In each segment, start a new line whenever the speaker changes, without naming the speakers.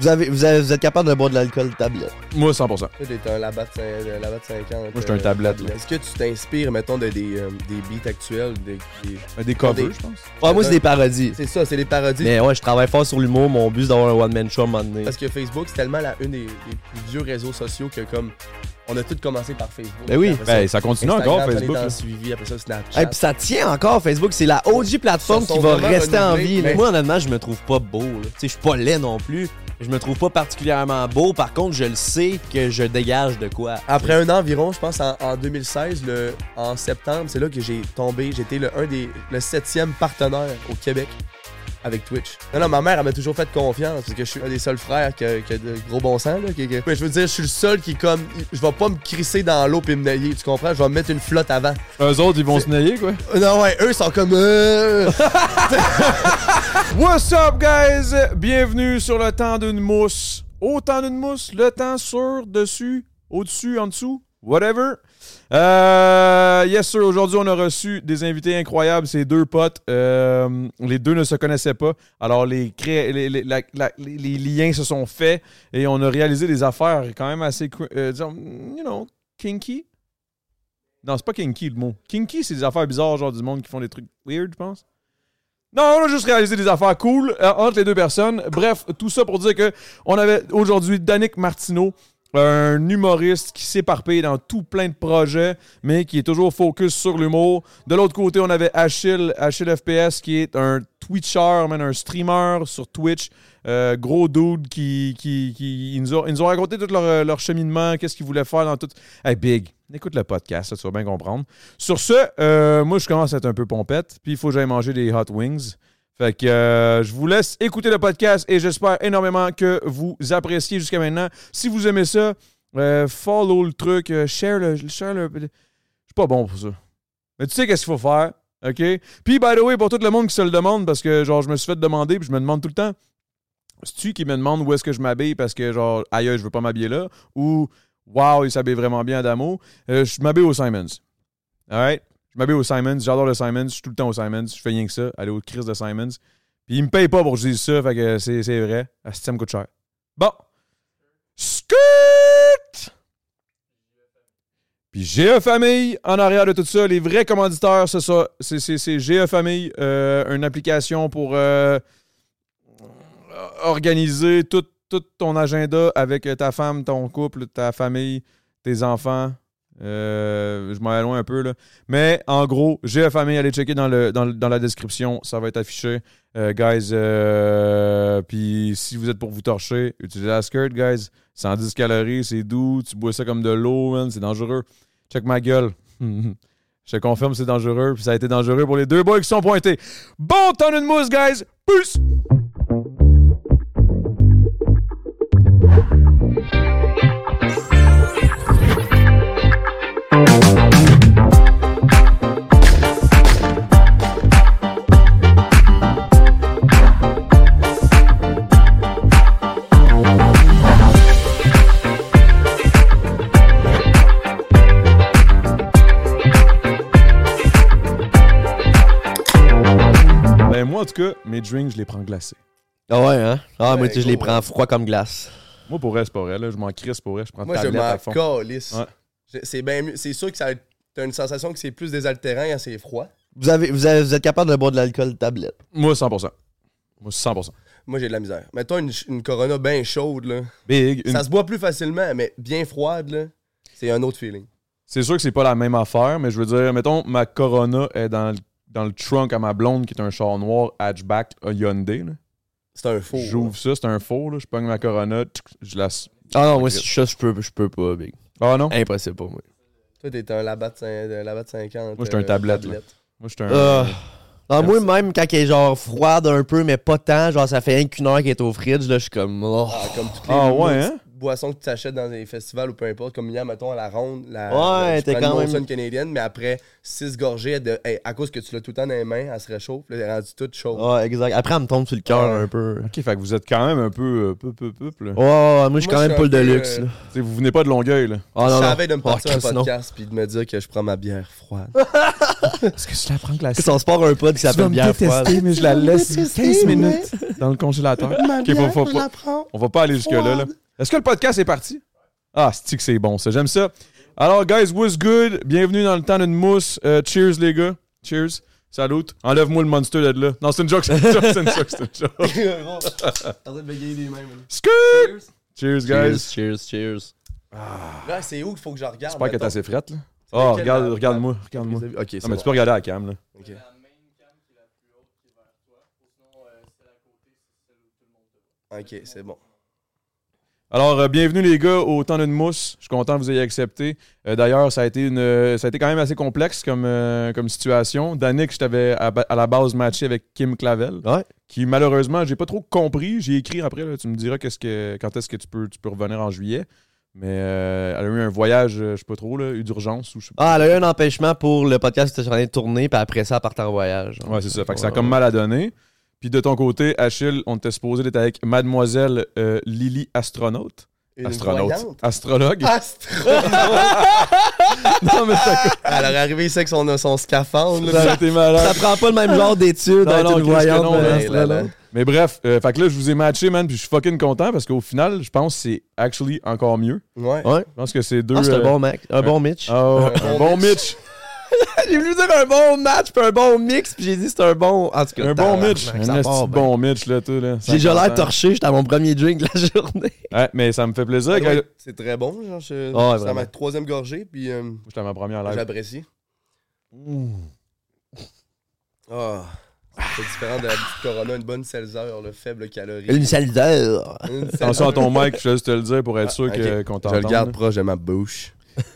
Vous, avez, vous, avez- vous êtes capable de boire de l'alcool tablette.
Moi, 100%.
Toi, t'es un labat de cin- euh, de labat de 50.
Moi, j'étais un tablette, là.
euh, Est-ce que tu t'inspires, mettons, de des, euh, des beats actuels? des- des-
Des covers,
Des-
je pense.
Ouais, moi, c'est des parodies.
C'est ça, c'est les parodies.
Mais ouais, je travaille fort sur l'humour. Mon but, c'est d'avoir un one-man show à un moment donné.
Parce que Facebook, c'est tellement la, une des, des plus vieux réseaux sociaux que, comme, on a tous commencé par Facebook.
Ben oui.
Après ça,
Ben, ça continue
Instagram,
encore,
ça, les
Facebook.
temps
là.
suivis, après ça, Snapchat.
Hey, puis ça tient encore Facebook, c'est la OG plateforme
Ils sont
qui va
vraiment
rester en
renouvelés,
vie. là.
mais-
Moi honnêtement, je me trouve pas beau. là. Tu sais, je suis pas laid non plus. Je me trouve pas particulièrement beau. Par contre, je le sais que je dégage de quoi.
Après un an environ, je pense en, en 2016, le, en septembre, c'est là que j'ai tombé. J'étais le un des le septième partenaire au Québec avec Twitch. Non, non, ma mère, elle m'a toujours fait confiance parce que je suis un des seuls frères qui a, qui a de gros bon sens. Là, qui- qui- Mais je veux dire, je suis le seul qui, comme, je vais pas me crisser dans l'eau et me nailler. Tu comprends? Je vais me mettre une flotte avant.
Eux autres, ils vont se nailler, quoi.
Euh, Non, ouais, eux sont comme. euh,
What's up, guys? Bienvenue sur le temps d'une mousse. Au temps d'une mousse, le temps sur, dessus, au-dessus, en dessous, whatever. Euh, yes, sir. Aujourd'hui, on a reçu des invités incroyables. C'est deux potes. Euh, les deux ne se connaissaient pas. Alors, les, cré- les, les- la- la- les- les liens se sont faits et on a réalisé des affaires quand même assez, cr- euh, disons, you know, kinky. Non, c'est pas kinky le mot. Kinky, c'est des affaires bizarres, genre du monde qui font des trucs weird, je pense. Non, on a juste réalisé des affaires cool euh, entre les deux personnes. Bref, tout ça pour dire que on avait aujourd'hui Danick Martineau, un humoriste qui s'éparpille dans tout plein de projets, mais qui est toujours focus sur l'humour. De l'autre côté, on avait Achille, Achille FPS, qui est un Twitcher, man, un streamer sur Twitch. Euh, gros dude qui, qui, qui- ils, nous ont, ils nous ont raconté tout leur, euh, leur cheminement, qu'est-ce qu'ils voulaient faire dans tout. Hey, Big, écoute le podcast, ça, tu vas bien comprendre. Sur ce, euh, moi, je commence à être un peu pompette, puis il faut que j'aille manger des hot wings. Fait que euh, je vous laisse écouter le podcast et j'espère énormément que vous appréciez jusqu'à maintenant. Si vous aimez ça, euh, follow le truc, euh, share le. share le- Je suis pas bon pour ça. Mais tu sais qu'est-ce qu'il faut faire, OK? Puis, by the way, pour tout le monde qui se le demande, parce que genre, je me suis fait demander, puis je me demande tout le temps, c'est-tu qui me demande où est-ce que je m'habille parce que genre, aïe, aïe, je veux pas m'habiller là? Ou, wow, il s'habille vraiment bien, Adamo. Euh, je m'habille au Simons. All right? Je m'habille au Simons. J'adore le Simons. Je suis tout le temps au Simons. Je fais rien que ça. Aller au Chris de Simons. Puis il me paye pas pour que je dise ça. Fait que c'est, c'est vrai. Ah, ça me coûte cher. Bon. Scoot! Puis GE Famille, en arrière de tout ça, les vrais commanditaires, c'est ça. C'est, c'est, c'est GE Famille, euh, une application pour euh, organiser tout, tout ton agenda avec ta femme, ton couple, ta famille, tes enfants. Euh, je m'en éloigne un peu, là. Mais en gros, GE Famille, allez checker dans, le, dans, le- dans la description. Ça va être affiché. Euh, guys, euh, puis si vous êtes pour vous torcher, utilisez la skirt, guys. 110 calories, c'est doux. Tu bois ça comme de l'eau, man. C'est dangereux. Check ma gueule. Je te confirme, c'est dangereux. Puis ça a été dangereux pour les deux boys qui sont pointés. Bon temps de mousse, guys. Peace! Ben, moi, en tout cas, mes drinks, je les prends glacés.
Ah ouais, hein? Ah, moi,
Ouais,
tu sais, je les
gros,
prends froid comme glace.
Moi, pour vrai, c'est pas vrai. Là. Je m'en crisse pour vrai. Je prends
Moi, je
tablette à fond.
m'en calisse.
Ouais.
Je- C'est bien mieux. C'est sûr que ça va être- T'as une sensation que c'est plus désaltérant quand c'est froid.
Vous, avez, vous, avez- vous êtes capable de boire de l'alcool tablette.
Moi, 100%. Moi, 100%.
Moi, j'ai de la misère. Mettons une, une Corona bien chaude, là.
Big, une
Ça se boit plus facilement, mais bien froide, là, c'est un autre feeling.
C'est sûr que c'est pas la même affaire, mais je veux dire, mettons, ma Corona est dans le, dans le trunk à ma blonde, qui est un char noir hatchback euh, Hyundai. là.
C'est un faux.
J'ouvre ça, c'est un faux, là. je pogne ma Corona, tchk, je la... s-
Ah non, moi, si je chasse, je peux, je peux pas, big.
Ah non?
Impossible pour moi.
Toi, t'es un labat de, cin- euh, de labat de
Moi,
50.
j'étais un tablette, là. Moi, je suis un...
Ah. Ah, moi, même quand elle est genre froide un peu, mais pas tant, genre ça fait rien qu'une heure qu'elle est au fridge, là, je suis comme. oh.
Ah, comme toutes les
Ah
maudites
ouais, hein?
boissons que tu achètes dans les festivals ou peu importe, comme hier, mettons, à la ronde, la,
Ouais,
je
t'es
prends
quand
une
même-
Molson canadienne, mais après 6 gorgées, elle de- hey, à cause que tu l'as tout le temps dans les mains, elle se réchauffe, là, elle est rendue toute
Ah.
chaude.
Ouais, exact. Après, elle me tombe sur le cœur
Ouais.
un peu.
Ok, fait que vous êtes quand même un peu euh, peu, peu, peu, là.
Oh, moi, je suis quand
Moi, je
même
suis
pas
un
le
peu,
deluxe,
euh,
là.
Tu sais, Vous venez pas de Longueuil, là.
Oh,
je
non, non.
savais de me partir
Oh,
un
Chris, non.
podcast puis de me dire que je prends ma bière froide.
Est-ce que je la prends
Chris, on se part un pod qui s'appelle Bière froide.
mais je la laisse 15 minutes dans le congélateur. Ok, faut- faut- faut- on va pas aller jusque-là. là. Est-ce que le podcast est parti? Ah, c'est que c'est bon, ça. J'aime ça. Alors, guys, what's good? Bienvenue dans le temps d'une mousse. Euh, cheers, les gars. Cheers. Salut. Enlève-moi le monster de là. Non, c'est une joke, c'est une joke, c'est une joke, c'est une joke. Skrrt! Cheers, guys.
cheers, cheers.
Là, c'est où qu'il faut que je regarde?
J'espère que t'es
mettons?
assez frette, là.
C'est
Oh,
lequel,
regarde,
la-
regarde-moi, regarde-moi.
Ok, c'est
Non, mais tu
bon.
peux regarder à la cam, là.
Ok. Ok, c'est bon.
Alors, euh, bienvenue les gars au temps d'une mousse. Je suis content que vous ayez accepté. Euh, D'ailleurs, ça a été une, euh, ça a été quand même assez complexe comme, euh, comme situation. Danick, je t'avais à, ba- à la base matché avec Kim Clavel,
Ouais.
qui malheureusement, j'ai pas trop compris. J'ai écrit après, là, tu me diras qu'est-ce que, quand est-ce que tu peux, tu peux revenir en juillet. Mais euh, elle a eu un voyage, euh, je sais pas trop, là, eu d'urgence ou je sais pas.
Ah, elle a eu un empêchement pour le podcast que j'étais en train de tourner, puis après ça, elle partait en voyage.
Ouais, c'est ça. Fait que ça a
Ah! Ouais.
comme mal à donner. Puis de ton côté, Achille, on était supposé d'être avec Mademoiselle euh, Lily Astronaute.
Une
Astronaute.
voyante? Ah!
Astrologue.
Astronaute!
non, mais ça,
Elle aurait arrivé ici avec son, son scaphandre.
ça
là.
aurait été malade.
Ça prend pas le même genre d'études
Non,
d'être
non,
une
Chris, que
voyante.
non,
euh,
là,
Hey, là, là.
astrologue.
Mais bref, euh, fait que là, je vous ai matché, man, puis je suis fucking content parce qu'au final, je pense que c'est actually encore mieux.
Ouais.
Ouais.
Je pense que c'est deux.
Ah, c'est un
euh,
bon mec. Un bon Mitch.
ah,
Un
un
bon
bon Mitch.
J'ai voulu dire un bon match, puis un bon mix, puis j'ai dit c'est un bon. En tout cas,
Un bon
tabarnak,
Mitch.
ça
Un
part
esti
bien.
de bon Mitch, là, tout, là.
J'ai déjà l'air
50 ans.
torché, j'étais à mon premier drink de la journée.
Ouais, mais ça me fait plaisir.
Ça doit
que-
être- C'est très bon, genre. Je...
Ah ouais,
c'est
vraiment.
ma troisième gorgée, puis euh,
J'étais à ma première live.
j'apprécie. Ah, c'est différent de la petite Corona, une bonne seltzer, le faible calorie.
Une salideur.
Une
Attention à
seltzer.
ton mic, je vais juste te le dire pour être sûr
Ah,
que- qu'on
Je
t'entende.
le garde proche de ma bouche.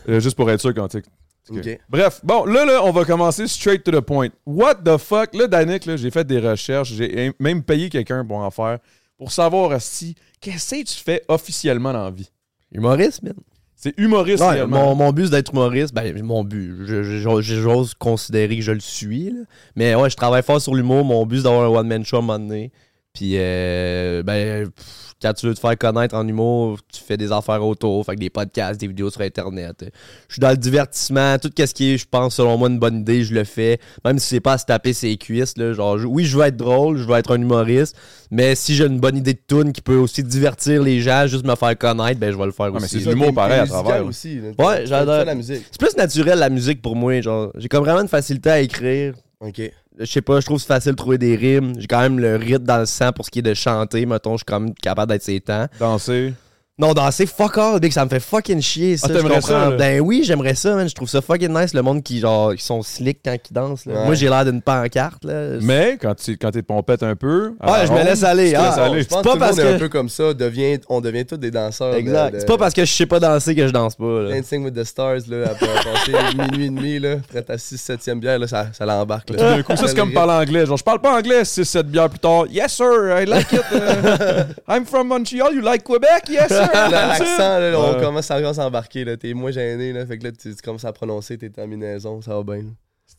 Euh, juste pour être sûr quand tu Ok.
Ok.
Bref, bon, là, là, on va commencer straight to the point. What the fuck? Là, Danick, là, j'ai fait des recherches, j'ai même payé quelqu'un pour en faire, pour savoir si, qu'est-ce que tu fais officiellement dans la vie?
Humoriste, man.
C'est humoriste,
Ouais,
réellement.
mon, mon but c'est d'être humoriste. Ben, mon but. Je- je- je- J'ose considérer que je le suis. là. Mais ouais, je travaille fort sur l'humour. Mon but c'est d'avoir un one-man show à un moment donné. Puis, euh, ben, pff, quand tu veux te faire connaître en humour, tu fais des affaires autour. Fait que des podcasts, des vidéos sur Internet. Je suis dans le divertissement. Tout ce qui est, je pense, selon moi, une bonne idée, je le fais. Même si c'est pas à se taper ses cuisses. Là, genre, je- oui, je veux être drôle, je veux être un humoriste. Mais si j'ai une bonne idée de tune qui peut aussi divertir les gens, juste me faire connaître, ben, je vais le faire
mais
aussi.
c'est
là.
de l'humour
T'es- t'es
pareil à
musical
travers, là.
aussi. là.
Ouais,
T'aimes
j'adore.
ça, la musique.
C'est plus naturel la musique pour moi, genre. J'ai comme vraiment une facilité à écrire.
Ok.
Je sais pas, je trouve que c'est facile de trouver des rimes. J'ai quand même le rythme dans le sang pour ce qui est de chanter, mettons, je suis quand même capable d'être ses temps.
Danser.
Non, danser, fuck all, big, ça me fait fucking chier, ça.
Ah,
je
t'aimerais ça,
comprends.
là?
ben oui, j'aimerais ça, man. Je trouve ça fucking nice, le monde qui, genre, ils sont slick quand ils dansent, là.
Ouais.
Moi, j'ai l'air d'une pancarte, là.
Mais quand tu quand t'es pompette un peu. à la
Ouais, je me
ronde,
laisse aller.
te
ah.
laisses aller.
Je
pas
pense que tout le
parce
monde est un
que-
peu comme ça. devient- on devient tous des danseurs. de-
Exact.
de-
C'est pas parce que je sais pas danser que je danse pas, là.
Dancing with the Stars, là, après passer minuit et demi, là, prête à 6 7 e bière, là, ça, ça l'embarque.
Tout d'un coup, ça, c'est comme parler anglais. Genre, je parle pas anglais 6-7 bières plus tard. Yes, sir, I like it. euh, I'm from Montreal, you like Quebec? Yes, sir.
Là, L'accent, là, on
Ouais.
commence à s'embarquer, là, t'es moins gêné, là, fait que là, tu, tu commences à prononcer tes terminaisons, ça va bien. là.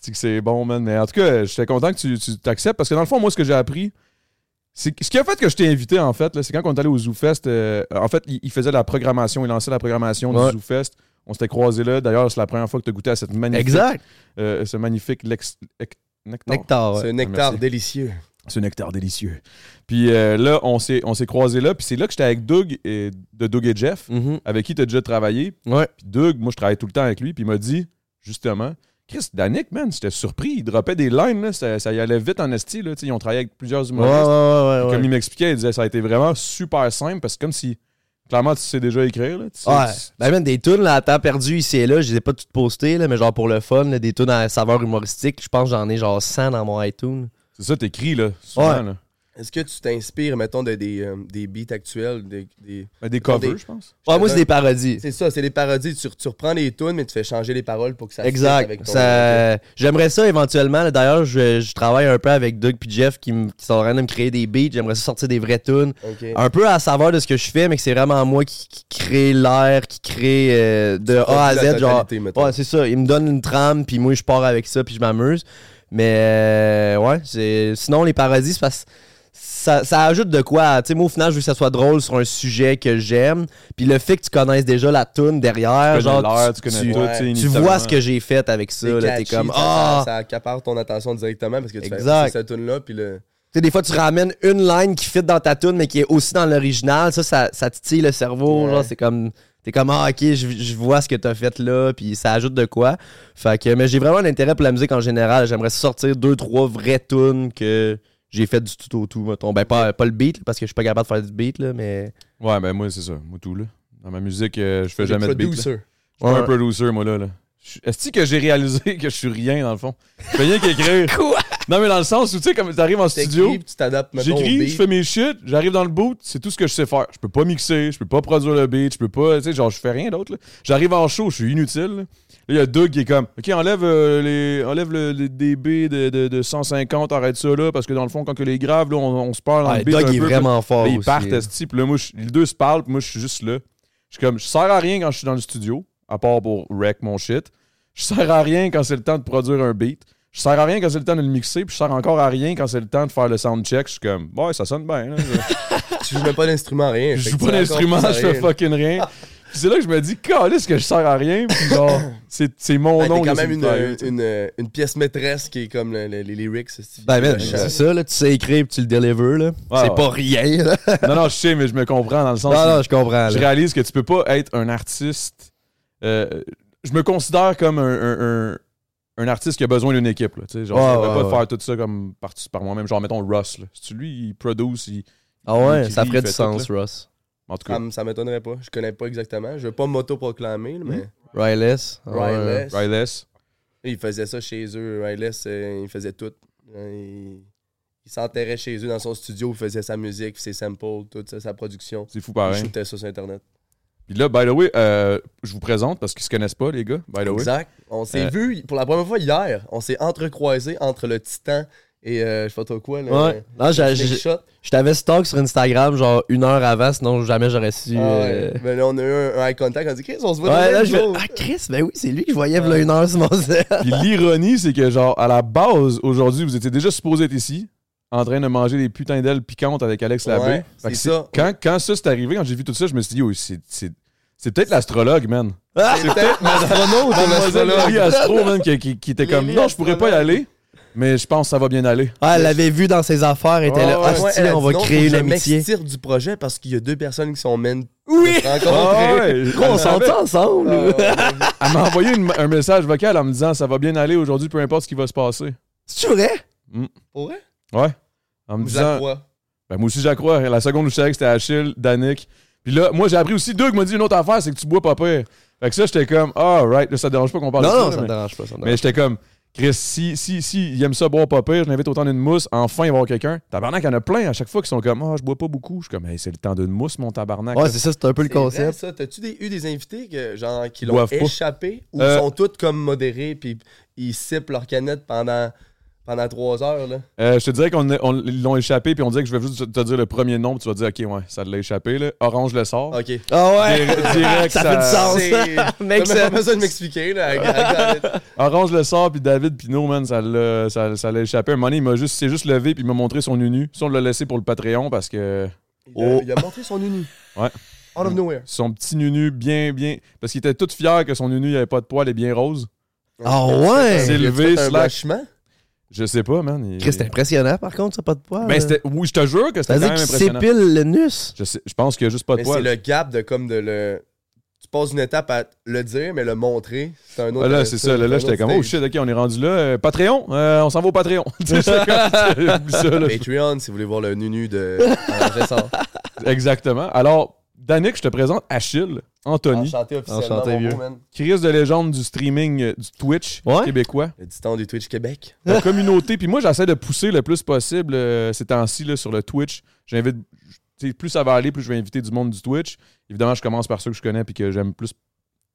C'est que c'est bon, man. Mais en tout cas, j'étais content que tu tu t'acceptes parce que dans le fond, moi, ce que j'ai appris, c'est que- ce qui a fait que je t'ai invité, en fait, là, c'est quand on est allé au ZooFest. euh, en fait, il, il faisait la programmation, il lançait la programmation
Ouais.
du ZooFest. On s'était croisés là. D'ailleurs, c'est la première fois que tu as goûté à cette magnifique,
Exact.
euh, ce magnifique lex- ec- nectar.
Nectar, ouais. ah,
C'est un nectar
merci.
délicieux.
Ce nectar délicieux. Puis euh, là, on s'est, on s'est croisés là. Puis c'est là que j'étais avec Doug et, de Doug et Jeff,
Mhm.
avec qui tu as déjà travaillé.
Ouais.
Puis Doug, moi, je travaille tout le temps avec lui. Puis il m'a dit, justement, Chris, Danick, man, j'étais surpris. Il droppait des lines, là, ça, ça y allait vite en esti. Là, tu sais, ils ont travaillé avec plusieurs
Ouais, ouais,
humoristes.
ouais,
Puis
ouais.
Comme il m'expliquait, il disait, ça a été vraiment super simple parce que comme si, clairement, tu sais déjà écrire. Là, tu sais,
Ouais.
tu-
Ben, man, des tunes, là, à temps perdu ici et là, je les ai pas toutes postées, là, mais genre pour le fun, là, des tunes à saveur humoristique, je pense que j'en ai genre 100 dans mon iTunes.
c'est ça, t'écris, là, souvent.
Ouais.
là.
Est-ce que tu t'inspires, mettons, de, des, euh, des beats actuels? des- des-
Ben, des covers,
Des-
je pense.
Ouais, moi, c'est des parodies.
C'est ça, c'est des parodies. Tu, tu reprends les tunes, mais tu fais changer les paroles pour que ça fitte
Exact.
avec ton-
Ça- J'aimerais ça éventuellement. là. D'ailleurs, je, je travaille un peu avec Doug puis Jeff qui, me- qui sont en train de me créer des beats. J'aimerais ça sortir des vraies tunes.
Ok.
Un peu à la saveur de ce que je fais, mais que c'est vraiment moi qui, qui crée l'air, qui crée euh, de A à
produis la
Z. Genre,
totalité, mettons.
ouais, c'est ça. Il me donne une trame, puis moi, je pars avec ça, puis je m'amuse. Mais euh, ouais, c'est- sinon, les parodies, c'est parce ça, ça ajoute de quoi. à- Tu sais, moi, au final, je veux que ça soit drôle sur un sujet que j'aime. Puis le fait que tu connaisses déjà la tune derrière,
Tu connais
Ah, genre,
l'air, tu connais tout,
ouais.
sais,
tu vois ce que j'ai fait avec ça.
C'est
là, T'es
catchy,
comme,
ça-
ah!
ça, ça accapare ton attention directement parce que tu
Exact.
fais c'est cette tune là puis le
Tu sais, des fois, tu ramènes une line qui fit dans ta tune, mais qui est aussi dans l'original. Ça, ça, ça titille le cerveau.
Ouais.
Genre, c'est comme. T'es comme, ah, ok, je, je vois ce que t'as fait là, puis ça ajoute de quoi. Fait que, mais j'ai vraiment un intérêt pour la musique en général. J'aimerais sortir deux, trois vraies tunes que j'ai fait du tout au tout, mettons. Ben, pas, pas le beat, parce que je suis pas capable de faire du beat, là, mais.
Ouais, ben moi, c'est ça. Moi, tout, là. Dans ma musique, euh, je fais jamais de beat. là.
producer.
Je suis pas un
Ouais.
producer, moi, là. là. Je suis- Est-ce que j'ai réalisé que je suis rien, dans le fond? Je fais rien qu'écrire.
Quoi?
Non, mais dans le sens où, tu sais, comme t'arrives en studio,
T'écris, puis tu t'adaptes mettons au
j'écris,
beat.
je fais mes shit, j'arrive dans le boot, c'est tout ce que je sais faire. Je peux pas mixer, je peux pas produire le beat, je peux pas, tu sais, genre, je fais rien d'autre, là. J'arrive en show, je suis inutile, là. Là, il y a Doug qui est comme, OK, enlève, euh, les, enlève le, les dB de, de- de 150, arrête ça là, parce que dans le fond, quand il est grave, là, on, on se parle dans
Ouais,
le beat.
Doug
un
il est
peu,
vraiment fort.
Là, ils
Oh,
aussi.
partent, euh, esti, puis là, moi, je- les deux se parlent, puis moi, je suis juste là. Je suis comme, je sers à rien quand je suis dans le studio, à part pour wreck mon shit. Je sers à rien quand c'est le temps de produire un beat. Je sers à rien quand c'est le temps de le mixer, puis je sers encore à rien quand c'est le temps de faire le sound check. Je suis comme, ouais, ça sonne bien. là.
Tu joues même pas d'instrument rien.
Je
Fait
joue
que
pas
tu
d'instrument,
racontes
je fais
rien.
fucking rien. Puis c'est là que je me dis, calisse que je sers à rien, puis genre, c'est c'est mon
Ouais,
nom.
Ah, T'es quand
que
même
c'est
une,
le faire,
une,
tu sais.
une- une pièce maîtresse qui est comme le- le- les lyrics. c'est-
Ben, man,
le chant.
c'est ça, là, tu sais écrire, puis tu le deliver, là.
Ouais,
c'est
ouais.
pas rien, là.
euh,
Non, non, je sais, mais je me comprends dans le sens. où-
Non, non, je comprends, là.
je réalise que tu peux pas être un artiste. euh, je me considère comme un, un- un- un artiste qui a besoin d'une équipe. Là, tu sais, genre,
Ouais,
je pourrais
ouais,
pas
ouais.
faire tout ça comme par, par moi-même. Genre, mettons Russ. Là. Si lui, il produce, il-
Ah ouais,
Écrit,
ça ferait
il
du
fait tout,
sens, Ross.
En tout
Ça,
cas,
me- ça m'étonnerait pas. Je connais pas exactement. Je veux pas m'auto-proclamer, là, mais
Hmm.
Ryless. ah
Ryless.
Ryless.
Ils faisaient ça chez eux. Ryless, euh, il faisait tout. Euh, Il, il s'enterrait chez eux dans son studio. Il faisait sa musique, ses samples, toute sa production.
C'est fou
Il
pareil.
shootait ça sur Internet.
Puis là, by the way, euh, je vous présente parce qu'ils se connaissent pas, les gars. By the way.
Exact. On s'est
Euh,
vu pour la première fois hier. On s'est entrecroisés entre le Titan et euh, je sais pas trop quoi. Là,
Ouais. Non, j'ai- j'ai-
shot.
Je t'avais stalk sur Instagram genre une heure avant, sinon jamais j'aurais su.
Ah
euh,
Mais Ben, là, on a eu un, un eye contact. On dit, Chris, on se voit dans
Ouais,
le Ah.
là
même
je fais
jour.
Ah Chris, ben oui, c'est lui que je voyais v'là une heure sur mon sel.
Puis l'ironie, c'est que, genre, à la base, aujourd'hui, vous étiez déjà supposé être ici, en train de manger des putains d'ailes piquantes avec Alex Labbé.
Ouais,
Fait que c'est-
c'est ça.
Quand, quand ça, c'est arrivé, quand j'ai vu tout ça, je me suis dit, oh, c'est- c'est c'est peut-être l'astrologue, man.
C'est peut-être mon astronaute, mon
Mademoiselle
astrologue.
Lily Astro, man, qui, qui- qui était
Lily
comme non, je pourrais pas y aller, mais je pense que ça va bien aller.
Ah, elle l'avait vu dans ses affaires, elle était là.
Ouais,
Ah,
ouais,
hostie,
elle a
on
dit
va
non,
créer
faut
une
que Je
amitié.
m'extire du projet parce qu'il y a deux personnes qui sont men.
Oui!
Ah
rencontrées.
ouais,
Gros, on s'entend ensemble.
Ah, ouais.
Elle m'a envoyé une- un message vocal en me disant ça va bien aller aujourd'hui, peu importe ce qui va se passer.
C'est vrai?
Pour vrai?
En me
Vous la
disant,
croix.
ben, moi aussi j'accrois. La seconde où je savais que c'était Achille, Danick. Puis là, moi j'ai appris aussi Doug m'a dit une autre affaire, c'est que tu bois pas pire. Fait que ça, j'étais comme ah right, là ça te dérange pas qu'on parle
Non,
de
non, ça
ça. là,
me
mais
dérange pas. Ça me
mais
dérange
j'étais comme Chris, si, si, si, il aime ça boire pas pire, je l'invite autant d'une mousse, enfin il va y avoir quelqu'un. Tabarnak, il y en a plein à chaque fois qui sont comme Ah, je bois pas beaucoup. Je suis comme Hey, c'est le temps d'une mousse, mon tabarnak.
pas. Ouais, c'est ça, c'est un peu le
Ah, C'est vrai,
concept.
ça. T'as-tu des- eu des invités que, genre, qui
Ils
l'ont
boivent pas.
échappé ou
Euh,
sont toutes comme modérés puis ils sippent leur canette pendant, pendant trois heures? Là?
Euh, je te dirais qu'on on- ils l'ont échappé, puis on dirait que je vais juste te dire le premier nom, puis tu vas dire, OK, ouais, ça l'a échappé. Là. Orange le sort.
Ok.
Ah ouais!
Dir- direct,
Ça fait du sens.
C'est- T'as même
Make
pas
sense.
besoin de m'expliquer. là,
Euh,
avec- avec- avec-
Orange le sort, puis David Pinot, man, ça l'a ça, ça l'a échappé. Un moment donné, il m'a juste, s'est juste levé, puis il m'a montré son unu. Ça, on l'a laissé pour le Patreon parce que
Il a- Il a montré son uni.
oh. Ouais.
Out of nowhere.
son petit nunu, bien, bien. Parce qu'il était tout fier que son nunu, il avait pas de poils et bien rose.
Ah ouais!
C'est
Il a-tu
levé,
fait un
slack.
blanchiment?
Je sais pas, man. il-
Chris, c'est impressionnant par contre, ça, pas de
Ah.
poils.
Ben, c'était- oui, je te jure que c'était
C'est-à-dire
quand même
qu'il
impressionnant.
s'épile le nus.
Je, sais- je pense qu'il y a juste pas de
Mais c'est
poils.
le gap de comme de le. Tu passes une étape à le dire, mais le montrer, c'est un autre.
Ah, là, c'est ça. Là,
un
là
autre
j'étais comme, oh
stage.
shit, ok, on est rendu là. Euh, Patreon, euh, on s'en va au Patreon. Tu sais, j'étais comme, oublie ça, là.
euh, Patreon, si vous voulez voir le nunu de. Ah, je sors.
Exactement. Alors, Danick, je te présente Achille, Anthony,
Enchanté officiellement,
Enchanté,
mon
vieux.
beau, man.
Chris de légende du streaming euh, du Twitch
Ouais.
québécois.
Le titan du Twitch Québec.
La communauté. Puis moi, j'essaie de pousser le plus possible euh, ces temps-ci là, sur le Twitch. J'invite. tu sais, Plus ça va aller, plus je vais inviter du monde du Twitch. Évidemment, je commence par ceux que je connais puis que j'aime plus,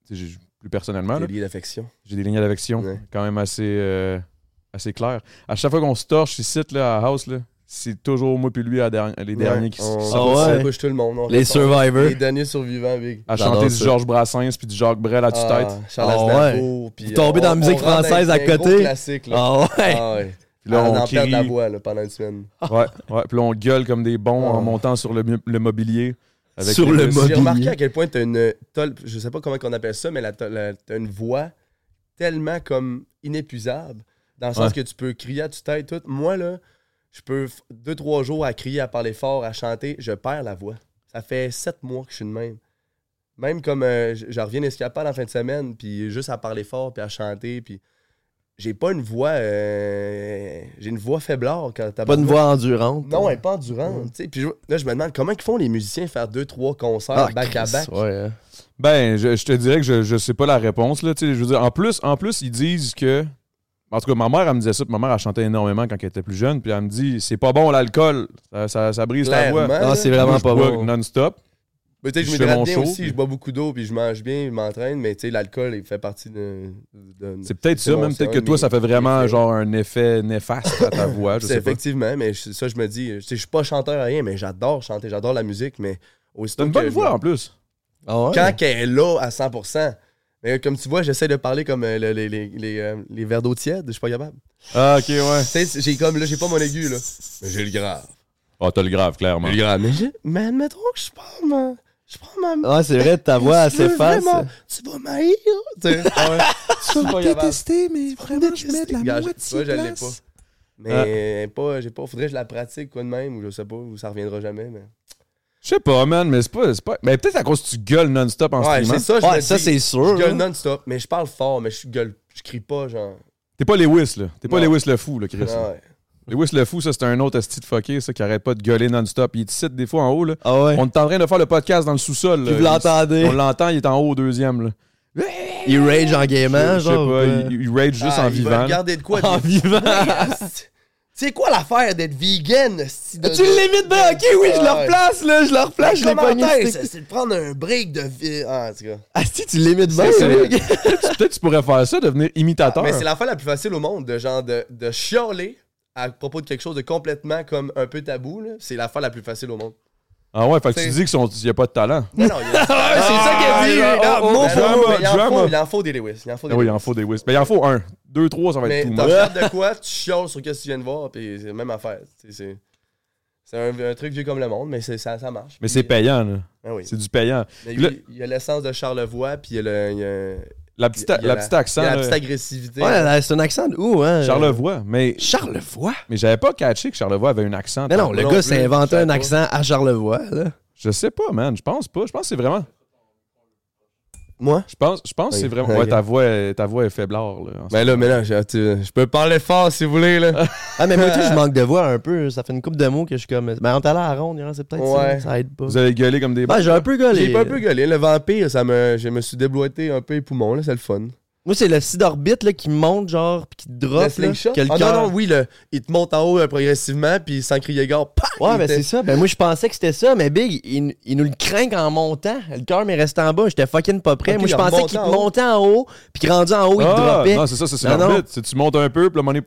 tu sais, j'ai- plus personnellement. là.
Les liens d'affection.
J'ai des lignes d'affection
Ouais.
quand même assez, euh, assez claires. À chaque fois qu'on se torche ici là, à House, là, c'est toujours moi puis lui à derni- les derniers qui s-
On-
qui
Ah
sortent.
ouais.
On bouge tout le monde. on
Les
ressort.
Survivors.
Les derniers survivants, Big.
À
Ah J'adore
chanter du
ça.
Georges Brassens puis du Jacques Brel à tue tête.
Charles
Ah
Aznavour, puis,
Vous
euh,
tombez dans la
on-
musique
on rentre
française
avec
à
un gros
côté.
classique, là.
Ah ouais.
Ah ouais.
Puis là,
on
on
en perd
crie.
la voix là, pendant une semaine.
Ouais, ouais. Puis là, on gueule comme des bons
Ah.
en montant sur le, mu- le mobilier.
Sur
les
le
muscles.
mo-
J'ai
Mobilier.
remarqué à quel point t'as une tol- je sais pas comment qu'on appelle ça, mais la tol- la- t'as une voix tellement comme inépuisable, dans le sens que tu peux crier à tu tête tout. Moi là, je peux f- deux trois jours à crier, à parler fort, à chanter, je perds la voix. Ça fait sept mois que je suis de même. Même comme euh, j- je reviens d'escapade en fin de semaine, puis juste à parler fort, puis à chanter, puis j'ai pas une voix, euh, j'ai une voix faiblarde quand t'as
Pas une voix endurante.
Ah, non, elle n'est pas endurante. tu sais. Puis je- là, je me demande comment ils font les musiciens faire deux, trois concerts
Ah,
back à
Chris,
back.
ouais, hein.
Ben, je, je te dirais que je, je sais pas la réponse. Là, Tu sais, je veux dire, en plus, en plus, ils disent que. En tout cas, ma mère, elle me disait ça. puis Ma mère, elle chantait énormément quand elle était plus jeune. Puis elle me dit c'est pas bon l'alcool. Ça, ça- ça brise la voix.
Clairement.
Non,
là.
c'est
Moi,
vraiment
je
pas
bois
bon.
non-stop.
Mais tu sais,
je
je m'hydrate
fais mon
bien
show,
aussi,
puis-
je bois beaucoup d'eau, puis je mange bien, je m'entraîne, mais tu sais, l'alcool, il fait partie de. de-
C'est peut-être
C'est
ça,
bon,
même
c'est
peut-être
un
que
de
toi,
mes-
ça fait vraiment
mes-
genre un effet néfaste à ta voix. Je
C'est
sais pas.
effectivement, mais je- ça, je me dis, tu sais, je suis pas chanteur à rien, mais j'adore chanter, j'adore la musique, mais aussi.
T'as une bonne voix en plus.
Ah ouais?
Quand elle est là à 100%. Mais comme tu vois, j'essaie de parler comme euh, le- les, les, les, euh, les verres d'eau tiède, je suis pas capable.
Ah, ok, ouais.
Tu sais, j'ai comme là, j'ai pas mon aigu là. Mais J'ai le grave.
Ah, t'as le grave, clairement.
Mais grave. Ah, Mais, je- mais admettons que je prends ma. Je prends ma
Ouais, c'est vrai, ta Ah, voix, elle
Tu veux
s'efface.
vraiment- Tu vas m'haïr. Tu sais, ah ouais.
Tu vas
pas
me
capable.
détester, mais vraiment, je
Détester.
mets de la
Gars, je-
moitié
ça, je l'ai
place.
pas.
Ah.
Mais pas, j'ai pas. Faudrait que je la pratique quoi de même, ou je sais pas, ou ça reviendra jamais. Mais...
Je sais pas, man, mais c'est pas. c'est pas... Mais peut-être à cause que tu gueules non-stop en
Ouais,
streamant.
c'est ça, je me
Ouais, ça,
dis.
c'est
Je
sûr.
gueule
là.
non-stop, mais je parle fort, mais je gueule. Je crie pas, genre.
T'es pas Lewis, là. T'es pas
Non.
Lewis le fou, là, Chris.
Ah ouais.
Lewis le fou, ça, c'est un autre asti de fucké, ça, qui arrête pas de gueuler non-stop. Il te cite des fois en haut, là.
Ah ouais.
On est en train de faire le podcast dans le sous-sol.
Tu
là.
vous l'entendez.
On l'entend, il est en haut au deuxième, là.
Il rage en gamer,
je sais
genre. ben.
pas,
ou quoi?
il, il rage juste
Ah,
en
il va
vivant.
regarder de quoi
En
de-
vivant.
C'est- C'est quoi l'affaire d'être vegan? sti, de-
Tu le limites bien, ok, oui, je le
Ah ouais.
replace, là, je le replace, je l'ai pas mis.
Commentaire,
c'était-
c'est c'est de prendre un break de vie. Ah, en tout cas.
Ah, si, tu le limites bien,
C'est-
là.
Peut-être que tu pourrais faire ça, devenir imitateur.
Ah, Mais c'est l'affaire la plus facile au monde, de genre de, de chialer à propos de quelque chose de complètement comme un peu tabou. là. C'est l'affaire la plus facile au monde.
Ah ouais, fait que
C'est-
tu dis qu'il n'y a pas de talent.
Mais non, il y a-
Ah, c'est ça qu'il a dit,
Ah,
là,
oh, oh,
mon
Mais non,
drama,
mais il, en
drama.
faut, il en faut des Lewis. Il en faut des
Ah oui, il
Lewis.
en faut des whistles. Mais il en faut un. Deux, trois, ça va
Mais
être tout.
t'en
moi.
regardes de quoi, tu chiales sur ce que tu viens de voir, puis c'est la même affaire. C'est- C'est c'est un, un truc vieux comme le monde, mais c'est- ça, ça marche.
Mais
Puis-
c'est payant, là.
Ah oui.
C'est du payant.
Mais
Le-
lui, il y a l'essence de Charlevoix, puis il y a le. il y a-
La petite,
il y
la
a
petite accent,
il y a
là,
la petite agressivité.
Ouais, là, c'est un accent de où, hein?
Charlevoix. Mais,
Charlevoix?
mais j'avais pas catché que Charlevoix avait un accent.
Mais non, le
Ah, non
gars
plus,
s'est
je
inventé
sais
un
pas.
accent à Charlevoix, là.
Je sais pas, man. Je pense pas. Je pense que c'est vraiment.
Moi?
Je pense, je pense que c'est
Ok,
vraiment.
ok.
Ouais, ta voix, est- ta voix est faiblard, là. en ce
Ben là, mais là, je, tu- je peux parler fort si vous voulez, là.
Ah, mais moi, tout, je manque de voix un peu. Ça fait une coupe de mots que je suis comme. Ben, on t'a à la ronde, hein, c'est peut-être
Ouais.
ça. Ça aide pas.
Vous avez gueulé comme des.
Ben, j'ai un peu gueulé.
J'ai pas un peu gueulé. Le vampire, ça me, je me suis débloité un peu les poumons, là, c'est le fun.
Moi, c'est le side orbite, là, qui monte, genre, pis qui drop,
le
là.
slingshot?
que le
Ah
cœur-
non, non, oui, le, il te monte en haut euh, progressivement, puis sans crier gare, paf!
Ouais,
il
ben
était-
c'est ça. Ben moi, je pensais que c'était ça, mais Big, il, il nous le craint en montant. Le cœur m'est resté en bas. J'étais fucking pas prêt.
Ok,
moi, je
il
pensais
remonte
qu'il
en haut.
montait en haut, puis que rendu en haut, il
Ah,
dropait.
non, c'est ça, c'est
Non, non.
l'orbite. C'est- Tu montes un peu, puis là, à un moment donné,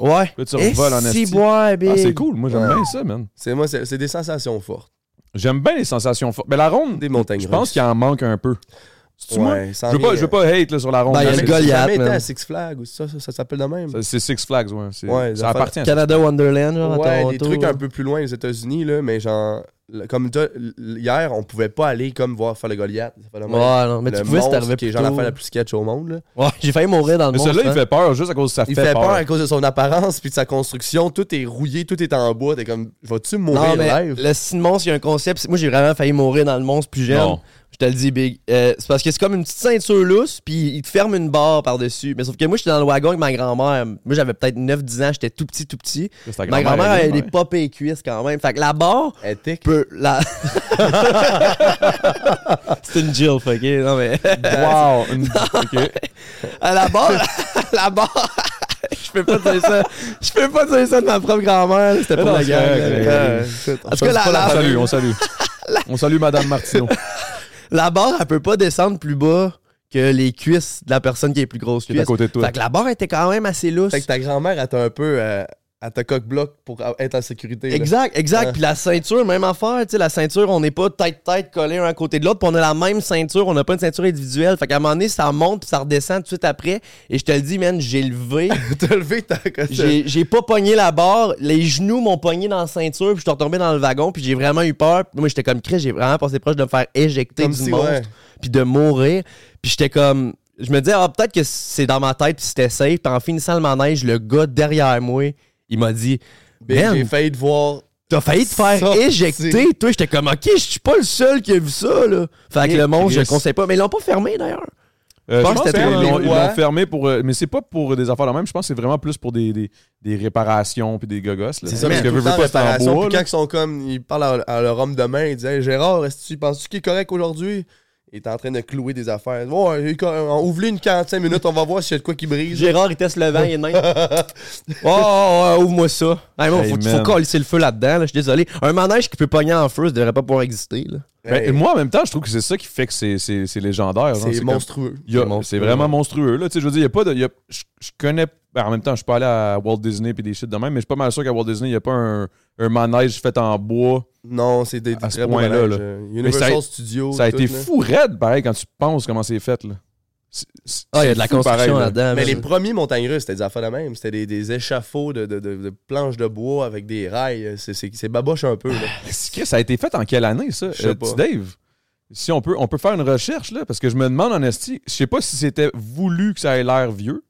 ouais.
là, tu revoles en
si
esti.
boy, Big.
Ah, c'est cool. Moi, j'aime
Ouais.
bien ça, man.
C'est moi, c'est c'est des sensations fortes.
J'aime bien les sensations fortes. Mais la ronde,
Des montagnes
je pense qu'il en manque un peu. C'est-tu moi?
Ouais, Bah, sans
Je veux pas,
rien.
je veux pas hate là, sur la ronde.
Ben, il y a
C'est-
le gars- Goliath,
jamais été
man.
à Six Flags ou ça, ça, ça s'appelle de même.
c'est- C'est Six Flags, ouais. C'est-
Ouais,
ça
ça fait-
appartient. à ça.
Canada Wonderland, genre, à
Ouais,
Toronto.
des trucs un peu plus loin aux États-Unis, là, mais genre, le- comme toi, l- hier, on pouvait pas aller comme voir faire le Goliath. Ça fait de
Ouais,
même.
non, mais
le
tu pouvais, c'est
monstre
arrivé
qui est
plus
genre l'affaire la
tôt.
plus sketch au monde, là.
Ouais, j'ai failli mourir dans le hein.
Mais
monde.
celui-là, il fait peur juste à cause que ça
Il fait peur
peur.
à cause de son apparence puis de sa construction. Tout est rouillé, tout est en bois. T'es comme, vas-tu
Non,
mourir
mais
live?
le Sin Monstre, il y a un concept. Moi, j'ai vraiment failli mourir dans le monstre plus jeune.
Non.
Je te le dis, Big. Euh, c'est parce que c'est comme une petite ceinture lousse, puis il te ferme une barre par-dessus. Mais sauf que moi, j'étais dans le wagon avec ma grand-mère. Moi, j'avais peut-être 9-10 ans, j'étais tout petit, tout petit.
C'est ta
Ma
grand-mère,
grand-mère,
elle est
elle est
même.
pas et cuisse quand même. Fait que la barre
Éthique.
peut le. La... c'est une Jill, fuck it, Non, mais.
Wow! Une- OK.
À la barre. à la barre. Je peux pas dire ça. Je peux pas dire ça de ma propre grand-mère. là, C'était
Mais
pas
non,
la
c'est
gang.
correct,
là,
mais-
mais-
Euh,
En tout cas, la,
On
la,
salue, on salue. On salue Madame Martineau.
la barre, elle peut pas descendre plus bas que les cuisses de la personne qui est plus grosse que
Qui est à
toi.
côté de toi.
Fait que la barre était quand même assez lousse.
Fait que ta grand-mère, elle t'a un peu. euh, elle t'a coque-bloc pour être en sécurité. là.
Exact, exact.
Ouais.
Puis la ceinture, même affaire. Tu sais, la ceinture, on n'est pas tête-tête collés un à côté de l'autre. Puis on a la même ceinture. On n'a pas une ceinture individuelle. Fait qu'à un moment donné, ça monte puis ça redescend tout de suite après. Et je te le dis, man, j'ai levé.
T'as levé ta
j'ai j'ai pas pogné la barre. Les genoux m'ont pogné dans la ceinture. Puis je suis retombé dans le wagon. Puis j'ai vraiment eu peur. Puis moi, j'étais comme Chris. J'ai vraiment passé proche de me faire éjecter
Comme
du
si,
monstre.
ouais.
Puis de mourir. Puis j'étais comme. Je me disais, ah, peut-être que c'est dans ma tête. Puis c'était safe. Puis en finissant le manège, le gars derrière moi, il m'a dit.
Ben,
Man,
J'ai failli te voir.
T'as failli te faire
Sorti.
éjecter, toi. J'étais comme, OK, je suis pas le seul qui a vu ça, là. Fait que
Et
le monde, je le
Chris.
conseille pas. Mais ils l'ont pas fermé, d'ailleurs.
Euh,
Je pense
je pense
que c'était
qu'ils
toi,
l'ont-
les
ils
rois.
l'ont fermé pour. euh, mais c'est pas pour des affaires de même. Je pense que c'est vraiment plus pour des, des, des réparations puis des gogosses. là.
C'est ça,
parce
mais
que
tout
veux,
le
veux
temps,
pas c'est en
réparation.
bois.
Puis
là.
quand ils sont comme, ils parlent à, à leur homme de main, ils disent Hey, Gérard, est-ce que tu penses qu'il est correct aujourd'hui Il est en train de clouer des affaires. Ouais, il est cor- on ouvre une 45 minutes, on va voir s'il y a de quoi qui brise.
Gérard, il teste le vent, il est de même. oh, oh, oh, ouvre-moi ça. Hey, man,
Hey,
faut,
man.
faut colisser le feu là-dedans, là. Je suis désolé. Un manège qui peut pogner en feu, ça devrait pas pouvoir exister, là.
Ben,
Hey,
moi, en même temps, je trouve que c'est ça qui fait que c'est- c'est c'est légendaire. genre.
c'est
comme-
monstrueux.
il y a-
C'est monstrueux.
C'est vraiment monstrueux. Là. Tu sais, Je veux dire, il y a pas de. il y a- je, je connais. ben, en même temps, je suis pas allé à Walt Disney puis des shit de même, mais je suis pas mal sûr qu'à Walt Disney, il n'y a pas un, un manège fait en bois.
Non, c'est des, des
À ce
très bons
point-là,
manèges,
là.
euh,
Mais ça a-
Universal Studios.
Ça a
et tout,
été
là.
fou raide, pareil, quand tu penses comment c'est fait. Là. C'est- c'est-
Ah, il y a de la
c'est fou, pareil,
construction
là.
là-dedans.
Mais
man.
les premiers montagnes russes, c'était des affaires de même. C'était des, des échafauds de, de- de- de planches de bois avec des rails. C'est- C'est c'est baboche un peu. là.
Est-ce que ça a été fait en quelle année, ça?
Je sais
Euh,
pas.
petit Dave, si on peut, on peut faire une recherche, là, parce que je me demande en esti, je sais pas si c'était voulu que ça ait l'air vieux.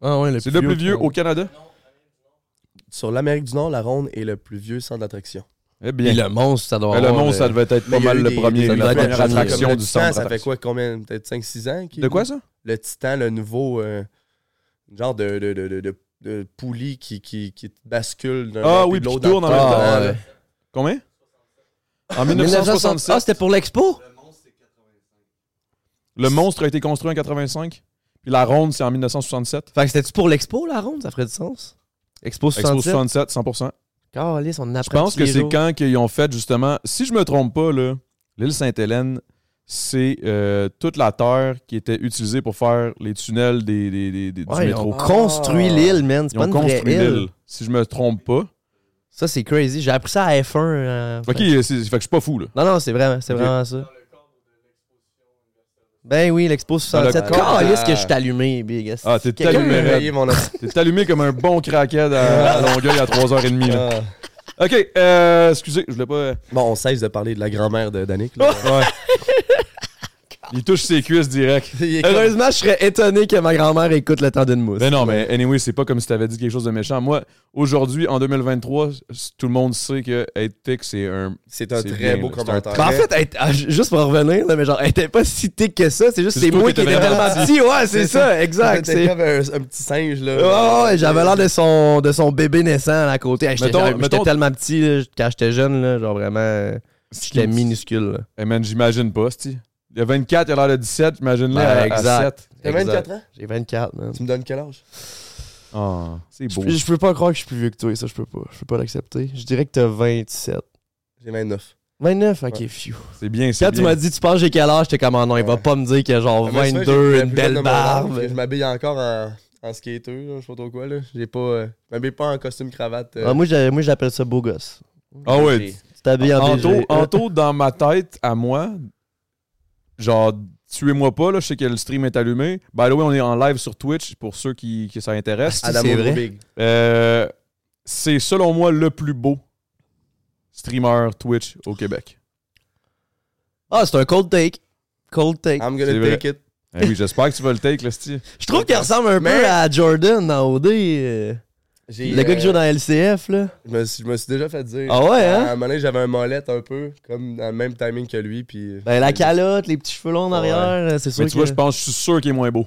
Ah ouais,
C'est le plus vieux au Canada?
Sur l'Amérique du Nord, la ronde est le plus vieux centre d'attraction.
Eh bien,
Puis le monstre, ça doit
Euh, le
avoir,
monstre,
euh,
ça devait être
Mais
pas
il y a
mal
eu
le
des-
premier,
des
la
événements
première
comme le
attraction
Le
du
Titan,
centre.
ça fait
d'attraction.
quoi, combien Peut-être 5-6 ans qu'il-
De quoi, ça?
Le Titan, le nouveau euh, genre de, de, de, de- de- de poulie qui, qui, qui te bascule d'un
Ah
bord
oui,
puis de
puis
l'autre
qui tourne
dans
en
le
même
temps,
temps,
là.
ouais.
Combien? En
1960.
1967,
Ah, c'était pour l'expo?
le monstre a été construit en 85, puis la ronde, c'est en 1967.
Fait que c'était-tu pour l'expo, la ronde? Ça ferait du sens. Expo
Expo
67.
67, 100%.
Calisse, on apprend
Je pense
tous
que
les
c'est
jours.
quand qu'ils ont fait justement, si je me trompe pas, là, l'île Sainte-Hélène, c'est euh, toute la terre qui était utilisée pour faire les tunnels des, des- des- des-
Ouais,
du
ils ont
métro.
construit l'île, man. C'est
Ils
pas
ont
une vraie
construit
île.
l'île, si je me trompe pas.
Ça, c'est crazy. J'ai appris ça à F1. euh,
Ok, c'est- fait que je suis pas fou là.
Non, non, c'est vraiment, c'est
Ok.
vraiment ça. Ben oui, l'expo
Dans
67.
le
corps.
Calisse que je t'allumais, Big. est-ce
Ah, t'es
que quelqu'un
Quelqu'un
allumé,
m'a
me-
raide.
réveillé, mon ami.
T'es allumé comme un bon craquette à, à Longueuil à 3h30. là.
Ah.
Ok, euh, excusez, je voulais pas.
Bon, on cesse de parler de la grand-mère de Danick. là.
Ouais. Il touche ses cuisses direct.
Il est comme-
Heureusement, je serais étonné que ma grand-mère écoute le temps d'une mousse.
Mais Ben non, mais anyway, c'est pas comme si t'avais dit quelque chose de méchant. Moi, aujourd'hui, en 2023, c- tout le monde sait que être tic, c'est un
C'est un
C'est
très
bien,
beau
là. C'est un
commentaire.
Ben, en fait, elle était- ah, ju- juste pour revenir, là, mais genre, elle était pas si tique que ça. C'est juste
C'est
c'est
toi
moi
qui
qui
étais
étais
vraiment
tellement petit. Ouais, c'est
C'est
ça, exact.
C'était
c'est-
comme un, un petit singe, là.
Ouais, ouais, j'avais l'air de son, de son bébé naissant là, à côté. Hey, J'étais
euh, Mettons-
j'étais
mettons-
tellement petit là, quand j'étais jeune, là, genre vraiment, euh, j'étais minuscule. là.
Eh man, j'imagine pas, c'ti. Il y a 24, il a l'air de 17, j'imagine là.
Ben,
à- à
exact.
7.
T'as 24 ans?
J'ai 24, man.
Tu me donnes quel âge?
Ah, c'est
Je,
beau.
peux- je peux pas croire que je suis plus vieux que toi, ça, je peux pas. Je peux pas l'accepter. Je dirais que t'as 27.
J'ai 29.
29, ok,
Ouais.
phew.
C'est bien, c'est
Quand tu m'as
bien.
dit, tu penses j'ai quel âge, t'es comme, ah non, il va
Ouais.
pas me dire que genre
Ah, Mais c'est vrai, j'ai-
22,
j'ai
une
plus jeune
belle
de mon âge,
barbe.
puis Je m'habille encore en, en skater, là, je sais pas trop quoi. Là. J'ai pas, euh, je m'habille pas en costume cravate. euh,
Ah, moi, j'ai- moi, j'appelle ça beau gosse.
Ah ouais.
j'ai-
Tu t'habilles en
Anto,
BG.
Anto, dans ma tête, à moi, genre, tuez-moi pas, là, je sais que le stream est allumé. By the way, on est en live sur Twitch pour ceux qui, qui ça intéresse.
Ah,
Adamo
c'est vrai.
Big.
Euh, c'est selon moi le plus beau streamer Twitch au Québec.
Ah, c'est un cold take. Cold take.
I'm
C'est
gonna
vrai.
take it.
Eh oui, j'espère que tu vas le take, le style.
Je trouve qu'il ressemble un
Mais-
peu à Jordan dans OD. euh,
J'ai,
Le gars qui
euh,
joue dans LCF, là.
Je me, suis, je me suis déjà fait dire.
Ah ouais, hein?
À un moment donné, j'avais un molette un peu, comme dans le même timing que lui. Puis,
Ben, la Ben, calotte, les petits cheveux longs en
Ouais.
arrière, euh, c'est sûr
Mais
que...
tu vois, je pense, je suis sûr qu'il est moins beau.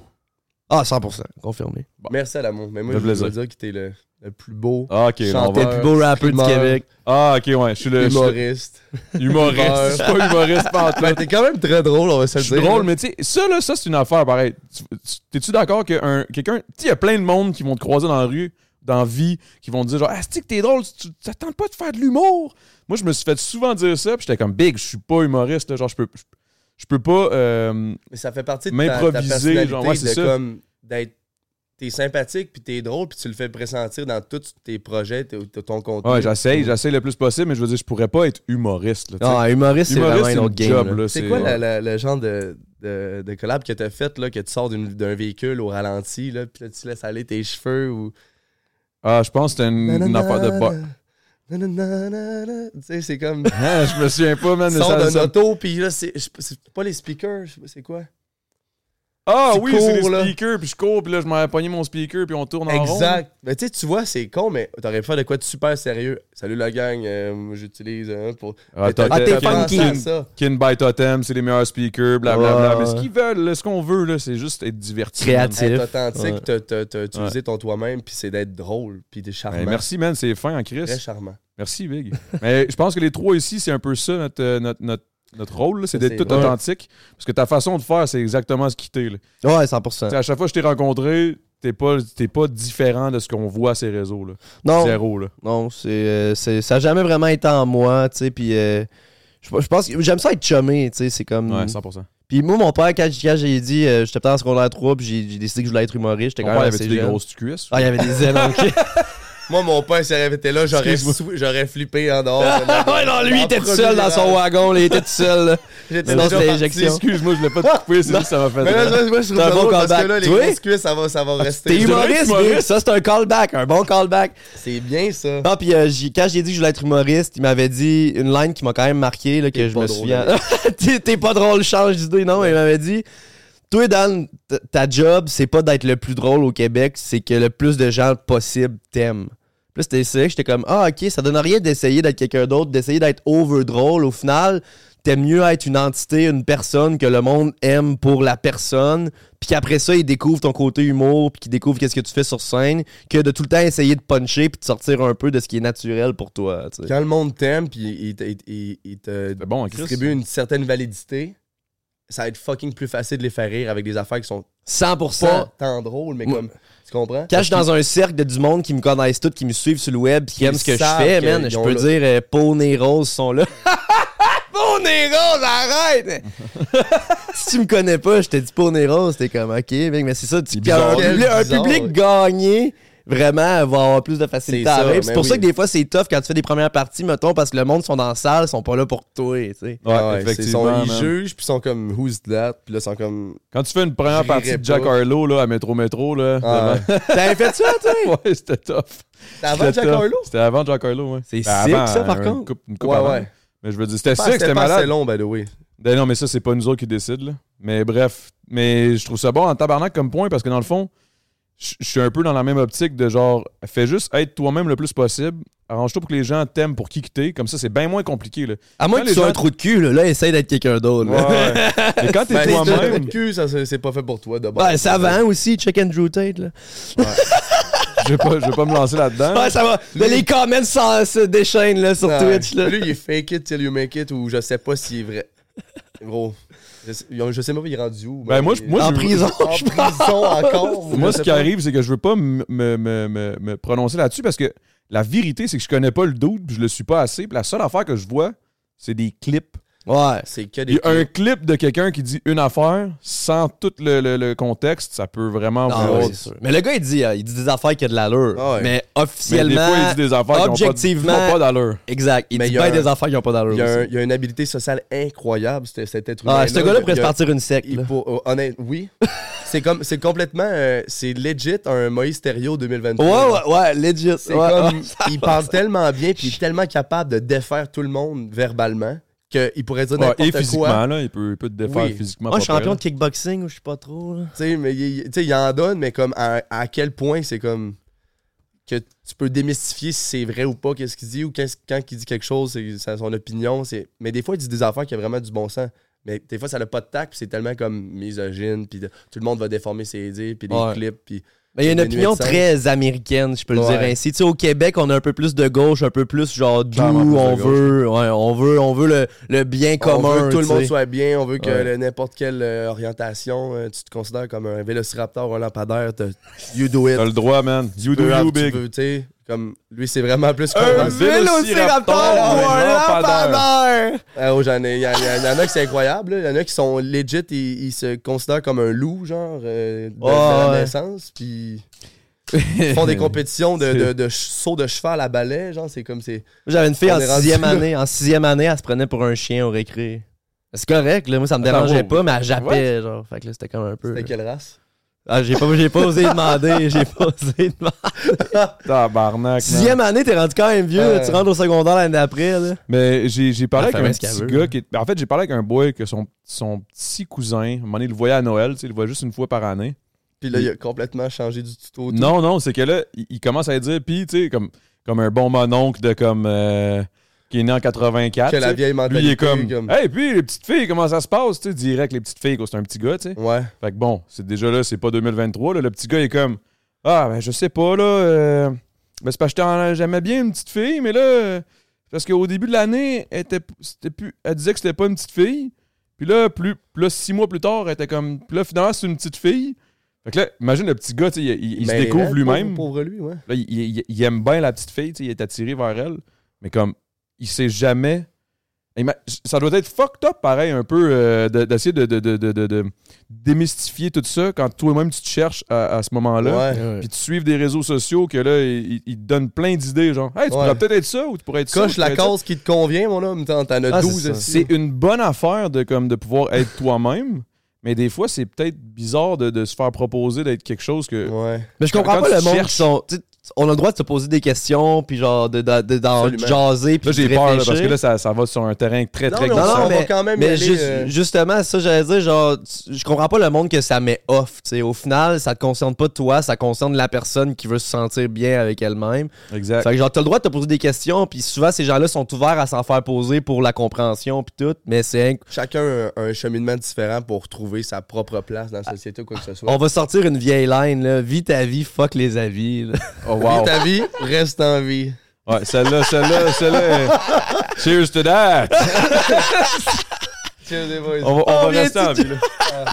Ah, 100%, confirmé.
Merci à l'amour. Mais moi,
Ça
je
fait plaisir.
veux dire que t'es le, le plus beau
Ah, ok, là, on
T'es
va...
Chanter.
le plus beau rappeur du
Screamer.
Québec.
Ah, ok, ouais, je suis le je suis le-
humoriste.
humoriste. Je suis pas humoriste pas en tout.
Ben, t'es quand même très drôle, on va
Je
se le
suis
dire.
drôle, mais tu sais, ça, là, ça, c'est une affaire pareil. Tu- tu- T'es-tu d'accord que un- quelqu'un. Tu sais, il y a plein de monde qui vont te croiser dans la rue, dans la vie, qui vont te dire genre, ah, c'est que t'es drôle, tu t'attends pas de faire de l'humour. Moi, je me suis fait souvent dire ça, puis j'étais comme, big, je suis pas humoriste, là, genre, je peux. je- Je peux pas. euh,
Mais ça fait partie de ta- ta,
M'improviser,
personnalité
genre, ouais, c'est
de
ça.
comme d'être t'es sympathique puis t'es drôle puis tu le fais pressentir dans tous tes projets, t'es- t'as ton contenu.
ouais, j'essaye, j'essaye le plus possible, mais je veux dire, je pourrais pas être humoriste. Là, tu sais.
Non, humoriste, Ah, c'est
humoriste,
vraiment
c'est
un
une
autre game.
job.
là.
là,
c'est quoi la- la- le genre de, de, de collab que t'as fait là que tu sors d'une- d'un véhicule au ralenti là puis là tu laisses aller tes cheveux ou
Ah, je pense que c'était une, une affaire de. bo-
Nanana. Tu sais c'est comme
Hein, je me souviens pas, man.
tu
de ça-
sors d'un
ça-
auto puis là c'est je- c'est pas les speakers, je sais pas, c'est quoi
Ah
Tu
oui, c'est
cours,
les
là.
speakers, puis je cours, puis là, je m'avais pogné mon speaker, puis on tourne en rond.
Exact. Mais tu sais, tu vois, c'est con, mais t'aurais pu faire de quoi de super sérieux. Salut la gang, euh, moi, j'utilise hein, pour.
Ah,
Mais t'as-
Ah, t'es
t'as
funky.
pensé à ça.
Kin by Totem, c'est les meilleurs speakers, blablabla.
Ouais.
Mais ce qu'ils veulent, là, ce qu'on veut, là, c'est juste être diverti.
Créatif.
Être
Ouais.
authentique, t'as- t'as t'as utilisé ton toi-même, puis c'est d'être drôle, puis de
man.
charmant.
Hey, Eh, merci, man, c'est fin en
Très
Chris.
charmant.
Merci, Big. Mais je pense que les trois ici, c'est un peu ça, notre, euh, notre, notre, notre rôle, là, c'est
Ça,
d'être
c'est
tout
vrai.
authentique. Parce que ta façon de faire, c'est exactement ce qui t'es. là.
Ouais,
Tu
100%.
sais, À chaque fois que je t'ai rencontré, t'es pas, t'es pas différent de ce qu'on voit à ces réseaux. Là.
Non,
Zéro, là.
non, c'est, euh, c'est- ça n'a jamais vraiment été en moi, tu sais, puis euh, je, je pense que j'aime ça être chumé, tu sais, c'est comme...
Mhm.
Ouais, 100%.
Puis moi, mon père, quand, j- quand j'ai dit, euh, j'étais peut-être en secondaire 3, puis j'ai, j'ai décidé que je voulais être humoriste, j'étais
Ton
quand
père
même
avait
assez
des
jeune.
grosses cuisses?
Ah, il y avait des ailes, ok.
Moi, mon père, s'il avait été là, j'aurais
Excuse-moi.
sou- j'aurais flippé en dehors. de la-
Ah, ouais, non, lui, il était tout
premier
seul dans son
rang.
wagon, là, il était tout seul. là.
J'étais
Non,
déjà
c'est
parti.
l'injection.
Excuse-moi, je l'ai pas te couper, c'est juste que ça m'a fait
Mais là,
rire.
là, moi, je trouve
C'est un
ça
bon
drôle parce que
comeback.
là, les
Tu vois?
grosses cuisses, ça va, ça va
T'es
rester.
devrais être
humoriste,
humoriste.
Big. ça c'est un callback, un bon callback.
C'est bien, ça.
Ah, puis euh, j'ai- quand j'ai dit que je voulais être humoriste, il m'avait dit une line qui m'a quand même marqué, là, que
T'es
je
pas
me
drôle,
souviens. T'es t'es pas drôle, change d'idée, non, mais il m'avait dit. Toi, Dan, t- ta job, c'est pas d'être le plus drôle au Québec, c'est que le plus de gens possible t'aiment. Plus t'es ça, j'étais comme Ah, ok, ça donne rien d'essayer d'être quelqu'un d'autre, d'essayer d'être over drôle. Au final, t'aimes mieux être une entité, une personne que le monde aime pour la personne, puis qu'après ça, ils découvrent ton côté humour, puis qu'ils découvrent qu'est-ce que tu fais sur scène, que de tout le temps essayer de puncher, puis de sortir un peu de ce qui est naturel pour toi. tu sais.
Quand le monde t'aime, puis il, te- il- il- il te
C'est bon, hein, Chris.
distribue une certaine validité, ça va être fucking plus facile de les faire rire avec des affaires qui sont
100%.
pas tant drôles, mais
Moi-
comme. Tu comprends?
Quand je suis dans un cercle de du monde qui me connaissent tous, qui me suivent sur le web, qui
Ils
aiment ce que je
savent
fais,
que
man,
ils
je
ont
peux
le-
dire euh, Poney Rose sont là. Poney Rose, arrête! si tu me connais pas, je te dis Poney Rose, t'es comme OK, mec, mais c'est ça, tu
C'est bizarre.
un, public- un
Bizarre,
public
ouais.
gagné vraiment va avoir plus de facilité
C'est
à
ça,
rire. C'est
ben
pour ça
oui.
que des fois c'est tough quand tu fais des premières parties, mettons, parce que le monde sont dans la salle, ils sont pas là pour toi, tu sais.
Ouais,
Ah ouais, c'est-
effectivement.
Sont, ils
man.
jugent, puis ils sont comme Who's that? Puis là, ils sont comme.
Quand tu fais une première
J'irai
partie de Jack
pas.
Harlow là, à Métro Métro, là,
Ah ouais.
T'avais fait ça, tu sais?
vraiment- ouais, c'était tough.
T'as avant
C'était
Jack
tough.
Harlow?
C'était avant Jack Harlow, ouais.
C'est
Ben,
sick,
avant,
ça, par
un-
contre.
Une coupe, une coupe
Ouais,
avant.
ouais.
Mais je veux dire, c'était sick,
C'était
c'était
pas assez
malade.
long, by the way.
Ben non, mais ça, c'est pas nous autres qui décident. là. Mais bref, mais je trouve ça bon en tabarnak comme point parce que dans le fond, je je suis un peu dans la même optique de genre, fais juste être toi-même le plus possible. Arrange-toi pour que les gens t'aiment pour qui que t'es. Comme ça, c'est bien moins compliqué. Là.
À moins
Quand
que
les
tu sois
gens-
un trou de cul, là, là essaye d'être quelqu'un d'autre. là.
Mais quand t'es
Ben, c'est un trou
toi-même,
de cul, ça, c'est c'est pas fait pour toi, d'abord.
Ouais, ça va aussi, check Andrew Tate, là.
je vais pas, je vais pas me lancer là-dedans.
Ouais, ça va. Mais les comments s'en- se déchaînent là, sur Twitch. Là.
Lui, il est fake it till you make it, ou je sais pas s'il est vrai. Gros. Je sais, je sais même pas, il est rendu où.
Ben,
mais-
moi, je- moi,
en
je-
prison,
en
je pense.
prison encore. ou
Moi,
je
ce
sais
qui
pas.
arrive, c'est que je veux pas me, me- me- me- me prononcer là-dessus parce que la vérité, c'est que je connais pas le dude, puis je le suis pas assez. Puis la seule affaire que je vois, c'est des clips.
Ouais.
C'est que
Il
des.
y a un clip de quelqu'un qui dit une affaire sans tout le, le- le contexte, ça peut vraiment.
Non,
vouloir-
Ah, ouais, c'est sûr. Mais le gars, il dit, euh, il dit des affaires qui ont de l'allure.
Ah ouais.
Mais
mais des
officiellement.
fois, il dit des affaires qui ont pas-
objectivement-
qui ont pas d'allure.
Exact. Il
Mais
dit
il y a
bien
un-
des affaires qui n'ont pas d'allure.
Il y, a un-
aussi.
il y a une habileté sociale incroyable, cet, cet être humain.
Ah, ce gars-là pourrait se partir une secte. là.
honnête, oh, oui. c'est comme, c'est complètement, euh, c'est legit un Moïse Stereo 2023.
Ouais,
là.
ouais, ouais, legit.
C'est
Ouais,
comme,
ouais.
il parle tellement bien, puis il est tellement capable de défaire tout le monde verbalement qu'il pourrait dire
Ouais,
n'importe
et physiquement,
quoi.
là, il peut, il peut te défaire
Oui.
physiquement.
Moi,
pas
champion de
pire.
kickboxing, ou je sais pas trop. là.
Tu sais, mais il, il- tu sais, il en donne, mais comme à, à quel point c'est comme que tu peux démystifier si c'est vrai ou pas, qu'est-ce qu'il dit, ou qu'est-ce- quand il dit quelque chose, c'est c'est son opinion. c'est- Mais des fois, il dit des affaires qui ont vraiment du bon sens. Mais des fois, ça n'a pas de tact, puis c'est tellement comme misogyne, puis de- tout le monde va déformer ses idées, puis des
Ouais.
clips, puis
Mais il y a une
Des
opinion
nuits de
très américaine, je peux le
Ouais.
dire ainsi. Tu sais, au Québec, on a un peu plus de gauche, un peu plus genre doux,
Clairement plus de
on
gauche.
veut, ouais, on veut, on veut le, le bien commun.
on veut que tout le
tu
monde
sais.
soit bien, on veut que
Ouais.
le- n'importe quelle euh, orientation, euh, tu te considères comme un vélociraptor ou un lampadaire, t'as- you do it.
T'as le droit, man. You do
Peu
you,
importe, tu
big.
veux, tu sais, comme lui, c'est vraiment plus
Un
convaincu.
vélociraptor
ou
ou un lampadaire.
lampadaire?
Ah oh, j'en ai. Il y, en a- y en a qui c'est incroyable. Il y en a qui sont legit, ils, ils se considèrent comme un loup, genre, euh, de, de la
Ouais, ouais.
naissance. Puis ils font des compétitions de, de, de ch- sauts de cheval à balai, genre, c'est comme c'est.
J'avais une fille
On
en
est rendu
sixième
là.
année. En sixième année, elle se prenait pour un chien au récré. C'est correct, là. Moi, ça me
Attends,
dérangeait
wow.
pas, mais elle jappait, genre. Fait que là, c'était comme un peu.
C'était quelle race?
Ah, j'ai pas, j'ai pas osé demander. J'ai pas osé demander.
Tabarnak, man.
Sixième année, t'es rendu quand même vieux.
Euh.
Tu rentres au secondaire l'année d'après, là.
Mais j'ai j'ai parlé
La
avec
femme,
un
ce qu'elle
petit
veut,
gars
là.
qui est- ben, En fait, j'ai parlé avec un boy que son, son petit cousin, à un moment donné, il le voyait à Noël, tu sais, il le voit juste une fois par année.
Puis là, il a complètement changé du tuto. tout.
Non, non, c'est que là, il, il commence à lui dire, puis, tu sais, comme, comme un bon mononcle de comme. euh, qui est né en 84.
Que la
tu sais.
vieille
Lui,
mentalité.
il est comme. Hey, puis les petites filles, comment ça se passe, tu sais, direct, les petites filles, quoi, c'est un petit gars, tu sais.
Ouais.
Fait que bon, c'est déjà là, c'est pas 2023. Là, le petit gars est comme Ah, ben je sais pas, là. euh, ben, c'est parce que j'étais en- j'aimais bien une petite fille, mais là, euh, c'est parce qu'au début de l'année, elle, était, c'était plus, elle disait que c'était pas une petite fille. Puis là, plus, puis là, six mois plus tard, elle était comme. Puis là, finalement, c'est une petite fille. Fait que là, imagine le petit gars, tu sais, il, il- il se
Mais
découvre
raide,
lui-même.
Pauvre, pauvre lui, ouais.
Là, il, il- il aime bien la petite fille, tu sais, il est attiré vers elle, mais comme il sait jamais. Et ma- Ça doit être fucked up, pareil, un peu, euh, de- d'essayer de, de- de- de- de- de démystifier tout ça quand toi-même tu te cherches à, à ce moment-là.
Ouais.
Puis tu suives des réseaux sociaux que là, ils ils te donnent plein d'idées, genre, hey, tu
Ouais.
pourrais peut-être être ça ou tu pourrais être ça. ou
Coche
tu
la
pourrais être ça.
cause qui te convient, mon homme. T'en t'en as
Ah, c'est
12
ça.
aussi.
C'est une bonne affaire de, comme, de pouvoir être toi-même, mais des fois, c'est peut-être bizarre de, de se faire proposer d'être quelque chose que.
Ouais.
Mais je
Quand-
comprends
quand
pas
tu
le monde
cherches-
qui sont. tu sais, On a le droit de se poser des questions, puis genre de, de- de- d'en
Absolument.
jaser, puis
Là,
de
j'ai peur, là, parce
réfléchir.
que là, ça, ça va sur un terrain très, très
mais on
Non,
glissant.
non,
s'en va
mais-
quand même y
Mais
aller,
juste-
euh,
justement, ça, j'allais dire, genre, tu- je comprends pas le monde que ça met off. tu sais. Au final, ça te concerne pas toi, ça concerne la personne qui veut se sentir bien avec elle-même.
Exact.
Fait que, genre, t'as le droit de te poser des questions, puis souvent, ces gens-là sont ouverts à s'en faire poser pour la compréhension, puis tout, mais c'est. inc-
Chacun a un cheminement différent pour trouver sa propre place dans la société ou quoi que ce soit.
Ah. On va sortir une vieille line, là. Vis ta vie, fuck les avis. là.
Oh,
Vis
wow.
ta vie, reste en vie.
Ouais, celle-là, celle-là, celle-là. Cheers to that!
Cheers, les boys.
On va, on va
Oh, bien
rester en vie, là.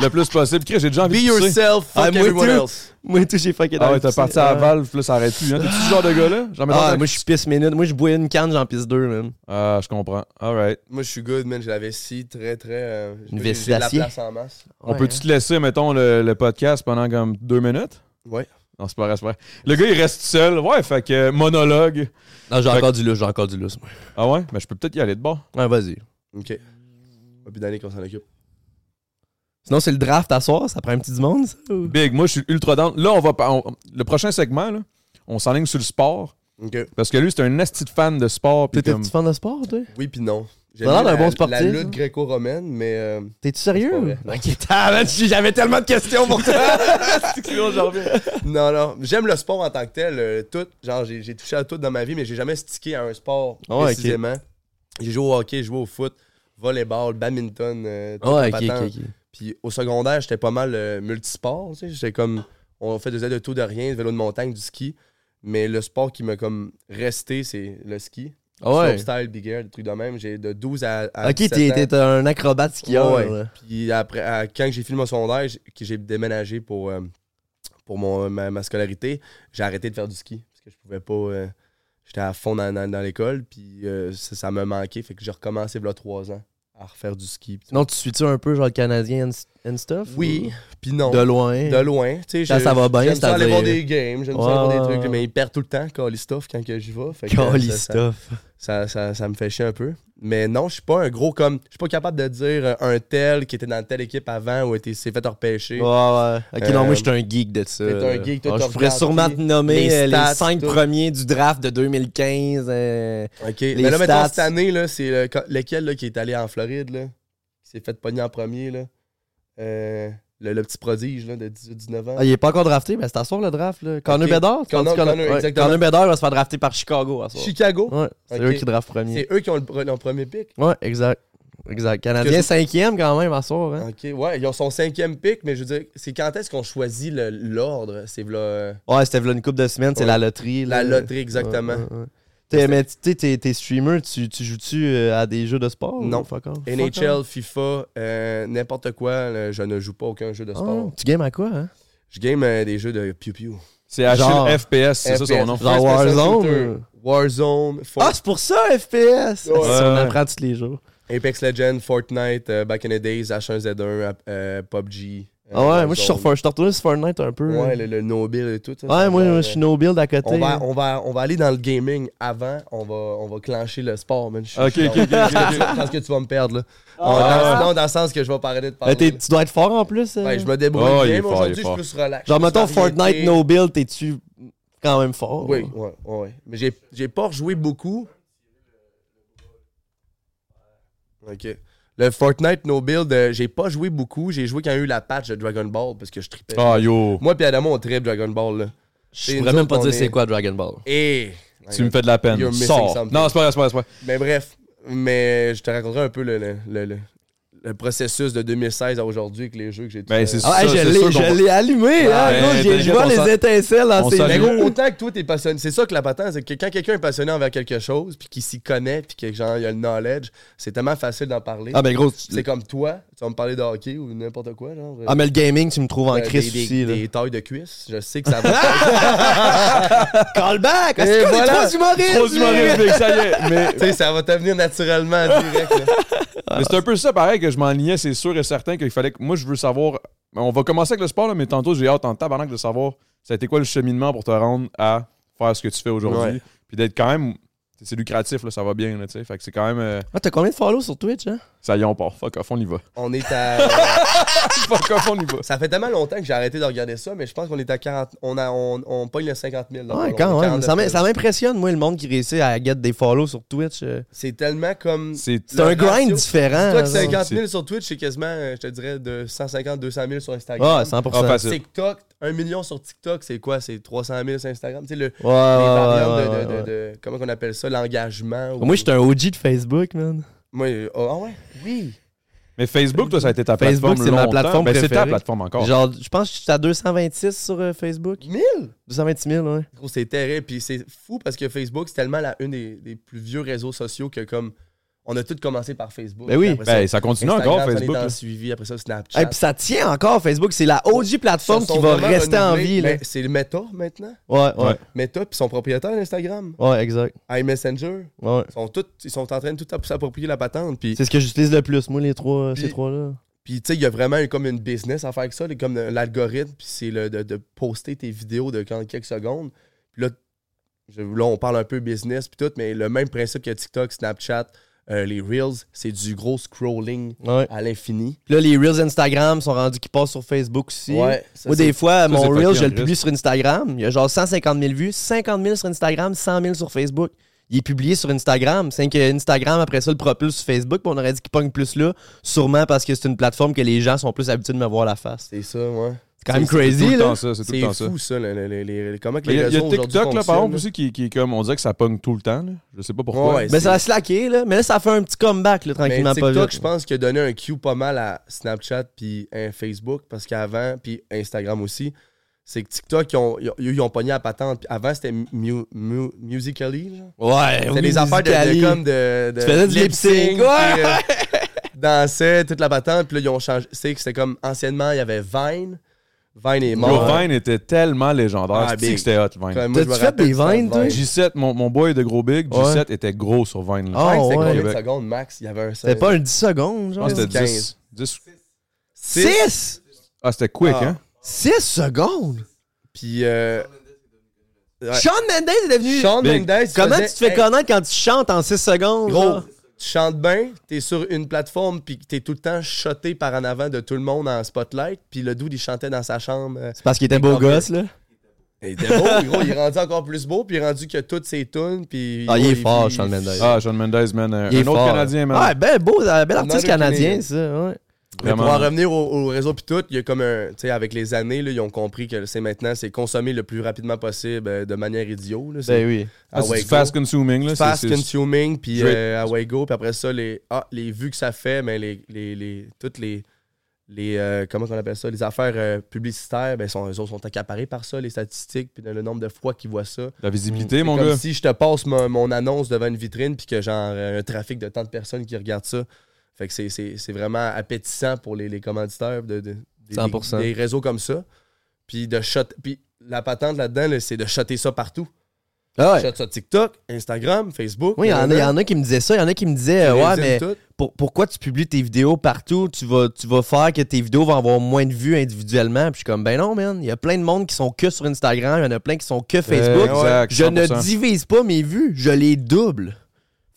Le plus possible. Chris, j'ai déjà
Be
envie de pisser.
yourself, fuck
I'm with
everyone
you.
else.
Moi, et tout, j'ai fucké dans
Ah
le
ouais, t'as
piscine.
parti à la
Ouais.
valve, puis là, ça arrête plus. Hein. T'es-tu ce genre de gars-là? J'en mets dans
Ah,
ta-
moi, je pisse minutes. Moi, je bois une canne, j'en pisse deux, même.
Ah, je comprends. All right.
Moi, je suis good, man. Je la vessie très, très. euh,
Une
j'ai-
vessie
j'ai de la
d'acier.
place en masse.
On peut-tu te laisser, mettons, le, le podcast pendant comme deux minutes?
Ouais.
Non, c'est pas vrai, c'est pas vrai. Le gars, il reste seul. Ouais, fait que euh, monologue.
Non, j'ai
Fait-
encore du lousse, j'ai encore du lousse, moi.
Ah ouais? Mais je peux peut-être y aller de bord.
Ouais, vas-y.
Ok. Pas plus d'années qu'on s'en occupe.
Sinon, c'est le draft à soir, ça prend un petit du monde, ça? ou-
Big, moi, je suis ultra down. Là, on va. pa- on- le prochain segment, là, on s'enligne sur le sport.
Ok.
Parce que lui, c'est un asti de fan de sport. puis
T'étais-tu
comme-
fan de sport, toi?
Oui, puis non. J'ai
Ça a l'air
aimé
d'un
la-
bon sportif,
La lutte
hein.
gréco-romaine, mais. euh,
T'es-tu
C'est pas
sérieux?
vrai.
T'inquiète, j'avais tellement de questions pour toi.
non, non. J'aime le sport en tant que tel. euh, tout. Genre, j'ai j'ai touché à tout dans ma vie, mais j'ai jamais stické à un sport
Ah ouais, ok.
précisément. J'ai joué au hockey, j'ai joué au foot, volleyball, badminton. euh, tout
Ah Ouais,
le
ok,
patent.
ok, ok.
Puis au secondaire, j'étais pas mal euh, multisport. tu sais. J'étais comme. On fait faisait de tout, de rien, du vélo de montagne, du ski. Mais le sport qui m'a comme resté, c'est le ski.
Ah ouais.
Slopestyle, big air, des trucs de même. J'ai de 12 à, à
Ok,
17
t'es
ans.
t'es un acrobate skieur.
Ouais, ouais.
là.
Puis après, à- quand j'ai fini mon secondaire, j'ai- que j'ai déménagé pour, euh, pour mon, ma, ma scolarité, j'ai arrêté de faire du ski parce que je pouvais pas. euh, J'étais à fond dans, dans- dans l'école, puis euh, ça, ça me manquait. Fait que j'ai recommencé il y a trois ans à refaire du ski. puis tout.
Sinon, tu suis-tu un peu genre le Canadien and, and stuff?
Oui, puis
ou-
non.
De loin.
De loin. Tu sais,
Quand
je-
ça va bien,
J'aime ça aller
c'est-à-dire-
voir des games, j'aime ça aller voir des
Ouais.
trucs, mais ils perdent tout le temps, Calistov, quand que j'y vais. Fait que,
Cali
ça- ça-
stuff.
ça, ça, ça me fait chier un peu. Mais non, je suis pas un gros comme. Je suis pas capable de dire euh, un tel qui était dans telle équipe avant ou était- s'est fait repêcher.
Ouais, ouais. Ok,
Euh,
non, moi, j'étais un geek de ça.
t'es un
là.
geek, toi,
Ah,
t'as
Je pourrais
regardé
sûrement te nommer
les
euh, les,
stats,
cinq
tout.
premiers du draft de 2015. euh,
OK. Mais là, maintenant,
stats.
cette année, là, c'est le- quand- lequel là, qui est allé en Floride, là, qui s'est fait pogner en premier, là. Euh, le, le petit prodige là, de 18-19 ans.
Ah, il est pas encore drafté, mais c'est à soir le draft. Là. Connor
Ok.
Bedard? tu penses
Connor-
qu'on a-
Connor,
ouais,
exactement.
Connor Bedard va se faire drafter par Chicago à soir.
Chicago.
Ouais, c'est
Oh, Ok.
eux qui draftent premier.
C'est eux qui ont le, pre- le premier pic.
Ouais, exact. Exact. Canadien
Que-
cinquième quand même à soir. Hein?
OK, ouais, ils ont son cinquième pic, mais je veux dire, c'est quand est-ce qu'on choisit le- l'ordre? C'est v'là, euh,
Ouais, c'était v'là une coupe de semaines, c'est
Ouais.
la loterie.
la
là.
loterie, exactement.
Ouais, ouais, ouais. T'es- Mais tu sais, t'es t'es streamer, tu, tu joues-tu euh, à des jeux de sport?
Non.
ou fuck hein. off?
NHL, FIFA, euh, n'importe quoi, là, je ne joue pas aucun jeu de
Ah,
sport.
tu games à quoi, hein?
Je game euh, des jeux de piou-piou.
C'est Achille
Genre-
FPS, c'est ça son nom.
Genre Warzone, euh.
Warzone, For-
Ah, c'est pour ça, FPS!
Ouais.
Ça, on
Ouais.
apprend tous les jours.
Apex Legends, Fortnite, euh, Back in the Days, H1Z1, euh, PUBG. euh,
Ah ouais, moi je suis sur
Warzone.
For- je suis retourné sur Fortnite un peu.
Ouais,
hein.
le, le Nobile et tout. ça,
Ouais,
ça
moi
va,
moi,
euh,
je suis no build à côté.
On va, on, va, on va aller dans le gaming avant, on va, on va clencher le sport, man. Je suis-
Ok,
je suis
ok, ok,
dans-
ok, ok.
Je pense que tu vas me perdre, là.
Ah,
On-
ouais.
non, dans le sens que je vais pas arrêter de
Mais
parler.
t'es-
là.
tu dois être fort en plus. euh.
Ouais, je me débrouille
Oh, il est
bien, mais
fort, il est
aujourd'hui, je
fort.
suis plus relax.
Genre,
Je suis
mettons
plus
Fortnite
variété.
no build, t'es-tu quand même fort?
Oui, ouais, ouais. Mais j'ai, j'ai pas rejoué beaucoup. Ok. Le Fortnite No Build, euh, j'ai pas joué beaucoup. J'ai joué quand il y a eu la patch de Dragon Ball parce que je tripais.
Ah, yo.
Moi et Adamo, on tripe Dragon Ball. Là.
Je
Et
pourrais
nous
même pas
autres,
dire
on
c'est
est-
quoi Dragon Ball.
Et.
Tu me fais de la peine.
You're missing
Sors.
something.
Non, c'est pas vrai, c'est pas vrai, c'est pas vrai.
Mais bref, mais je te raconterai un peu le, le, le, le- le processus de 2016 à aujourd'hui avec les jeux que j'ai
Ben,
tout euh,
c'est
fait.
ça,
Ah ouais, je
c'est
l'ai-
sûr qu'on va-
je l'ai allumé, là.
Ouais,
gros,
ben,
j'ai- je
t'inquiète,
vois
on
les
s'en-
étincelles dans
on
ses
s'en-
Mais
yeux.
Ben gros, autant que toi, t'es passionné. C'est ça que la patente, c'est que quand quelqu'un est passionné envers quelque chose, puis qu'il s'y connaît, puis que genre, il a le knowledge, c'est tellement facile d'en parler.
Ah, mais gros, tu-
C'est comme toi, tu vas me parler de hockey ou n'importe quoi, genre.
ah, mais le gaming, tu me trouves en
Euh,
crise
des,
aussi,
des,
là.
des tailles de cuisses, je sais que ça va.
Callback!
Et
Est-ce qu'on est
voilà.
Eh, trois humoristes?
Trop
lui?
humoriste, mec, ça y est. Mais
tu sais, ça va te venir naturellement direct. là.
Mais c'est un peu ça, pareil, que je m'enlignais, c'est sûr et certain qu'il fallait que. Moi, je veux savoir. On va commencer avec le sport, là, mais tantôt, j'ai hâte en tabarnak de savoir ça a été quoi le cheminement pour te rendre à faire ce que tu fais aujourd'hui.
Ouais.
Puis d'être quand même. C'est lucratif, là, ça va bien, là, tu sais. Fait que c'est quand même. euh,
Ah, t'as combien de follow sur Twitch, hein?
ça y est, on part. Fuck off, on y va.
On est à.
Fuck off, on y va.
Ça fait tellement longtemps que j'ai arrêté de regarder ça, mais je pense qu'on est à 40. On, a, on, on pogne le 50 000. là.
Ouais,
On-
quand
on est
même. Ça
49
m'im-
000.
ça m'impressionne, moi, le monde qui réussit à get des follow sur Twitch. euh.
C'est tellement comme.
C'est.
C'est un
Le
grind
ratio-
différent.
Toi, que
genre.
50 000 sur Twitch, c'est quasiment, euh, je te dirais, de 150, 200 000 sur Instagram.
Ouais, 100%.
Ah, facile.
TikTok, 1 million sur TikTok, c'est quoi C'est 300 000 sur Instagram. Tu sais, le,
Ah, Ouais, ouais,
les
ouais,
variantes de-
ouais,
de,
ouais.
de- de- Comment qu'on appelle ça L'engagement. ou-
Moi, j'étais un OG de Facebook, man.
Moi, euh, ah ouais Oui.
Mais Facebook, toi, ça a été ta
Facebook,
plateforme.
c'est ma
longtemps.
plateforme
Ben, c'est ta
préférée.
plateforme encore.
Genre, je pense que je suis à 226 sur euh, Facebook.
1000
226 000, ouais.
Gros, c'est terrible. Puis c'est fou parce que Facebook, c'est tellement la, une des, des plus vieux réseaux sociaux que comme. On a tous commencé par Facebook.
Ben oui.
Puis après ça,
Ben, ça continue
Instagram,
encore,
ça en est
Facebook.
en
là.
suivi, après ça, Snapchat.
Et puis ça tient encore, Facebook. C'est la OG plateforme
Ils se
qui
sont
va
vraiment
rester en
renouvelés.
vie. Là.
Mais C'est le Meta maintenant.
Ouais, ouais.
Ouais.
Meta, puis son propriétaire d'Instagram,
Ouais, exact.
iMessenger.
Ouais.
Ils sont, tous- ils sont en train de tout s'approprier la patente. Puis,
C'est ce que j'utilise le plus, moi, les trois, euh,
Puis-
ces trois-là.
puis tu sais, il y a vraiment eu comme une business à faire avec ça, les- comme le- l'algorithme, puis c'est le- de, de poster tes vidéos de quand- quelques secondes. Puis là, je- là, on parle un peu business, puis tout, mais le même principe que TikTok, Snapchat, euh, les Reels, c'est du gros scrolling
Ouais.
à l'infini.
Puis là, les Reels Instagram sont rendus qui passent sur Facebook aussi.
ça,
Moi,
c'est-
des fois,
c'est
mon
fucking
Reel, je le
risque.
publie sur Instagram. Il y a genre 150 000 vues, 50 000 sur Instagram, 100 000 sur Facebook. Il est publié sur Instagram. C'est que Instagram, après ça, le propulse sur Facebook. Puis on aurait dit qu'il pogne plus là, sûrement parce que c'est une plateforme que les gens sont plus habitués de me voir la face.
c'est ça, ouais.
C'est quand même
C'est tout
crazy,
le
là.
temps ça. C'est tout le
C'est
temps ça.
fou, ça, le- le- le- les- comment que
Mais Il
les
y a- il y
réseaux
a
aujourd'hui
TikTok, là, par
fonctionnent,
exemple, aussi, qui qui est comme. On dirait que ça pogne tout le temps, là. Je sais pas pourquoi.
Ouais,
Mais ça va slacker, là. Mais là, ça fait un petit comeback, là,
Mais
tranquillement, pas
TikTok,
vite.
je pense qu'il a donné un cue pas mal à Snapchat puis hein, Facebook parce qu'avant, puis Instagram aussi, c'est que TikTok, ils ont, ils ont, ils ont pogné à patente. Puis avant, c'était mu- mu- Musical.ly. genre.
Ouais,
C'était des affaires de, de- comme de, de
Tu faisais du lip-sync, ouais.
puis, euh, dansait, toute la patente. Puis là, ils ont changé. C'est que c'était comme anciennement, il y avait Vine. Vine est
Yo,
mort.
Vine était tellement légendaire.
Ah,
C'est-tu
big.
que c'était hot, Vine.
Comme moi, je me
T'as-tu fait
rappelle
des
du temps de
Vines, toi?
Vine.
G7, mon, mon boy de gros big,
Ouais.
G7 était gros sur Vine. là.
Ah,
Vine, c'était
ouais.
combien de
Québec.
secondes max? Il y avait un
C'était
seul.
pas une 10 secondes,
Je
genre.
pense que c'était
15.
10. 10.
6?
Ah, c'était quick,
Ah.
hein?
6 secondes?
Puis. euh, ouais.
Sean Mendes est devenu...
Shawn
Big.
Mendes,
Comment
faisait-
tu te fais
Hey,
connaître quand tu chantes en 6 secondes?
Gros,
genre?
tu chantes bien, t'es sur une plateforme, puis t'es tout le temps shoté par en avant de tout le monde en spotlight, puis le dude, il chantait dans sa chambre. euh,
C'est parce qu'il était beau
Encore
gosse, là.
Il était beau, gros, il est rendu encore plus beau, puis il est rendu que toutes ses tunes, puis...
Ah, il est
ouais,
fort,
il-
Shawn Mendes.
Ah, Sean Mendes, man. Un,
Il est
un autre
fort. Ah,
Canadien, man.
Ouais, ben beau, euh, bel artiste
Another
canadien,
Canadian.
ça. Ouais.
Mais
Ah,
pour
Vraiment.
en revenir au, au réseau puis tout, il y a comme un. Tu sais, avec les années, là, ils ont compris que c'est maintenant, c'est consommer le plus rapidement possible euh, de manière idiot. Là, c'est
Ben oui.
Ah,
à
c'est
Wago.
du fast consuming. Là,
Fast
c'est- c'est-
consuming, puis
Je vais-
euh, à Wago, puis après ça, les, ah, les vues que ça fait, mais les, les, les, toutes les, les euh, comment on appelle ça, les affaires euh, publicitaires, ben, sont, eux autres sont accaparés par ça, les statistiques, puis le nombre de fois qu'ils voient ça.
La visibilité,
C'est
mon
comme
gars.
si je te passe mon, mon annonce devant une vitrine, puis que genre euh, un trafic de tant de personnes qui regardent ça. Fait que c'est- c'est c'est vraiment appétissant pour les, les commanditaires de, de- des,
100%.
des réseaux comme ça. Puis de shot, puis la patente là-dedans, là, c'est de shotter ça partout.
Ah ouais.
Shot ça TikTok, Instagram, Facebook.
Oui, il y, en a- il y en a qui me disaient ça, il y en a qui me disaient, euh, ouais,
LinkedIn,
mais
tout.
pour- pourquoi tu publies tes vidéos partout? Tu vas, tu vas faire que tes vidéos vont avoir moins de vues individuellement. Puis je suis comme, ben non, man, il y a plein de monde qui sont que sur Instagram, il y en a plein qui sont que
Euh,
Facebook.
Ouais, exact,
je ne
100%.
divise pas mes vues, je les double.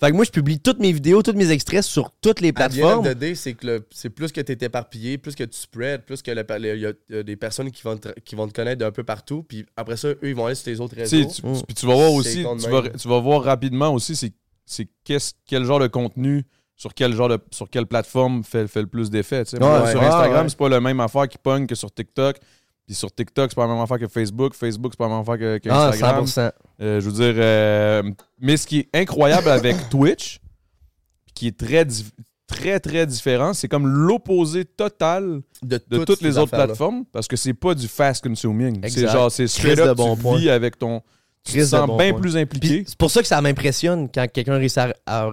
Fait que moi, je publie toutes mes vidéos, tous mes extraits sur toutes les
À the end of
plateformes.
the day, c'est que le- c'est plus que tu es éparpillé, plus que tu spread, plus que le- le- il y a- il y a des personnes qui vont te, qui vont te connaître d'un peu partout. Puis après ça, eux, ils vont aller sur tes autres
Tu
réseaux.
sais, tu- tu- Puis tu vas voir
C'est
aussi,
con de
tu vas,
même.
tu vas voir rapidement aussi c'est, c'est qu'est-ce- quel genre de contenu sur quel genre de, sur quelle plateforme fait, fait le plus d'effet. tu sais. Moi,
ouais,
sur
ouais,
Instagram,
ouais.
c'est pas la même affaire qui pogne que sur TikTok. Puis sur TikTok, c'est pas la même affaire que Facebook. Facebook, c'est pas la même affaire que, que
Ah,
Instagram.
100%.
Euh, je veux dire, euh, mais ce qui est incroyable avec Twitch, qui est très, dif- très, très différent, c'est comme l'opposé total de toutes, les
ces
autres
affaires-là.
plateformes parce que c'est pas du fast consuming. C'est
Exact.
genre, c'est
Crise
straight
de
up,
bon
tu
point.
vis avec ton. Tu te
Crise de
sens
bon
bien
point.
plus impliqué.
Puis c'est pour ça que ça m'impressionne quand quelqu'un réussit à- à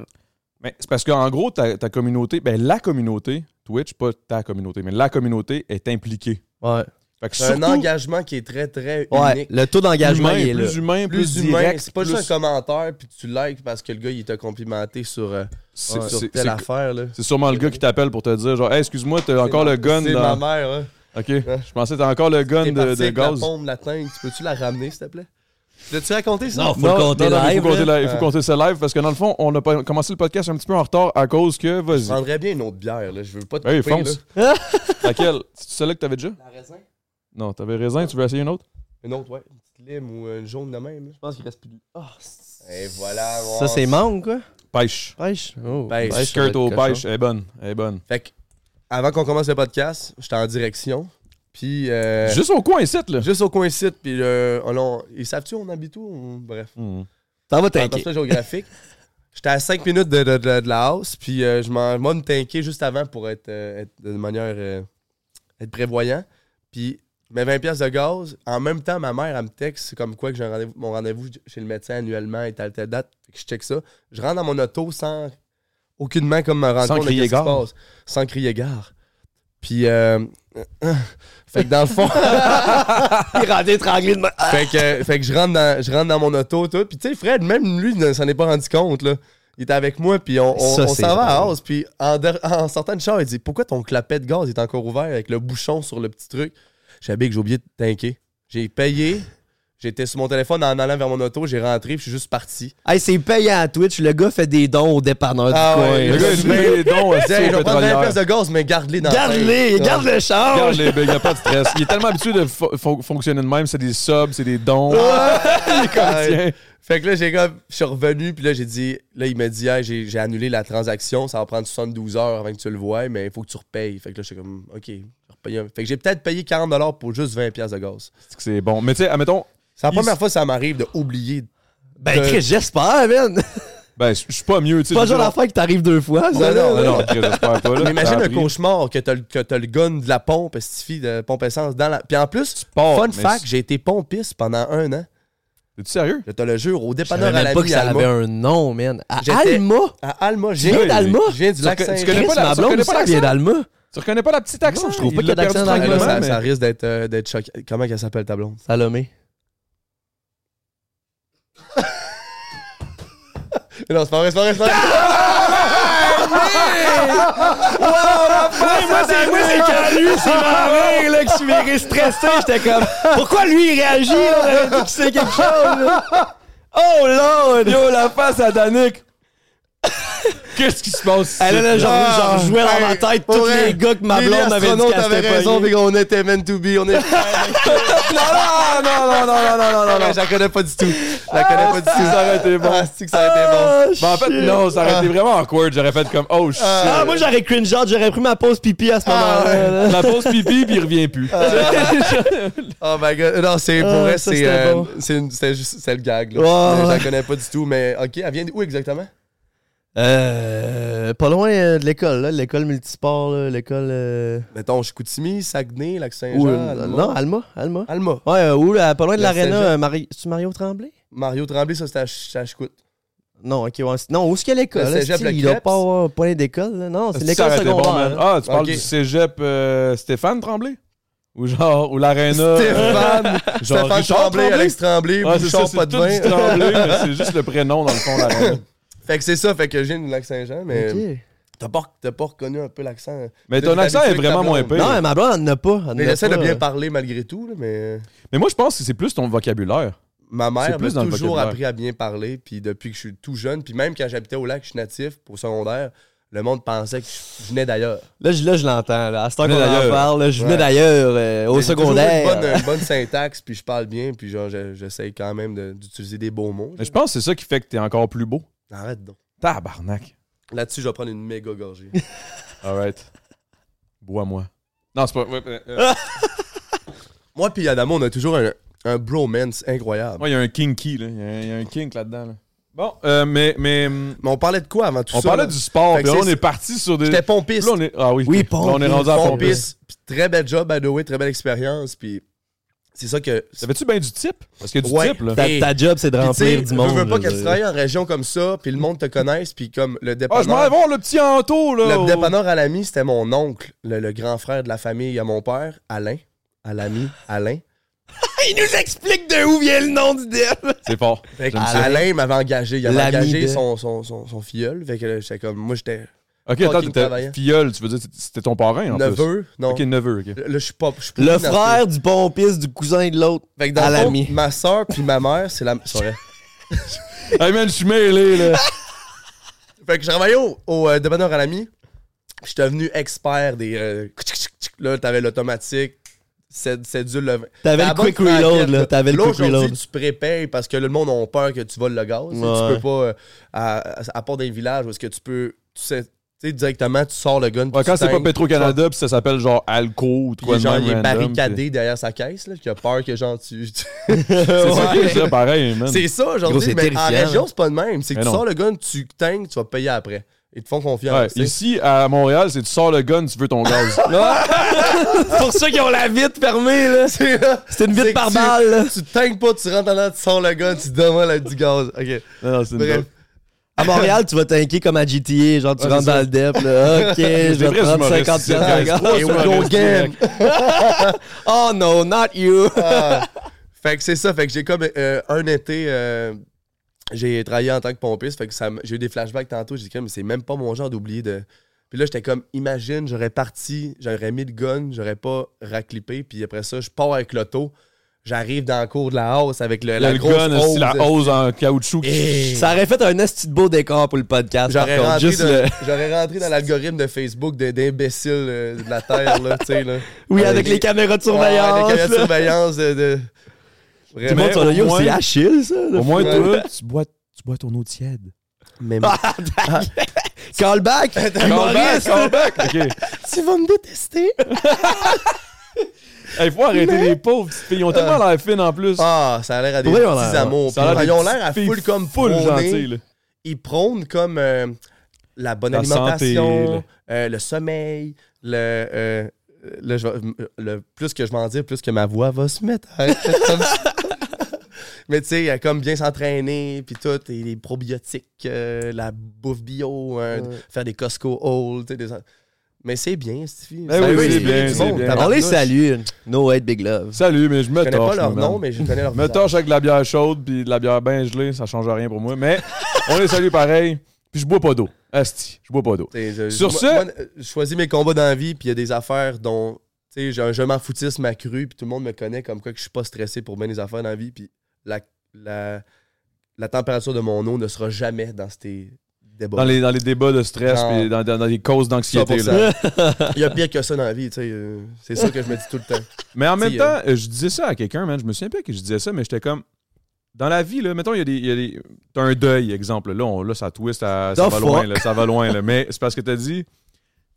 Mais c'est parce qu'en gros, ta, ta communauté, ben, la communauté, Twitch, pas ta communauté, mais la communauté est impliquée.
ouais.
Fait que
C'est un
surtout,
engagement qui est très, très
Ouais,
unique.
le taux d'engagement,
humain,
il est là.
plus humain, plus,
Plus, humain,
direct.
c'est pas
plus-
juste un commentaire puis tu likes parce que le gars il t'a complimenté sur, euh,
c'est-
sur
c'est-
telle
c'est-
affaire là.
c'est sûrement le gars qui t'appelle pour te dire genre, Hey, excuse-moi, t'as encore
ma-
le gun
C'est
dans.
ma mère. Hein.
Ok, je pensais que t'as encore le gun
T'es
de,
parti
de
avec
gaz.
La pompe, la teinte, tu peux-tu la ramener s'il te plaît L'as-tu raconté ça
Non, faut le compter
non, non, mais
live.
faut compter
là.
live- faut
Ouais.
compter ça live parce que dans le fond, on a pas- commencé le podcast un petit peu en retard à cause que,
Je
vas-y,
prendrais bien une autre bière là, je veux pas te
Hey,
couper,
fonce.
là.
laquelle C'est celle-là que t'avais déjà Non, t'avais raisin, tu veux essayer une autre
Une autre, ouais, une petite lime ou une jaune de même. là.
Je pense qu'il reste plus de. Ah,
Et voilà.
Ça,
wow.
c'est manque, quoi.
Pêche.
Pêche. Oh,
Pêche.
ça doit
Skirt
être
au
cochon.
pêche, elle est bonne, elle est bonne.
Fait que, avant qu'on commence le podcast, j'étais en direction puis euh,
Juste au coin ici, là.
juste au coin site puis euh, on- on- ils savent-tu on habite où On- bref.
Hmm.
Ça va
Dans
t'inquiéter.
géographique. J'étais à 5 minutes de, de- de- de la house, puis euh, je m'en moi, me tanker juste avant pour être, euh, être de manière euh, être prévoyant. Puis mes 20 pièces de gaz, en même temps, ma mère, elle me texte comme quoi que j'ai un rendez-vous- mon rendez-vous chez le médecin annuellement et telle, telle date. Fait que je check ça. Je rentre dans mon auto sans aucunement comme me rendre
Sans
compte de
crier
ce qui se
gare.
passe. Sans crier gare. Puis, euh, fait que dans le fond...
Il rentre étranglé de ma- Ah!
Fait que, euh, fait que je, rentre dans, je rentre dans mon auto, tout. Puis tu sais, Fred, même lui, il ne s'en est pas rendu compte, là. Il était avec moi, puis on, on,
Ça,
on
c'est
s'en va à
drôle.
House. Puis en, der- en sortant de char, il dit Pourquoi ton clapet de gaz est encore ouvert avec le bouchon sur le petit truc J'avais que j'ai oublié de tanker. J'ai payé, j'étais sur mon téléphone en allant vers mon auto, j'ai rentré, puis je suis juste parti.
Hey, c'est payant à Twitch. Le gars fait des dons au dépanneur
Ah
du coin.
ouais,
Le
là.
gars, il
Juste-
met les dons euh,
Je disais, Hey, je
sur le
vais prendre 20
pétrolière.
pièces de gaz, mais garde-les dans la
Garde-les,
tête.
garde le
Regarde
charge.
les il n'y a pas de stress. Il est tellement habitué de fo- fon- fonctionner de même. C'est des subs, c'est des dons.
Oh! Ouais.
Tiens.
Fait que là, j'ai comme, je suis revenu, puis là, j'ai dit, là, il m'a dit, Hey, j'ai j'ai annulé la transaction, ça va prendre 72 heures avant que tu le vois, mais il faut que tu repayes. Fait que là, je suis comme, OK, je vais repayer un- Fait que j'ai peut-être payé 40$ pour juste 20$ de gaz.
C'est que C'est bon. Mais tu sais, admettons,
C'est la
Il-
première fois que ça m'arrive de oublier.
Ben,
de-
Chris, j'espère, man.
ben, je je suis pas mieux. tu sais,
C'est pas
je veux
genre
dire,
l'affaire qui t'arrive deux fois. ça,
Non,
là.
Non, non, Chris, j'espère pas. là.
Mais
Ça
imagine
a
Ah,
le
pris.
cauchemar que t'as le- que t'as le gun de la pompe, stifi de pompe essence dans la. Puis en plus,
pars,
fun
mais
fact,
c'est-
j'ai été pompiste pendant un an.
Es-tu sérieux?
Je te le jure, au
Je
dépanneur
savais même
à la
pas que
vie, à
ça avait
Alma.
un nom, man. À
J'étais-
Alma.
À Alma, je
Tu viens
viens
d'Alma?
Je viens du lac
co- tu
Saint-Jean.
connais
Chris,
pas la-
ma
ça
blonde,
connaît pas
ça vient
l'accent?
d'Alma.
Tu reconnais pas la petite accent?
Non,
je
je
trouve
trouve pas
Il
qu'il y a
l'a perdu
d'accent dans la
tranquillement,
Ah, Ça,
gloire,
mais-
ça risque d'être euh, d'être choqué. Comment qu'elle s'appelle ta blonde?
Salomé.
Non, c'est pas vrai, c'est pas vrai, c'est pas vrai.
moi, c'est moi, c'est quand lui, c'est ma mère, là, que je verrais stressé. J'étais comme, pourquoi lui, il réagit, là? On avait dit qu'il sait quelque chose, là. Oh, Lord!
Yo, la face à Danick! Qu'est-ce qui se passe?
Elle là, genre,
Ah,
genre, je jouais dans ma
hey,
tête
pour
tous
vrai,
les gars que ma
Lily,
blonde m'avait dit
astronaute,
qu'elle
avait
s'était
raison,
pognée.
puis on était meant to be, on est.
Ah, non, non, non, non, non, non, non, non.
non, je la Ah, connais pas du tout. Je
Ah,
la connais pas du tout.
Ça aurait été bon.
Ah, c'est que ça aurait été bon.
Ben, en fait, non, ça aurait été vraiment awkward. J'aurais fait comme, oh shit.
Ah, moi j'aurais cringe out, j'aurais pris ma pause pipi à ce
Ah,
moment-là. là.
La pause pipi, puis il revient plus.
Euh, Oh my god. Non, c'est pour
Ah,
vrai,
ça,
c'est
c'était
euh,
bon.
c'est une- c'était juste c'est le gag. Là.
Ouais,
Je la
ouais.
connais pas du tout, mais ok. Elle vient d'où exactement?
Euh, pas loin euh, de l'école, là, l'école multisport, là, l'école. euh,
Mettons, Chicoutimi, Saguenay, Lac-Saint-Jean.
ou, euh,
Alma.
non, Alma, Alma.
Alma.
Ouais, euh, ou là, pas loin de
La
l'aréna,
Cégep.
euh, Mari- c'est-tu Mario Tremblay?
Mario Tremblay, ça c'était à Ch- à Chicout.
Non, ok, ouais, c'est- non, où est-ce qu'il y a l'école?
Le
là,
cégep,
c'est-tu,
le
il doit
Krebs?
pas avoir plein d'écoles, là. Non, c'est
Ça
l'école
aurait été bon,
secondaire.
man.
là.
Ah, tu parles
Ok.
du cégep euh, Stéphane Tremblay? Ou genre, ou
euh,
l'aréna. euh,
Stéphane,
genre
Stéphane
Richard
Tremblay,
Tremblay?
Alex Tremblay,
Ouais, c'est ça,
Bouchard
c'est
pas
tout
de vin.
du Tremblay, mais c'est juste le prénom dans le fond, l'aréna.
Fait que c'est ça, fait que je viens du Lac-Saint-Jean, mais
Ok.
t'as pas, t'as pas reconnu un peu l'accent.
Mais
T'es
ton accent est
habitué avec ta
vraiment moins
blonde.
pire.
Non, ma blonde, elle n'a pas. elle
Mais
n'a
j'essaie de
pas,
bien
euh.
parler malgré tout, là, mais
Mais moi, je pense que c'est plus ton vocabulaire.
ma
C'est
mère
plus
m'a
dans le
toujours
vocabulaire.
appris à bien parler, puis depuis que je suis tout jeune, puis même quand j'habitais au lac, je suis natif, pour secondaire, le monde pensait que je venais d'ailleurs.
Là, je, là, je l'entends. là. À ce temps
Je
qu'on
venais
en
d'ailleurs.
parle, là, je venais
Ouais.
d'ailleurs euh, au
J'ai toujours eu Une bonne,
secondaire.
une bonne syntaxe, puis je parle bien, puis genre, je- j'essaie quand même de- d'utiliser des beaux mots.
Mais je pense que c'est ça qui fait que t'es encore plus beau.
Arrête donc.
Tabarnak.
Là-dessus, je vais prendre une méga gorgée.
Alright. Bois-moi. Non, c'est pas. ouais, euh, euh,
Ah! Moi puis Adamo, on a toujours un, un bromance incroyable.
Moi, il y a un kinky, là. Il y a un- Il y, a un kink là-dedans, là. Bon, euh, mais, mais hum,
Mais on parlait de quoi avant tout
on
ça?
parlait
là?
du sport,
Fait que
puis là, on
c'est-
est parti sur des.
J'étais pompiste.
Là, on est... Ah oui,
Oui,
là, on est
pompiste,
rendu à pompiste.
pompiste. Puis très bel job, by the way, très belle expérience. Puis c'est ça que.
Savais-tu bien du type? Parce que du
Ouais.
type, là.
Ta,
Hey.
ta job, c'est de
Puis, tu sais,
remplir du monde.
veux, veux pas
je
que tu
veux
travailles en région comme ça, puis le monde te connaisse, puis comme le
Ah, je m'en vais
dépanneur.
voir le petit Anto, là.
le
au-
dépanneur à l'ami, c'était mon oncle, le, le grand frère de la famille à mon père, Alain. À l'ami, Alain.
dire. Il nous explique de où vient le nom du dev.
C'est fort.
Fait que
J'aime ça.
Alain m'avait engagé. Il avait
L'ami
engagé
de-
son, son, son, son filleul. Fait que là, j'étais comme. Moi, j'étais
Ok, attends,
Fucking
t'étais
travaillant.
filleul, tu veux dire, c'était- c'était ton parrain, en plus.
neveu. Non.
Ok, neveu, ok.
Là, je suis pas. je suis
Le
pourri dans ce-
frère du pompiste, du cousin de l'autre.
Fait que dans
à
le fond,
l'ami.
ma soeur puis ma mère, c'est la. c'est vrai.
Hey man, je suis mêlé, là.
Fait que je travaillais au, au euh, dépanneur à l'ami. J'étais devenu expert des. euh, là, t'avais l'automatique. C'est, c'est du le.
T'avais
la
le
bonne
quick reload,
plaquette,
là. T'avais le
Là,
quick
aujourd'hui,
reload.
tu prépayes parce que là, le monde a peur que tu voles le gaz. Tu sais,
Ouais.
Tu peux pas. euh, à, à- à part des villages où est-ce que tu peux. Tu sais, tu sais, directement, tu sors le gun. puis
Ouais,
tu
quand c'est pas
teignes.
Petro-Canada, puis ça s'appelle genre Alco ou de
Puis
quoi de
genre,
même
il est
random,
barricadé derrière sa caisse, là, qui a peur que genre tu. tu-
puis- C'est ça qui est
Ouais.
ça, pareil, man.
C'est ça aujourd'hui,
c'est
mais en
terrifiant,
région,
hein.
c'est pas le même. C'est que
Mais
tu
non.
sors le gun, tu teignes, tu vas payer après. Ils te font
Ouais,
confiance. tu sais.
ici, à Montréal, c'est tu sors le gun, tu veux ton gaz. Ah,
C'est pour ça qu'ils ont la vitre fermée, là.
C'est là.
C'était une
C'est
vitre
que
par
tu-
balle, là.
Tu teignes pas, tu rentres en dedans, tu sors le gun, tu demandes la du gaz. Ok.
non, non, c'est une
Bref.
joke.
À Montréal, tu vas t'inquiéter comme à GTA. Genre, tu
Ouais,
rentres
c'est ça.
dans le dep, là. OK, je vais
vrai,
te prendre
humoriste,
50
c'est
piastres,
vrai,
regarde.
c'est
Et we
vrai.
go again.
Oh no, not you.
Ah. Fait que c'est ça. Fait que j'ai comme euh, un été. euh, j'ai travaillé en tant que pompiste, fait que ça m- j'ai eu des flashbacks tantôt. J'ai dit, mais c'est même pas mon genre d'oublier de. Puis là, j'étais comme, imagine, j'aurais parti, j'aurais mis le gun, j'aurais pas raclippé, puis après ça, je pars avec l'auto, j'arrive dans le cours de la hausse avec le,
Le
la grosse
gun, c'est
hausse.
la hausse en caoutchouc.
Et-
Ça aurait fait un esti de beau décor pour le podcast. par
J'aurais
contre.
rentré,
Juste
dans-
le-
j'aurais rentré dans l'algorithme de Facebook de- d'imbéciles euh, de la Terre, là, tu sais, là.
Oui, avec les caméras de surveillance.
Ouais, les caméras de
là.
surveillance de... de-
Tout le
Vraiment.
monde sur
au
le yo,
moins-
c'est Achille, ça.
Au
le
moins,
fou.
toi, tu bois, tu bois ton eau tiède.
Mais-
Callback! Humoriste!
Callback, OK.
tu vas me détester.
Hey, faut arrêter les pauvres petites filles. Ils ont tellement l'air fines, en plus.
Ah, ça a l'air à des
Oui, on a-
petits amours.
Ça a
Puis
des
ils ont
petites
l'air à
filles
full comme
full
prôner.
gentilles, là.
Ils prônent comme euh, la bonne
La
alimentation,
santé,
euh, le sommeil, le... euh, là, je vais- le plus que je m'en dire, plus que ma voix va se mettre. à être comme ça. Mais tu sais, euh, comme bien s'entraîner, puis tout, et les probiotiques, euh, la bouffe bio, hein,
Ouais.
faire des Costco Old, tu sais, des... Mais c'est bien, cette fille.
Ben
Ça
oui,
fait
oui,
rire
c'est bien,
du
c'est
monde,
bien.
On les
tabarnouche.
salue. No hate, big love.
Salut, mais je me
Je connais
torche.
pas leur
moi, man.
nom, mais je connais leur
Me
visage.
torche avec de la bière chaude puis de la bière bien gelée, ça change rien pour moi. Mais on les salue pareil. Puis je bois pas d'eau. Asti, je bois pas d'eau.
T'sais, je-
Sur
moi-
ce-
moi, je choisis mes combats dans la vie, puis il y a des affaires dont. Tu sais, j'ai un je m'en foutisme accru, puis tout le monde me connaît comme quoi que je suis pas stressé pour bien des affaires dans la vie, puis la, la, la température de mon eau ne sera jamais dans ces débat.
dans les, dans les débats de stress
Non.
puis dans, dans- dans les causes d'anxiété. là.
100%. Il y a pire que ça dans la vie, tu sais. euh, C'est ça que je me dis tout le temps.
Mais en même
T'sais,
temps, euh, je disais ça à quelqu'un, man. Je me souviens pas que je disais ça, mais j'étais comme. Dans la vie, là, mettons, il y a des. il y a des- T'as un deuil, exemple. Là, on- là ça twist, à- ça
The
va
fuck?
loin, là, ça va loin. là. Mais c'est parce que t'as dit, tu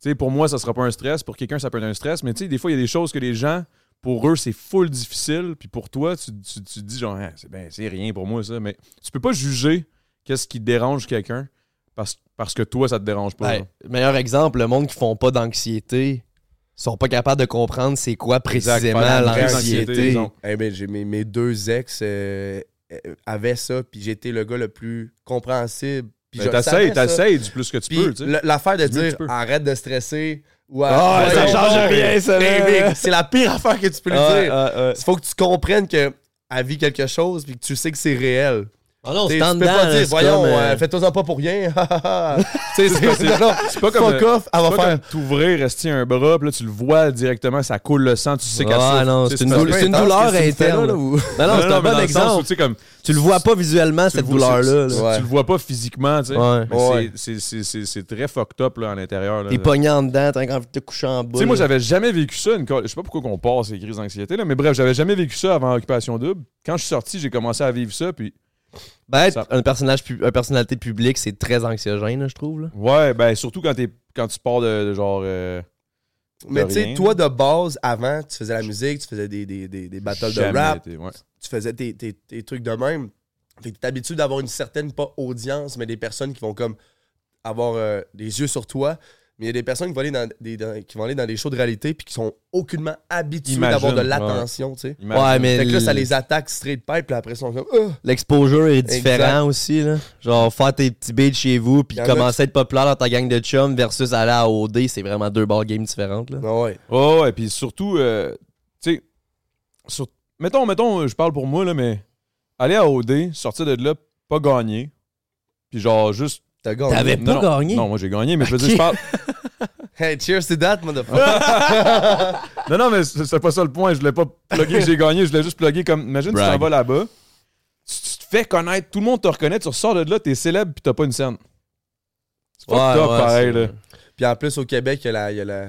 sais, pour moi, ça sera pas un stress. Pour quelqu'un, ça peut être un stress. Mais tu sais, des fois, il y a des choses que les gens, pour eux, c'est full difficile. Puis pour toi, tu, tu, tu te dis, genre, Ah, c'est ben, c'est rien pour moi, ça. Mais tu peux pas juger qu'est-ce qui dérange quelqu'un parce, parce que toi, ça te dérange pas.
Ben,
là.
meilleur exemple, le monde qui font pas d'anxiété sont pas capables de comprendre c'est quoi précisément
Exact, par la vraie anxiété,
l'anxiété.
disons.
Eh ben, j'ai mes, mes deux ex euh, euh, avaient ça, puis j'étais le gars le plus compréhensible. Puis
Ben,
je le
T'essayes,
savais, ça.
t'essayes du plus que tu
Puis
peux, tu sais.
le- l'affaire de
Du mieux que
dire
tu peux.
arrête de stresser ou
Ah,
arrête-
ça
Ouais,
change
ouais,
rien, ça,
ouais,
là.
mais C'est la pire affaire que tu peux lui
Ah,
dire.
ah, ah.
Il faut que tu comprennes que elle vit quelque chose puis que tu sais que c'est réel.
Ah non,
Tu sais,
c'est en
tu peux
dedans,
pas
là,
dire
c'est
voyons,
comme, euh,
euh, fais-toi-en pas pour rien. tu sais,
C'est- c'est-
c'est non, non,
C'est pas comme.
fuck off, elle va
Pas
faire
comme t'ouvrir, rester un bras, puis là, tu le vois directement, ça coule le sang, tu sais qu'elle
Ah
souffre.
non,
Tu sais,
c'est une,
pas-
doule- c'est une
intense
douleur
que tu fais, là,
interne.
là,
Non, non,
Non,
c'est
non,
un
mais dans
bon
le sens où,
exemple.
tu sais, comme,
Tu le vois pas visuellement,
tu
cette
le vois-
douleur-là.
Tu,
là.
tu-
Ouais.
tu le vois pas physiquement, tu sais.
Ouais.
Mais
Ouais.
c'est- c'est- c'est- c'est- C'est très fucked up, là, à l'intérieur. là.
T'es pogné en dedans, t'as envie de te coucher en bas.
Tu sais, moi,
là.
j'avais jamais vécu ça. Une... co- Je sais pas pourquoi qu'on part ces crises d'anxiété, là, mais bref, j'avais jamais vécu ça avant Occupation Double. Quand je suis sorti, j'ai commencé à vivre ça, puis
Ben, être
Ça-
un personnage, pub- une personnalité publique, c'est très anxiogène, là, je trouve. là.
ouais, ben, surtout quand, t'es- quand tu pars de, de genre. euh,
Mais
de
tu sais,
rien.
toi de base, avant, tu faisais la musique, tu faisais des, des, des, des battles de
jamais
rap,
été, ouais.
tu faisais tes, tes- tes trucs de même. Fait que t'es habitué d'avoir une certaine, pas audience, mais des personnes qui vont comme avoir euh, des yeux sur toi. Mais il y a des personnes qui vont aller dans des, dans- qui vont aller dans des shows de réalité puis qui sont aucunement habituées
Imagine,
d'avoir de
ouais.
l'attention, tu sais.
Imagine.
Ouais, mais
Fait que là, ça
l-
les attaque straight pipe, puis après, ils sont comme Ah!
l'exposure est
Exact.
différent aussi. Là. Genre, faire tes petits beats chez vous, puis
Y en a
commencer à être populaire dans ta gang de chums versus aller à OD, c'est vraiment deux ballgames différentes. Là.
Ah ouais.
Oh, et puis surtout, euh, tu sais, sur- mettons, mettons, je parle pour moi, là, mais aller à OD, sortir de là, pas gagner, puis genre juste.
T'as gagné.
T'avais
Non,
pas
non,
gagné.
Non, moi j'ai gagné, mais je veux
Ok.
dire, je parle.
Hey, cheers to that, motherfucker.
Non, non, mais c'est c'est pas ça le point. Je voulais pas plugger que j'ai gagné, je voulais juste plugger comme. Imagine, tu t'en
Brag.
vas là-bas, tu, tu te fais connaître, tout le monde te reconnaît, tu ressors de là, t'es célèbre, puis t'as pas une scène. C'est
Ouais,
pas top,
ouais,
pareil,
c'est-
là.
Puis en plus, au Québec, il y a la, il y a la-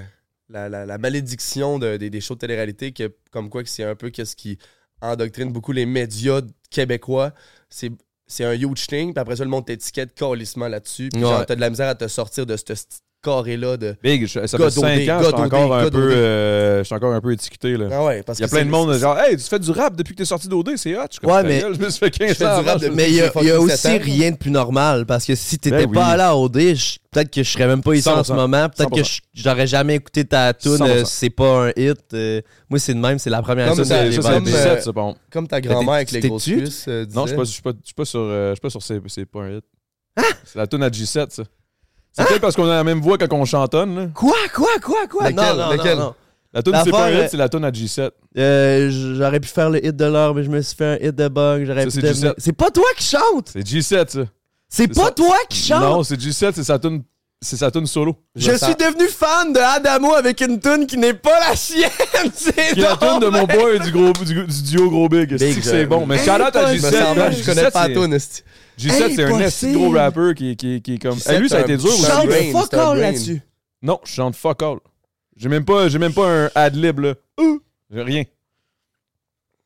la- la- la malédiction de- des, des shows de télé-réalité, que, comme quoi que c'est un peu ce qui endoctrine beaucoup les médias québécois. C'est, c'est un huge thing, puis après ça, le monde t'étiquette calissement là-dessus. Puis genre,
Ouais.
t'as de la misère à te sortir de ce petit carré-là de.
Big, je- ça
God
fait 5
OD,
ans, je suis
God
encore,
OD,
un
God
peu,
OD.
euh, je suis encore un peu étiqueté, là.
Ah ouais, parce
Il y a
que c'est-
plein de monde
c'est-
genre, hey, tu fais du rap depuis que t'es sorti d'OD, c'est hot. Je suis comme,
Ouais,
Ta
mais-
gueule, je me suis fait 15
Je fais du
ans
rap
avant,
depuis-
Mais il y a,
J'ai
il y a
fucking
aussi
sept ans.
rien de plus normal parce que si t'étais
Ben oui.
pas allé à OD, je- peut-être que je serais même pas ici en ce
100%.
moment. Peut-être que je- j'aurais jamais écouté ta tune. euh,
100%.
C'est pas un hit. euh, moi, c'est de même. C'est la première
Ça,
Comme
chose
c'est-
que j'ai
ça, c'est
Comme,
vendue.
euh,
17, c'est bon.
Comme ta grand-mère avec
t'es-
les grosses
t'es-tu?
cuisses. euh,
Non, je
disait.
suis pas- je suis pas, je suis pas sur, euh, je suis pas sur c'est, c'est pas un hit.
Ah!
C'est la tune à G7, ça. C'est peut-être parce qu'on a la même voix quand on chantonne. Là.
Quoi, quoi, quoi, quoi?
Lequel,
non, non,
lequel?
non, non.
La tune c'est pas un
L'affaire,
hit, c'est la tune à G7.
Euh, j'aurais pu faire le hit de l'heure, mais je me suis fait un hit de bug. J'aurais
Ça,
pu
c'est
devenir-
Gisette.
C'est pas toi qui chante!
C'est G7, ça.
C'est
C'est
pas
ça.
toi qui chante!
Non, c'est G7, c'est sa tune, c'est sa tune solo.
je
me sens-
suis devenu fan de Adamo avec une tune qui n'est pas la sienne! C'est
Qui est la
drôle.
tune de mon boy du, gros, du, du duo Gros Big. C'est-tu que c'est
je-
bon. Mais
Hey,
shout out à
je
euh, Je me sens
G7.
mal,
man.
je connais pas
c'est-
tout, Nasty.
G7, c'est un esti de gros
Impossible.
rapper qui, qui, qui est comme.
G7,
Eh, lui, ça a été
un
dur
petit
Je
aussi.
C'est un
chante
brain,
fuck
c'est un
all
brain.
là-dessus.
Non, je chante fuck all. J'ai même pas, j'ai même pas un ad lib là. Ouh! J'ai rien.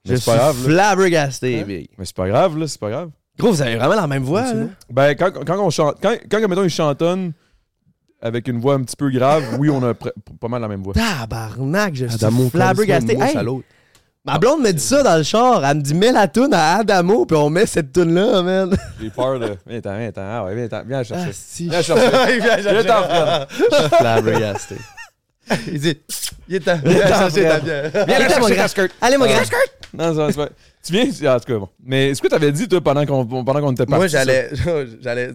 Je
Mais
suis
c'est pas grave. Là.
flabbergasté,
Hein?
big.
Mais c'est pas grave là, c'est pas grave.
Gros, vous avez vraiment la même voix, là.
Ben quand, quand on chante, quand, quand mettons ils chantonnent avec une voix un petit peu grave, oui on a pr- pas mal la même voix.
Tabarnak, je suis
Adamo,
flabbergasté.
calissement, une mousse
Hey,
à l'autre.
ma blonde me dit ça dans le char. Elle me dit, mets la toune à Adamo, puis on met cette toune-là, man.
J'ai peur de. Viens attends, viens attends, ah ouais, viens attends, viens la
Ah,
chercher.
si,
Viens
je
la
suis
chercher.
Il vient
Viens
chercher-
t'en prendre.
flabbergasté.
Il dit Il est temps. Il est temps,
temps,
il est temps, viens.
Viens la
Attends, mon grand.
chercher ta skirt.
Allez, mon gars.
Non, ça, c'est pas- Tu viens, tu- ah, en tout cas bon. Mais est-ce que t'avais dit toi pendant qu'on pendant qu'on était parti
Moi, j'allais. j'allais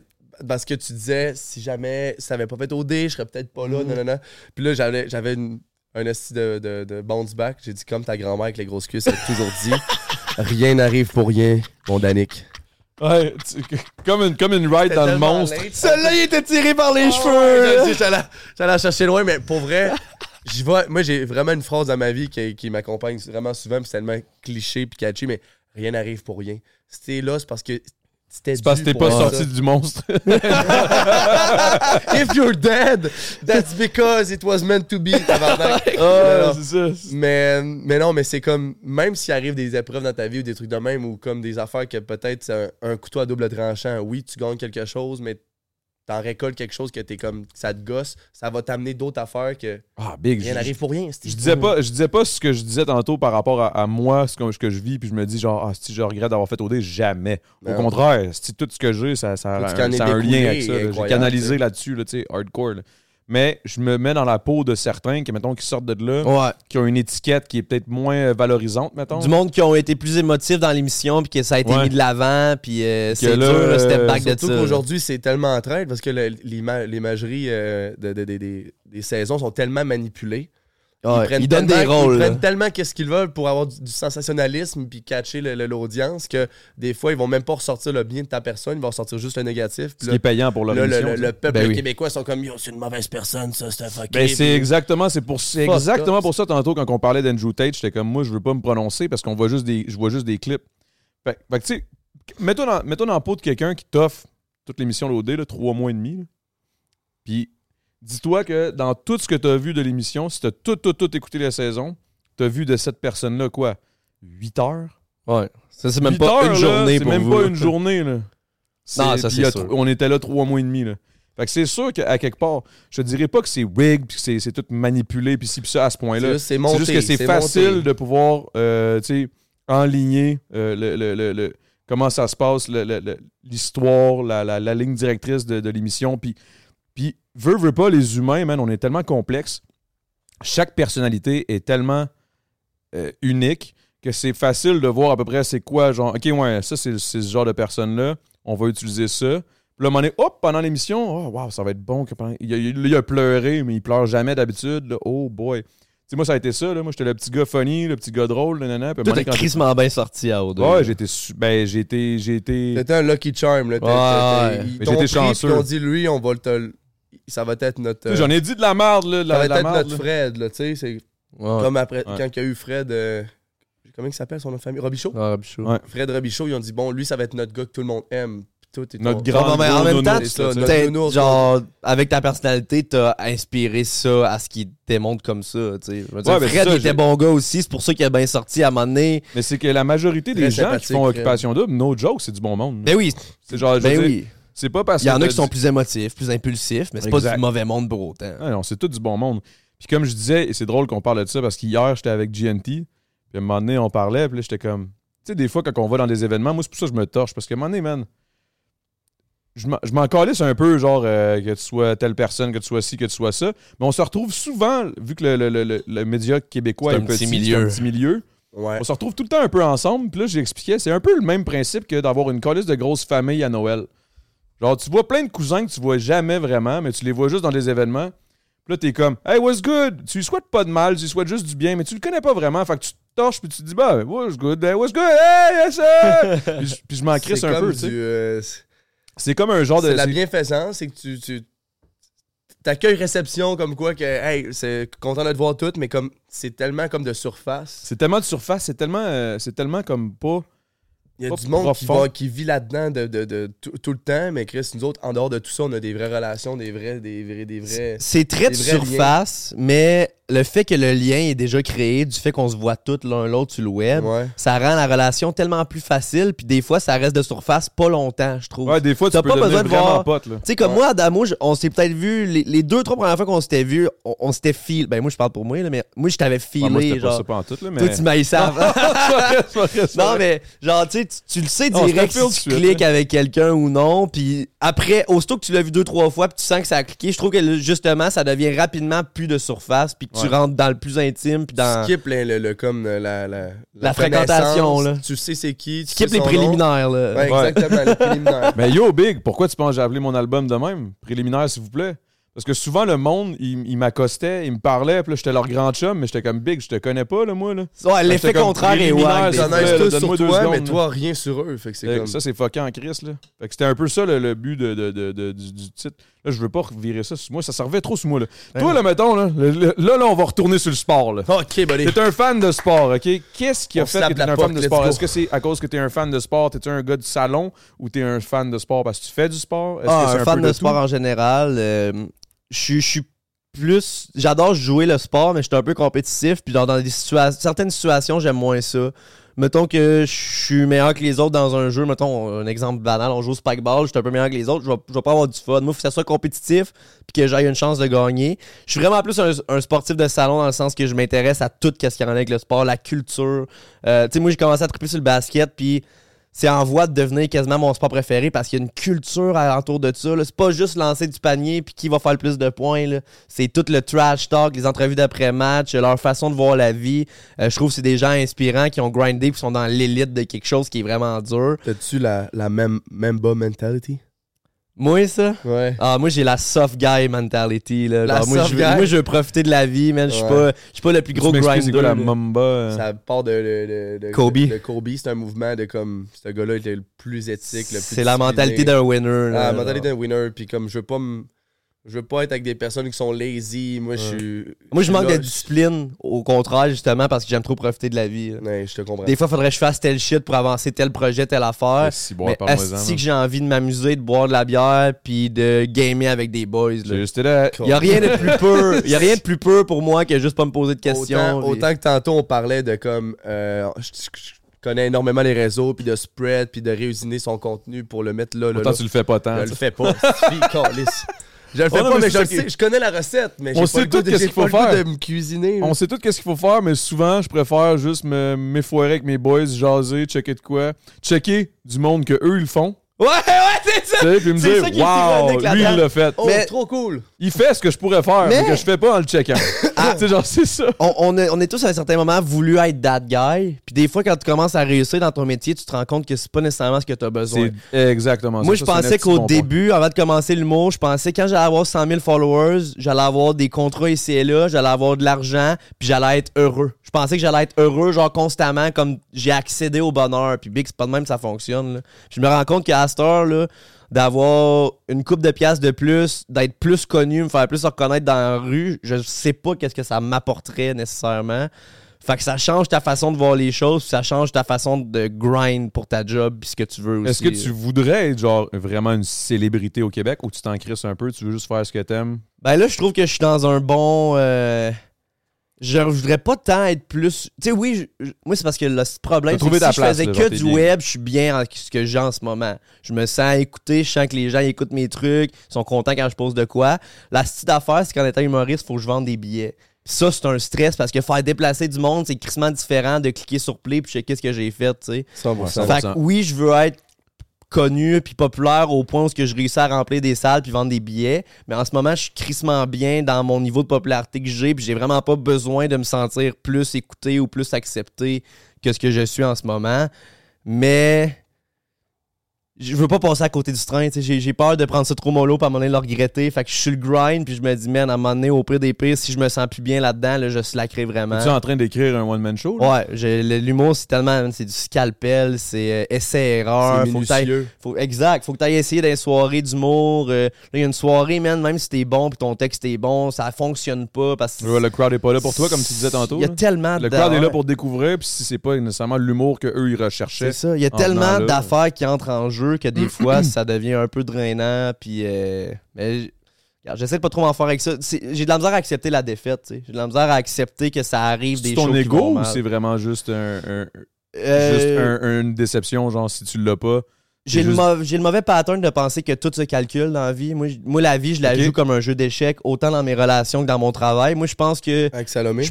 Parce que tu disais, si jamais ça avait pas fait OD, je serais peut-être pas là. Non, non, non. Puis là, j'avais, j'avais une- un esti de, de, de bounce back. J'ai dit, comme ta grand-mère avec les grosses cuisses, elle a toujours dit, rien n'arrive pour rien, mon Danick.
Ouais, tu- comme une comme une ride dans le monstre.
Celui-là, il était tiré par les
Je
cheveux.
sais, Ah J'allais j'allais la chercher loin, mais pour vrai, j'y vais. Moi, j'ai vraiment une phrase dans ma vie qui, qui m'accompagne vraiment souvent, puis c'est tellement cliché puis catchy, mais rien n'arrive pour rien. Si t'es là, c'est parce que C'était
C'est parce que
dû
t'es pas
pour
sorti du monstre.
ça. If you're dead, that's because it was meant to be. tabarnak. Oh,
Ah,
Non, non.
c'est ça.
mais, mais non, mais c'est comme, même s'il arrive des épreuves dans ta vie ou des trucs de même ou comme des affaires que peut-être c'est un, un couteau à double tranchant, oui, tu gagnes quelque chose, mais t'en récoltes quelque chose que t'es comme, ça te gosse, ça va t'amener d'autres affaires que
Ah, big.
rien
je-
n'arrive pour rien.
Je disais pas, je disais pas ce que je disais tantôt par rapport à, à moi, ce que, ce que je vis, puis je me dis genre ah si je regrette d'avoir fait OD, jamais. Au
Non.
contraire, si tout ce que j'ai, ça, ça,
Tout ce
a-
qui en est
ça a un
découlé
lien avec ça.
est
là. J'ai
incroyable,
canalisé
t'sais.
là-dessus, là, tu sais, hardcore. là. Mais je me mets dans la peau de certains qui, mettons, qui sortent de là,
Ouais.
qui ont une étiquette qui est peut-être moins valorisante, mettons.
Du monde qui ont été plus émotifs dans l'émission, puis que ça a été
Ouais.
mis de l'avant, puis euh, c'est
là,
dur le step
euh,
back de ça.
Surtout qu'aujourd'hui, c'est tellement en train parce que le- l'ima- l'imagerie euh, de- de- de- des- des saisons sont tellement manipulées.
Ouais,
prennent
Ils donnent
tellement-
des rôles.
Ils
là.
prennent tellement qu'est-ce qu'ils veulent pour avoir du, du sensationnalisme puis catcher le- le- l'audience que des fois, ils vont même pas ressortir le bien de ta personne, ils vont ressortir juste le négatif. Puis
Ce qui
là,
est payant pour leur
là, le,
émission,
le-
ça.
le peuple
Ben oui.
québécois sont comme Yo, c'est une mauvaise personne, ça, c'est un fucké.
Ben, c'est exactement, c'est pour, c'est
Fuck
exactement
up.
pour ça tantôt quand on parlait d'Andrew Tate, j'étais comme moi je veux pas me prononcer parce qu'on voit juste des, je vois juste des clips. Fait, fait que tu sais, mets-toi dans, mets-toi dans la peau de quelqu'un qui t'offre toute l'émission l'OD là, trois mois et demi, là. puis dis-toi que dans tout ce que t'as vu de l'émission, si t'as tout tout tout écouté la saison, t'as vu de cette personne là quoi, 8 heures.
Ouais. Ça, c'est même
8
pas
heures,
une
là,
journée
c'est
pour
même
vous.
pas une journée là.
Non, ça,
puis
c'est
il y a
sûr.
tr- On était là trois mois et demi là. Fait que c'est sûr qu'à quelque part, je te dirais pas que c'est wig, puis que c'est- c'est tout manipulé, puis ci, puis ça à ce point-là.
C'est
C'est
monté,
juste que c'est facile de pouvoir, euh, tu sais, enligner euh, le, le- le- le- comment ça se passe, le- le- le- l'histoire, la, la- la ligne directrice de, de l'émission. Puis, puis, veut, veut pas, les humains, man, on est tellement complexes. Chaque personnalité est tellement euh, unique que c'est facile de voir à peu près c'est quoi, genre, OK, ouais, ça, c'est c'est ce genre de personne-là, on va utiliser ça. Puis là, à un moment donné, hop, pendant l'émission, oh, wow, ça va être bon. que pendant- Il, a- il a- il a pleuré, mais il pleure jamais d'habitude. là. Oh boy. Tu sais, moi, ça a été ça. Là. Moi, j'étais le petit gars funny, le petit gars drôle. Nanana, puis à
Tout
un moment
est
donné, quand-
crissement bien sorti à O2.
Ouais, j'ai été. su- Ben, j'ai été. J'ai été.
C'était un lucky charm. Là. T'as-
Ouais,
t'as-
ouais.
t'as- Ils
Mais
t'ont
j'étais
pris,
chanceux.
puis Ils ont dit, lui, on va le. te- Ça va être notre.
Tu sais,
euh,
J'en ai dit de la merde, là. De
ça
la,
va
de la
être
marde,
notre
là.
Fred, là, tu sais. c'est-
Ouais.
Comme après,
Ouais.
quand il y a eu Fred. euh, Comment il s'appelle son nom de famille Robichaud
Ouais, Bichou.
Ouais.
Fred Robichaud, ils ont dit bon, lui, ça va être notre gars que tout le monde aime. Puis tout est
Notre
ton-
grand.
Ouais, mais en
gros
même temps,
nounours,
c'est
là,
ça,
tu sais.
notre-
T'as-
nounours,
genre, avec ta personnalité, t'as inspiré ça à ce qu'il démontre comme ça. tu sais. Je veux dire,
Ouais, mais c'est
Fred
ça,
il était
j'ai-
bon gars aussi, c'est pour ça qu'il a bien sorti à un moment donné.
Mais c'est que la majorité des
Très
gens qui
sympathique,
font
Fred.
occupation double, no joke, c'est du bon monde. là.
euh. Ben oui,
C'est genre, je veux
ben
dire,
oui.
C'est pas parce
Il y
que
en a
t'as
qui sont
du-
plus émotifs, plus impulsifs, mais c'est pas
Exact.
du mauvais monde pour autant.
Ah non, c'est tout du bon monde. Puis comme je disais, et c'est drôle qu'on parle de ça parce qu'hier, j'étais avec GNT. Puis à un moment donné, on parlait. Puis là, j'étais comme. Tu sais, des fois, quand on va dans des événements, moi, c'est pour ça que je me torche. Parce qu'à un moment donné, man, je m'en- je m'en calisse un peu, genre, euh, que tu sois telle personne, que tu sois ci, que tu sois ça. Mais on se retrouve souvent, vu que le, le- le- le- le média québécois
C'est
est
un petit
petit, c'est
milieu.
un petit milieu.
Ouais.
On se retrouve tout le temps un peu ensemble. Puis là, j'expliquais, c'est un peu le même principe que d'avoir une colisse de grosse famille à Noël. Genre, tu vois plein de cousins que tu vois jamais vraiment, mais tu les vois juste dans des événements. Puis là, t'es comme, hey, what's good? Tu lui souhaites pas de mal, tu lui souhaites juste du bien, mais tu le connais pas vraiment. Fait que tu te torches, puis tu te dis, bah, what's good? Hey, what's good? Hey, yes, sir! puis, je- puis je m'en crisse
C'est
un
comme
peu,
du,
tu sais.
euh, c'est-
C'est comme un genre de.
c'est de la
c'est-
bienfaisance, c'est que tu, tu t'accueilles réception comme quoi que hey, c'est content de te voir toutes, mais comme c'est tellement comme de surface.
C'est tellement de surface, c'est tellement, euh, c'est tellement comme pas.
Il y a
pas
du monde qui,
profond.
va- qui vit là-dedans de, de- de- tout, tout le temps, mais Chris, nous autres, en dehors de tout ça, on a des vraies relations, des vrais, des vrais, des vrais.
C'est très de
Des vrais
surface, mais le fait que le lien est déjà créé, du fait qu'on se voit tous l'un l'autre sur le web,
Ouais.
ça rend la relation tellement plus facile, puis des fois, ça reste de surface pas longtemps, je trouve.
Ouais, des fois, tu
T'as
peux
pas besoin
devenir
de
vraiment
voir-
pote, là.
Tu sais, comme
Ouais.
moi, Adamo, je- on s'est peut-être vu, les, les deux, trois premières fois qu'on s'était vu, on, on s'était filé. Ben, moi, je parle pour moi, là, mais moi, je t'avais filé,
Ouais, moi, c'était pas
genre.
ça pas en tout, là, mais.
Toi, tu m'as savent.
C'est vrai, c'est vrai, c'est
non,
vrai.
mais genre, tu sais, tu- tu le sais
Non,
direct
c'est un feel
si tu
tout de suite,
cliques avec quelqu'un ou non. Puis après, aussitôt que tu l'as vu deux, trois fois, puis tu sens que ça a cliqué, je trouve que là, justement, ça devient rapidement plus de surface, puis que tu
Ouais.
rentres dans le plus intime, puis dans.
Tu skippes le, le- le- comme la, la, la,
La fréquentation,
connaissance,
là.
Tu sais c'est qui. Tu
Skip
sais
les
son nom.
préliminaires, là.
Ouais,
Ouais.
Ben, exactement, les préliminaires.
Mais Ben, yo, Big, pourquoi tu penses que j'ai appelé mon album de même? Préliminaire, s'il vous plaît. Parce que souvent, le monde, il, il m'accostait, il me parlait, puis là, j'étais leur grand chum, mais j'étais comme Big, je te connais pas, là, moi, là.
Ouais, l'effet
c'est comme
contraire est
préliminaire,
wack. des
Ils
ça
en
fois.
Ouais,
aiment
là,
tous
donne-moi
sur
deux
toi,
secondes,
mais
là.
toi, rien sur eux. Fait que c'est
Fait que
comme...
Ça, c'est fucking en crise, là. Fait que c'était un peu ça, le, le but de, de- de- de- du, du titre. Là, je veux pas virer ça sur moi. Ça servait trop sur moi. Là. Toi, là, mettons, là, le- le- là, là, on va retourner sur le sport. Là.
Ok, buddy.
T'es un fan de sport, OK? Qu'est-ce qui a
On se
fait
tape
que t'es
la
un
porte,
fan de
let's
sport?
go.
Est-ce que c'est à cause que t'es un fan de sport? T'es-tu un gars du salon ou t'es un fan de sport parce que tu fais du sport? Est-ce
Ah,
que c'est
un fan de,
peu tout?
sport en général. euh, je suis- je suis plus. J'adore jouer le sport, mais je suis un peu compétitif. Puis dans, dans des situa- certaines situations, j'aime moins ça. Mettons que je suis meilleur que les autres dans un jeu. Mettons un exemple banal, on joue au spike ball, je suis un peu meilleur que les autres, je vais, je vais pas avoir du fun. Moi, faut que ça soit compétitif puis que j'aille une chance de gagner. Je suis vraiment plus un, un sportif de salon dans le sens que je m'intéresse à tout ce qu'il y en a avec le sport, la culture. Euh, tu sais, moi, j'ai commencé à triper sur le basket, puis c'est en voie de devenir quasiment mon sport préféré parce qu'il y a une culture alentour de ça. là. C'est pas juste lancer du panier puis qui va faire le plus de points. là. C'est tout le trash talk, les entrevues d'après-match, leur façon de voir la vie. Euh, je trouve que c'est des gens inspirants qui ont grindé puis sont dans l'élite de quelque chose qui est vraiment dur.
T'as-tu la, la même, même bas mentality?
Moi, ça.
Ouais.
Ah, moi, j'ai la soft guy mentality. Là.
La
Genre, moi,
soft
je veux,
guy?
moi, je veux profiter de la vie, man. Je suis
Ouais.
pas, je suis pas le plus
Tu
gros
m'expliques c'est
grinder. là.
quoi la mamba? euh?
Ça part de, de- de- de-
Ah. Kobe.
de Kobe, c'est un mouvement de comme ce gars-là était le plus éthique, le plus.
C'est la
discipliné.
mentalité d'un winner. là,
Ah, La
genre.
mentalité d'un winner. Puis comme je veux pas me- je veux pas être avec des personnes qui sont lazy. Moi, je suis.
Moi, je
suis
manque
là,
de discipline, au contraire, justement, parce que j'aime trop profiter de la vie. là.
Ouais, je te comprends.
Des fois, faudrait que je fasse tel shit pour avancer tel projet, telle affaire.
Si, bon,
Mais
parle-moi-en,
est-ce que j'ai envie de m'amuser, de boire de la bière, puis de gamer avec des boys.
là. J'ai
Là.
juste là.
Y a rien de plus peu, y a rien de plus peu pour moi que juste pas me poser de questions.
Autant,
puis-
autant que tantôt, on parlait de comme. euh, je, je- je connais énormément les réseaux, puis de spread, puis de réusiner son contenu pour le mettre là. là,
Pourtant,
là.
tu le fais pas tant.
Je
tu sais.
le fais pas. si, câlisse. Je le fais
Oh, non,
pas,
mais
mais
c'est
je le
ok.
sais. Je connais la recette, mais
On
j'ai
sait
pas le
tout
goût de,
qu'est-ce
j'ai
qu'il faut
pas le goût
faire.
de me cuisiner.
On sait tout qu'est-ce qu'il faut faire, mais souvent, je préfère juste me m'effoirer avec mes boys, jaser, checker de quoi. Checker du monde que eux, ils le font.
Ouais, ouais, c'est ça!
Tu sais, puis me
C'est
dire,
ça qui est
waouh,
ironique
lui,
là-dedans.
il l'a fait.
Oh,
Mais-
trop cool!
Il fait ce que je pourrais faire, mais,
Mais- Ah.
que je fais pas en le checkant. Tu sais, genre, c'est ça.
on, on a- on est tous à un certain moment voulu être that guy. Puis des fois, quand tu commences à réussir dans ton métier, tu te rends compte que c'est pas nécessairement ce que tu as besoin.
C'est exactement ça.
Moi,
Ça,
je
c'est un
pensais
esti
qu'au
bon point.
début, avant de commencer l'humour, je pensais quand j'allais avoir 100 000 followers, j'allais avoir des contrats ici et là, j'allais avoir de l'argent, puis j'allais être heureux. Je pensais que j'allais être heureux, genre constamment, comme j'ai accédé au bonheur. Puis Big, c'est pas de même que ça fonctionne. là. Je me rends compte qu'à cette heure, là, d'avoir une coupe de pièces de plus, d'être plus connu, me faire plus reconnaître dans la rue, je sais pas qu'est-ce que ça m'apporterait nécessairement. Fait que ça change ta façon de voir les choses, puis ça change ta façon de grind pour ta job, puis ce que tu veux aussi. euh,
Est-ce que tu voudrais être genre vraiment une célébrité au Québec ou tu t'en crisses un peu, tu veux juste faire ce que t'aimes?
Ben là, je trouve que je suis dans un bon. euh, Je je voudrais pas tant être plus. Tu sais, oui, je- je- moi, c'est parce que le problème, c'est
T'as
que si
trouvé ta
je
place,
faisais
là,
que
genre, t'es
du
bien.
web, je suis bien en ce que j'ai en ce moment. Je me sens écouté, je sens que les gens ils écoutent mes trucs, ils sont contents quand je pose de quoi. La petite affaire, c'est qu'en étant humoriste, faut que je vende des billets. Puis ça, c'est un stress parce que faire déplacer du monde, c'est crissement différent de cliquer sur play puis checker ce que j'ai fait, tu sais.
100%.
Fait que oui, je veux être connu puis populaire au point où ce que je réussis à remplir des salles puis vendre des billets. Mais en ce moment, je suis crissement bien dans mon niveau de popularité que j'ai puis j'ai vraiment pas besoin de me sentir plus écouté ou plus accepté que ce que je suis en ce moment. Mais je veux pas passer à côté du train. tu sais. J'ai j'ai peur de prendre ça trop mollo puis à un moment donné le regretter. Fait que je suis le grind puis je me dis, man, à un moment donné, au prix des pires, si je me sens plus bien là-dedans, là, je slackerai vraiment.
Tu es en train d'écrire un one-man show? là?
Ouais, j'ai- le- l'humour, c'est tellement. C'est du scalpel, c'est euh,
Ah,
essai-erreur.
C'est
Faut que t'ailles-
minutieux.
faut- exact, faut que t'ailles essayer dans les soirées d'humour. euh, là, il y a une soirée, man, même si t'es bon puis ton texte est bon, ça fonctionne pas parce que.
Le crowd est pas là pour toi, comme tu disais tantôt.
Il y a
là.
tellement
Le
de-
crowd est là
ouais,
pour découvrir, puis si c'est pas nécessairement l'humour que eux ils recherchaient.
C'est ça. Il y a
en
tellement
venant Ah, là.
d'affaires qui entrent en jeu que des fois, ça devient un peu drainant. Puis. euh, mais j- regarde, j'essaie de pas trop m'en faire avec ça. C'est- J'ai de la misère à accepter la défaite, tu sais. J'ai de la misère à accepter que ça arrive
C'est
des
ton
shows qui vont
ego ou
mal.
c'est vraiment juste, un, un-
Euh,
juste un- une déception, genre si tu l'as pas?
J'ai
C'est
le,
juste-
mau- j'ai le mauvais pattern de penser que tout se calcule dans la vie. Moi, j- moi la vie, je la
Ok.
joue comme un jeu d'échecs, autant dans mes relations que dans mon travail. Moi, je pense que.
Avec Salomé.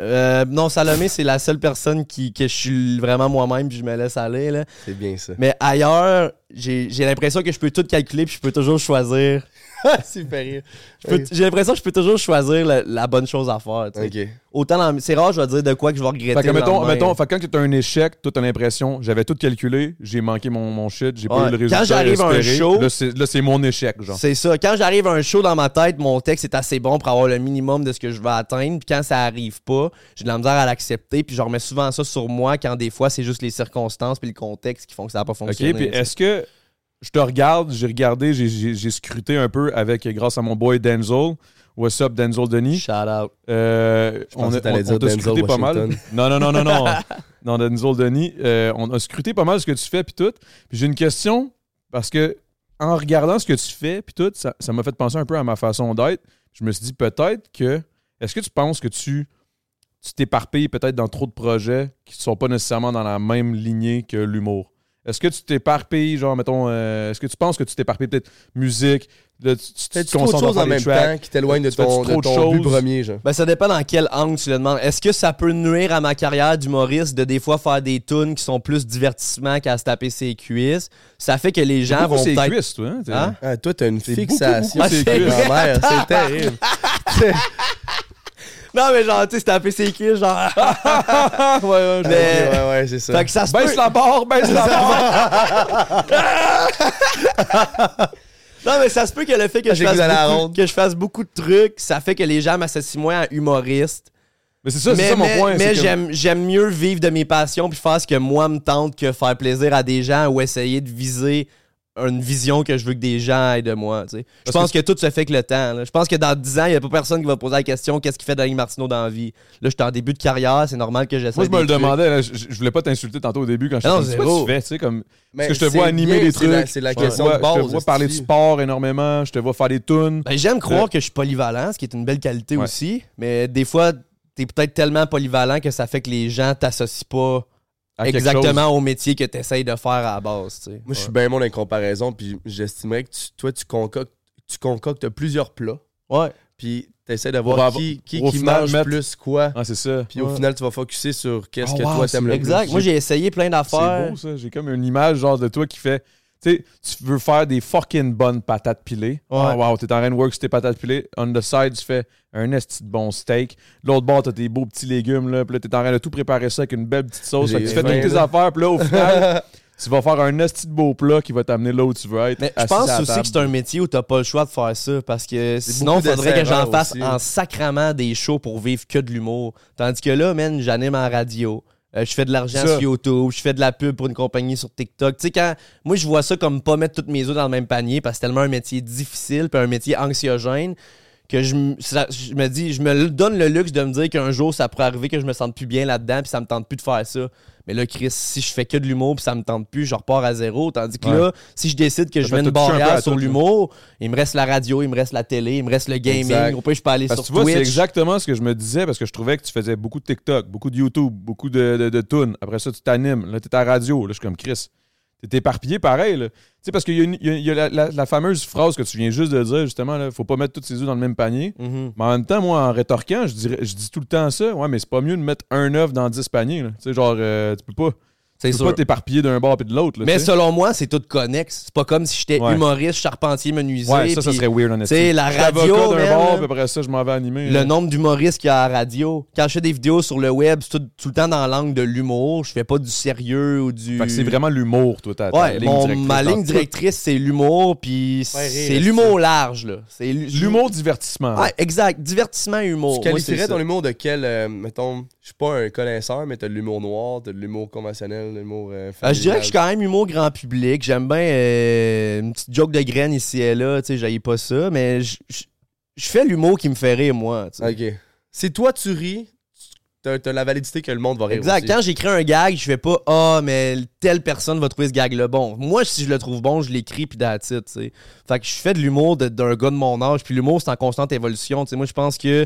euh, non, Salomé, c'est la seule personne qui, que je suis vraiment moi-même puis je me laisse aller. Là.
C'est bien ça.
Mais ailleurs, j'ai j'ai l'impression que je peux tout calculer puis je peux toujours choisir.
Super rire.
je peux- J'ai l'impression que je peux toujours choisir la, la bonne chose à faire. tu sais.
Ok.
Autant dans- C'est rare, je vais dire de quoi que je vais regretter.
Fait que,
le
mettons,
lendemain.
mettons, fait que quand tu as un échec, toi, t'as l'impression, j'avais tout calculé, j'ai manqué mon, mon shit, j'ai
Ouais.
pas eu le
Quand
résultat.
j'arrive à un
espéré.
show-
Là, c'est là, c'est mon échec, genre.
C'est ça. Quand j'arrive à un show dans ma tête, mon texte est assez bon pour avoir le minimum de ce que je veux atteindre. Puis quand ça arrive pas, j'ai de la misère à l'accepter. Puis je remets souvent ça sur moi quand des fois c'est juste les circonstances puis le contexte qui font que ça n'a pas
Ok,
fonctionné.
puis est-ce que je te regarde, j'ai regardé, j'ai- j'ai j'ai scruté un peu avec, grâce à mon boy Denzel. What's up, Denzel Denis?
Shout out.
Euh,
pensais
on a,
que t'allais
on-
dire
on t'a
Denzel
scruté pas mal.
Washington.
Non, non, non, non, non. non, Denzel Denis, euh, on a scruté pas mal ce que tu fais, puis tout. Puis j'ai une question, parce que en regardant ce que tu fais, puis tout, ça ça m'a fait penser un peu à ma façon d'être. Je me suis dit peut-être que. Est-ce que tu penses que tu tu t'éparpilles peut-être dans trop de projets qui ne sont pas nécessairement dans la même lignée que l'humour? Est-ce que tu t'éparpilles, genre, mettons, euh, est-ce que tu penses que tu t'éparpilles peut-être musique, là, tu, tu- tu
Fais
te
trop de
concentres
choses
dans
en
les
même
tracks?
temps qui t'éloignent de
Tu fais trop
ton, de
de
ton but
choses.
premier, genre.
Ben, ça dépend dans quel angle tu le demandes. Est-ce que ça peut nuire à ma carrière d'humoriste de des fois faire des tunes qui sont plus divertissement qu'à se taper ses cuisses? Ça fait que les gens
Beaucoup,
vont
c'est
peut-être.
cuisse, toi, hein, t'es-
Hein?
Ah, toi, t'as une
C'est beaucoup,
fixation.
beaucoup, c'est cuisse.
sur ta grand-mère,
Ah,
c'est terrible.
Non, mais genre, tu sais, se taper ses cuisses, genre.
Ah, ouais, ouais, je-
Mais-
Ok, ouais, ouais, c'est ça.
fait que ça se peut.
Baisse la barre, baisse la barre!
Non, mais ça se peut que le fait que
Ah,
je,
j'ai
fasse
goût d'aller à la
beaucoup,
ronde.
que je fasse beaucoup de trucs, ça fait que les gens m'associent moins à humoriste.
Mais c'est ça, c'est
mais
ça mon
mais-
point.
mais
c'est que-
j'aime, j'aime mieux vivre de mes passions puis faire ce que moi me tente que faire plaisir à des gens ou essayer de viser une vision que je veux que des gens aient de moi. tu sais. Je
Parce
pense que... tout se fait avec le temps. là. Je pense que dans 10 ans, il n'y a pas personne qui va poser la question qu'est-ce qui fait Daniel Martineau dans la vie. Là, je suis en début de carrière, c'est normal que j'essaie
Moi, je me
des
le
trucs.
demandais, là, je, je voulais pas t'insulter tantôt au début quand je
Ah non,
te disais,
zéro.
tu fais, tu sais, comme. parce
Mais
que je te
c'est
vois animer des
bien, c'est la-
trucs.
C'est la
je te
question
vois-
de base.
Je te vois parler de
esti.
sport énormément, je te vois faire des tunes.
Ben, j'aime croire
Euh.
que je suis polyvalent, ce qui est une belle qualité
Ouais.
aussi. Mais des fois, t'es peut-être tellement polyvalent que ça fait que les gens t'associent pas
à quelque
exactement au métier que t'essayes de faire à la base. tu sais.
Moi, je suis bien bon dans les comparaisons, puis j'estimerais que tu- toi, tu concoctes, tu concoctes plusieurs plats,
Ouais.
puis t'essais de
Pour
voir
avoir-
qui, qui,
pour au
qui
final
mange
mettre-
plus quoi,
chose. Ah, c'est ça.
puis
Ouais.
au final, tu vas focuser sur qu'est-ce
Ah,
que
wow,
toi,
c'est
t'aimes le plus.
Exact. Moi, j'ai essayé plein
C'est
d'affaires.
beau, ça. J'ai comme une image genre de toi qui fait. Tu sais, tu veux faire des fucking bonnes patates pilées.
Ouais.
Oh, wow, t'es en train de work sur tes patates pilées. On the side, tu fais un esti de bon steak. De L'autre bord, t'as tes beaux petits légumes, là. Puis là, t'es en train de tout préparer ça avec une belle petite sauce. Fait que
J'ai
tu fais
faim,
toutes tes
là.
affaires. Puis là, au final, tu vas faire un esti de beau plat qui va t'amener là où tu veux être.
Mais je
assis à
pense
la
aussi
table.
que c'est un métier où t'as pas le choix de faire ça parce que
C'est
sinon,
beaucoup
faudrait que j'en
d'essais-erreurs
fasse
aussi.
en sacrament des shows pour vivre que de l'humour. Tandis que là, man, j'anime en radio. euh, je fais de l'argent
Ça.
sur YouTube, je fais de la pub pour une compagnie sur TikTok. Tu sais, quand moi, je vois ça comme pas mettre toutes mes œufs dans le même panier parce que c'est tellement un métier difficile puis un métier anxiogène que je, m- ça- je me dis, je me le- donne le luxe de me dire qu'un jour, ça pourrait arriver que je me sente plus bien là-dedans puis ça me tente plus de faire ça. Mais là, Chris, si je fais que de l'humour puis ça me tente plus, je repars à zéro. Tandis que
Ouais.
là, si je décide que
Ça
je
fait
mets une
tout toucher un peu
barrière
à
sur
tout, là.
l'humour, il me reste la radio, il me reste la télé, il me reste le gaming.
Exact.
Au pire, je peux aller
Parce que
sur
tu vois, c'est
Twitch.
exactement ce que je me disais parce que je trouvais que tu faisais beaucoup de TikTok, beaucoup de YouTube, beaucoup de, de, de tunes. Après ça, tu t'animes. Là, t'es à la radio. Là, je suis comme Chris. T'es éparpillé pareil. là. Tu sais, parce qu'il y a, une- il y a- il y a la, la- la fameuse phrase que tu viens juste de dire, justement, là, faut pas mettre tous ses œufs dans le même panier.
Mhm.
Mais en même temps, moi, en rétorquant, je, dirais, je dis tout le temps ça. Ouais, mais c'est pas mieux de mettre un œuf dans dix paniers. là. Tu sais, genre, euh, tu peux pas
C'est
tu peux pas
sûr.
t'éparpiller d'un bord puis de l'autre. là,
Mais
tu sais.
selon moi, c'est tout connexe. C'est pas comme si j'étais
Ouais.
humoriste, charpentier, menuisier.
Ouais, ça, ça
puis,
serait weird, honnêtement.
tu sais, la
Je suis avocat
radio,
d'un
man,
bord,
là.
puis après ça, je m'en vais animer.
Le
là.
nombre d'humoristes qu'il y a à la radio. Quand je fais des vidéos sur le web, c'est tout, tout le temps dans l'angle de l'humour. Je fais pas du sérieux ou du.
Fait que c'est vraiment l'humour, toi, ta, ta
Mm. Ouais,
ligne
mon-
directrice
ma
dans
ligne
tout.
directrice, c'est l'humour, puis
Ouais, rire,
c'est l'humour large, là. C'est l'hu-
L'humour divertissement.
Ouais, exact. Divertissement et humour.
Tu
Moi, c'est
qualifierais
ça.
ton humour de quel, euh, mettons, je suis pas un connaisseur, mais t'as de l'humour noir, t'as de l'humour conventionnel, de l'humour euh,
Ah,
Euh, je dirais que je suis
familial.
quand même humour grand public. J'aime bien euh, une petite joke de graine ici et là. Tu sais, j'haïs pas ça, mais je je- je fais l'humour qui me fait rire, moi. tu sais.
Ok. Si toi, tu ris, tu- t'as t'as la validité que le monde va rire
Exact.
aussi.
Quand j'écris un gag, je fais pas Ah, mais telle personne va trouver ce gag-là bon. Moi, si je le trouve bon, je l'écris puis that's it, tu sais. Fait que je fais de l'humour de- d'un gars de mon âge, puis l'humour, c'est en constante évolution. Tu sais, moi, je pense que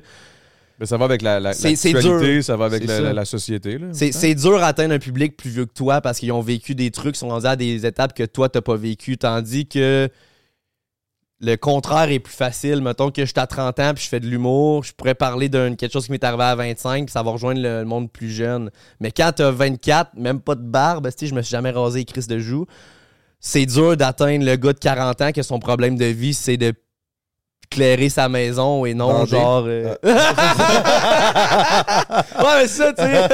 Mais ça va avec la, la,
C'est- c'est
l'actualité, ça va avec
C'est
la,
ça.
la- la société. Là,
c'est c'est dur à atteindre un public plus vieux que toi parce qu'ils ont vécu des trucs, sont rendus à des étapes que toi, t'as pas vécu. Tandis que le contraire est plus facile. Mettons que j'étais à 30 ans puis je fais de l'humour, je pourrais parler d'un quelque chose qui m'est arrivé à 25 puis ça va rejoindre le, le monde plus jeune. Mais quand t'as 24, même pas de barbe, esti, je me suis jamais rasé les crises de joue. C'est dur d'atteindre le gars de 40 ans que son problème de vie, c'est de éclairer sa maison et non
Bander.
genre... euh, ouais, mais ça, tu sais.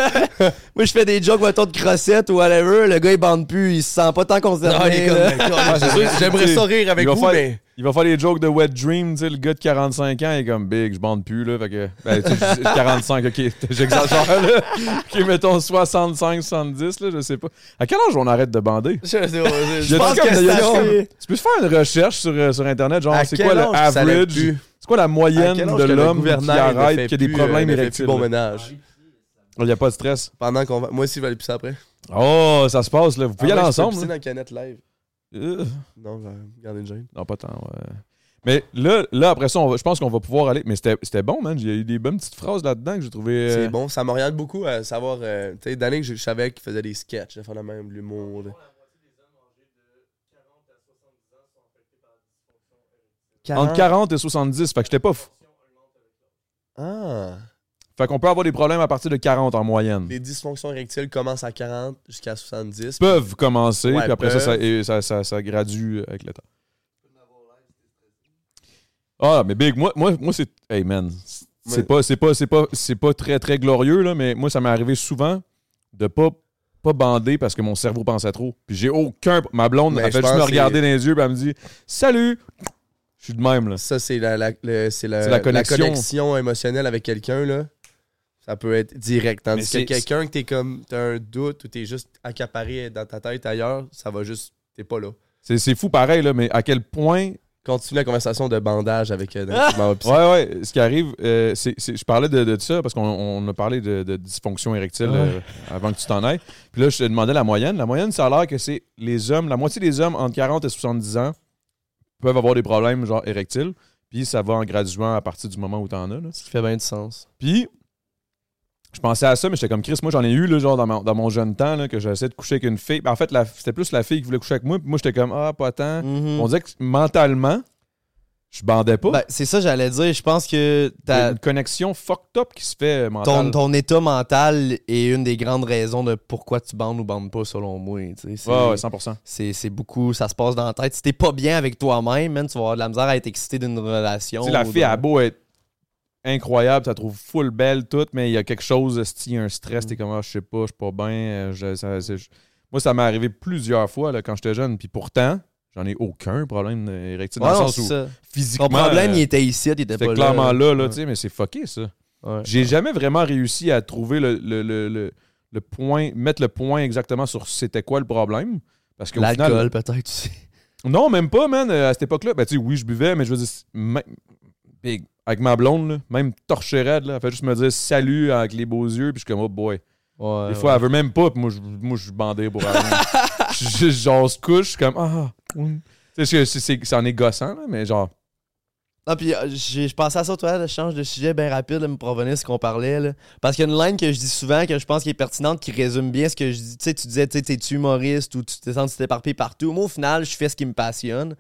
Moi, je fais des jokes, mettons, de crossettes ou whatever. Le gars, il bande plus, il se sent pas tant
Non, il
concerné.
euh,
est
là.
comme, Ah, c'est sûr, J'aimerais ça rire avec
Il va
vous,
faire-
mais
Il va faire les jokes de Wet Dream, tu sais, le gars de 45 ans il est comme Big, je bande plus, là. Fait que. Ben, tu sais, 45, ok, j'exagère, là. Ok, mettons 65, 70, là, je sais pas. À quel âge on arrête de bander?
Je, sais pas, je-
Y
je
a-tu
pense
comme
que
d'ailleurs-
c'est
Tu peux faire une recherche sur, euh, sur Internet, genre,
À
c'est
quel
quoi le
âge ça lève
average?
plus?
C'est quoi la moyenne
À quel âge
de
que le
l'homme qui
gouverneur ne fait
arrête, qui a des
plus,
problèmes
euh, ne fait plus
érectiles?
bon
là?
ménage.
Il n'y a pas de stress.
Pendant qu'on va. Moi aussi, je vais aller pisser après.
Oh, ça se passe, là. Vous pouvez y
Ah ouais,
aller
je peux
ensemble.
pisser
là.
dans la canette live.
Euh,
Non, je vais garder une gêne.
Non, pas tant, ouais. Mais là, là après ça, on va- je pense qu'on va pouvoir aller. Mais c'était c'était bon, man. Il y a eu des bonnes petites phrases là-dedans que j'ai trouvé. euh,
C'est bon, ça m'oriente beaucoup à savoir. euh, tu sais, d'année que je je savais qu'il faisait des sketchs, de faire le même, de l'humour. de- 40
Entre 40 et 70. Fait que j'étais pas. fou.
Ah.
Fait qu'on peut avoir des problèmes à partir de 40 en moyenne.
Les dysfonctions érectiles commencent à 40 jusqu'à 70.
Peuvent commencer,
Ouais,
puis après ça, ça,
peuvent.
et ça, ça, ça gradue avec le temps. Ah, mais Big, moi, moi, moi c'est. Hey, man. C'est
Ouais.
pas, c'est pas, c'est pas, c'est pas très, très glorieux, là, mais moi, ça m'est arrivé souvent de pas, pas bander parce que mon cerveau pensait trop. Puis j'ai aucun. Ma blonde,
Mais
elle
je
fait juste
pense
me
que
regarder dans les yeux, puis elle me dit Salut Je suis de même, là.
Ça, c'est la, la, le- c'est la,
C'est la connexion.
connexion émotionnelle avec quelqu'un, là. Ça peut être direct.
Mais
Tandis
c'est-
que quelqu'un que t'es comme, t'as un doute ou t'es juste accaparé dans ta tête ailleurs, ça va juste, t'es pas là.
C'est, c'est fou pareil, là, mais à quel point
Continue la conversation de bandage avec... euh, dans- dans-
Ouais, ouais. Ce qui arrive, euh, c'est, c'est- je parlais de, de ça parce qu'on on a parlé de, de dysfonction érectile euh, avant que tu t'en ailles. Puis là, je te demandais la moyenne. La moyenne, ça a l'air que c'est les hommes, la moitié des hommes entre 40 et 70 ans peuvent avoir des problèmes genre érectiles. Puis ça va en graduant à partir du moment où t'en as. là.
Ce qui fait bien du sens.
Puis, je pensais à ça, mais j'étais comme Chris. Moi, j'en ai eu, là, genre, dans, ma- dans mon jeune temps, là, que j'essayais de coucher avec une fille. Ben, en fait, la- c'était plus la fille qui voulait coucher avec moi. Puis moi, j'étais comme, ah, pas
Mm.
tant. On dirait que mentalement, je bandais pas.
Mm-hmm. Ben, c'est ça, j'allais dire. Je pense que
Il y a
ta-
une connexion fucked up qui se fait euh,
ton,
mentale.
ton état mental est une des grandes raisons de pourquoi tu bandes ou bandes pas, selon moi. tu sais. C'est-
Ouais, ouais, 100%.
C'est c'est beaucoup, ça se passe dans la tête. Si t'es pas bien avec toi-même, man, tu vas avoir de la misère à être excité d'une relation.
Tu sais, la
ou
fille
d'un-
a beau être incroyable, tu la trouves full belle, toute, mais il y a quelque chose, si un stress,
Mm.
t'es comme, ah, je sais pas, je suis pas bien. euh, je- ça- c'est- je- Moi, ça m'est arrivé plusieurs fois là, quand j'étais jeune, puis pourtant, j'en ai aucun problème érectile
Ouais,
dans
non,
le sens
c'est
où
ça.
physiquement.
Ton problème,
euh,
il était ici, il était
c'était
pas
clairement là, là,
Ouais.
tu sais, mais c'est fucké, ça.
Ouais.
J'ai jamais vraiment réussi à trouver le, le, le, le- le point, mettre le point exactement sur c'était quoi le problème. Parce que final,
L'alcool, peut-être aussi.
Non, même pas, man. Euh, À cette époque-là, ben, tu sais, oui, je buvais, mais je veux dire, c'est- même- big. avec ma blonde, là, même torchée raide, là, elle fait juste me dire salut avec les beaux yeux, puis je suis comme, oh boy.
Ouais,
Des fois, elle veut même pas, puis moi, je, moi, je suis bandé pour elle. je, je- genre, se couche, je suis comme, ah, mm. tu sais, c'est- c'est- c'en est gossant, là, mais genre,
Ah, puis euh, j'ai- je pensais à ça, toi, là, je change de sujet bien rapide, là, me provenir de ce qu'on parlait. là. Parce qu'il y a une ligne que je dis souvent, que je pense qui est pertinente, qui résume bien ce que je dis. Tu sais, tu disais, tu sais, t'es-tu humoriste ou tu te sens que tu t'éparpilles partout. Moi, au final, je fais ce qui me passionne.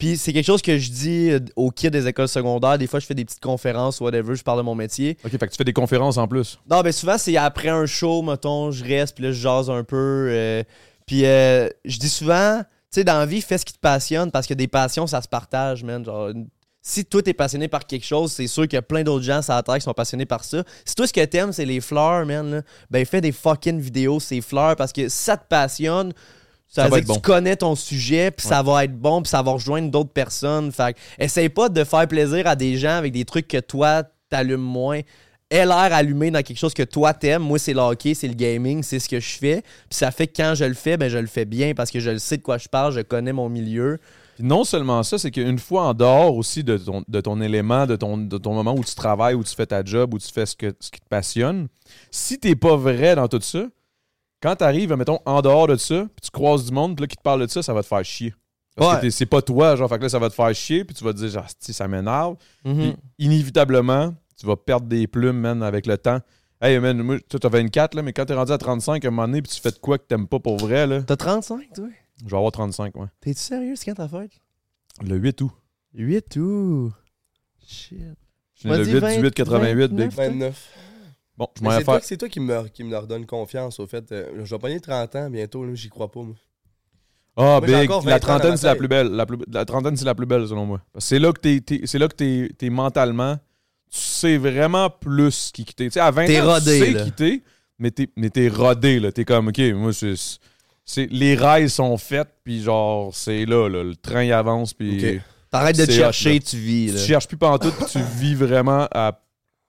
Puis c'est quelque chose que je dis euh, aux kids des écoles secondaires. Des fois, je fais des petites conférences, whatever, je parle de mon métier.
ok, fait que tu fais des conférences en plus.
Non, mais souvent, c'est après un show, mettons, je reste, puis là, je jase un peu. euh, puis euh, je dis souvent, tu sais, dans la vie, fais ce qui te passionne, parce que des passions, ça se partage, man. Genre, une- si toi, t'es passionné par quelque chose, c'est sûr qu'il y a plein d'autres gens sur la Terre qui sont passionnés par ça. Si toi, ce que t'aimes, c'est les fleurs, man, là, ben fais des fucking vidéos, ces fleurs, parce que ça te passionne. Ça,
Ça
veut
va
dire
être
que tu connais ton sujet, puis ça va être bon, puis ça va rejoindre d'autres personnes. Fait que, essaye pas de faire plaisir à des gens avec des trucs que toi, t'allumes moins aie l'air allumé dans quelque chose que toi t'aimes. Moi, c'est le hockey, c'est le gaming, c'est ce que je fais. Puis ça fait que quand je le fais, ben je le fais bien parce que je le sais de quoi je parle, je connais mon milieu.
Puis non seulement ça, c'est qu'une fois en dehors aussi de ton, de ton élément, de ton, de ton moment où tu travailles, où tu fais ta job, où tu fais ce, que, ce qui te passionne, si t'es pas vrai dans tout ça, quand t'arrives, mettons, en dehors de ça, puis tu croises du monde, puis là, qui te parle de ça, ça va te faire chier. Parce
Ouais.
que t'es- c'est pas toi, genre, fait que là, ça va te faire chier, puis tu vas te dire, genre, Asti, ça m'énerve.
Mhm.
Puis inévitablement, tu vas perdre des plumes, man, avec le temps. Hey, man, moi, toi, t'as 24, là, mais quand t'es rendu à 35, à un moment donné, puis tu fais de quoi que t'aimes pas pour vrai, là,
T'as 35, toi?
je vais avoir 35, ouais.
T'es-tu sérieux, c'est quand ta fête?
Le 8 août.
8 août. Shit.
Je suis né le 8 du 8 88, big.
29.
Bon, je
Mais
m'en vais
C'est toi,
faire.
c'est toi qui me, qui me leur donne confiance, au fait. Euh, je vais pogner 30 ans bientôt, là, j'y crois pas, moi.
Ah,
Moi, j'ai
big.
encore 20
La
ans dans
trentaine,
ma
c'est la
tête.
plus belle. La, plus- la trentaine, c'est la plus belle, selon moi. Parce que C'est là que t'es, t'es- c'est là que t'es, t'es mentalement. Tu sais vraiment plus qui quitter. Tu sais, à 20
T'es
ans,
rodé,
tu sais
là.
qui t'es, mais t'es, mais t'es rodé, là. T'es comme, OK, moi, c'est, c'est- les rails sont faits, puis genre, c'est là, là. Le train, il avance, puis.
Ok.
T'arrêtes de te
C'est hot,
chercher,
là.
tu vis.
tu
Là.
cherches plus pantoute, puis tu vis vraiment à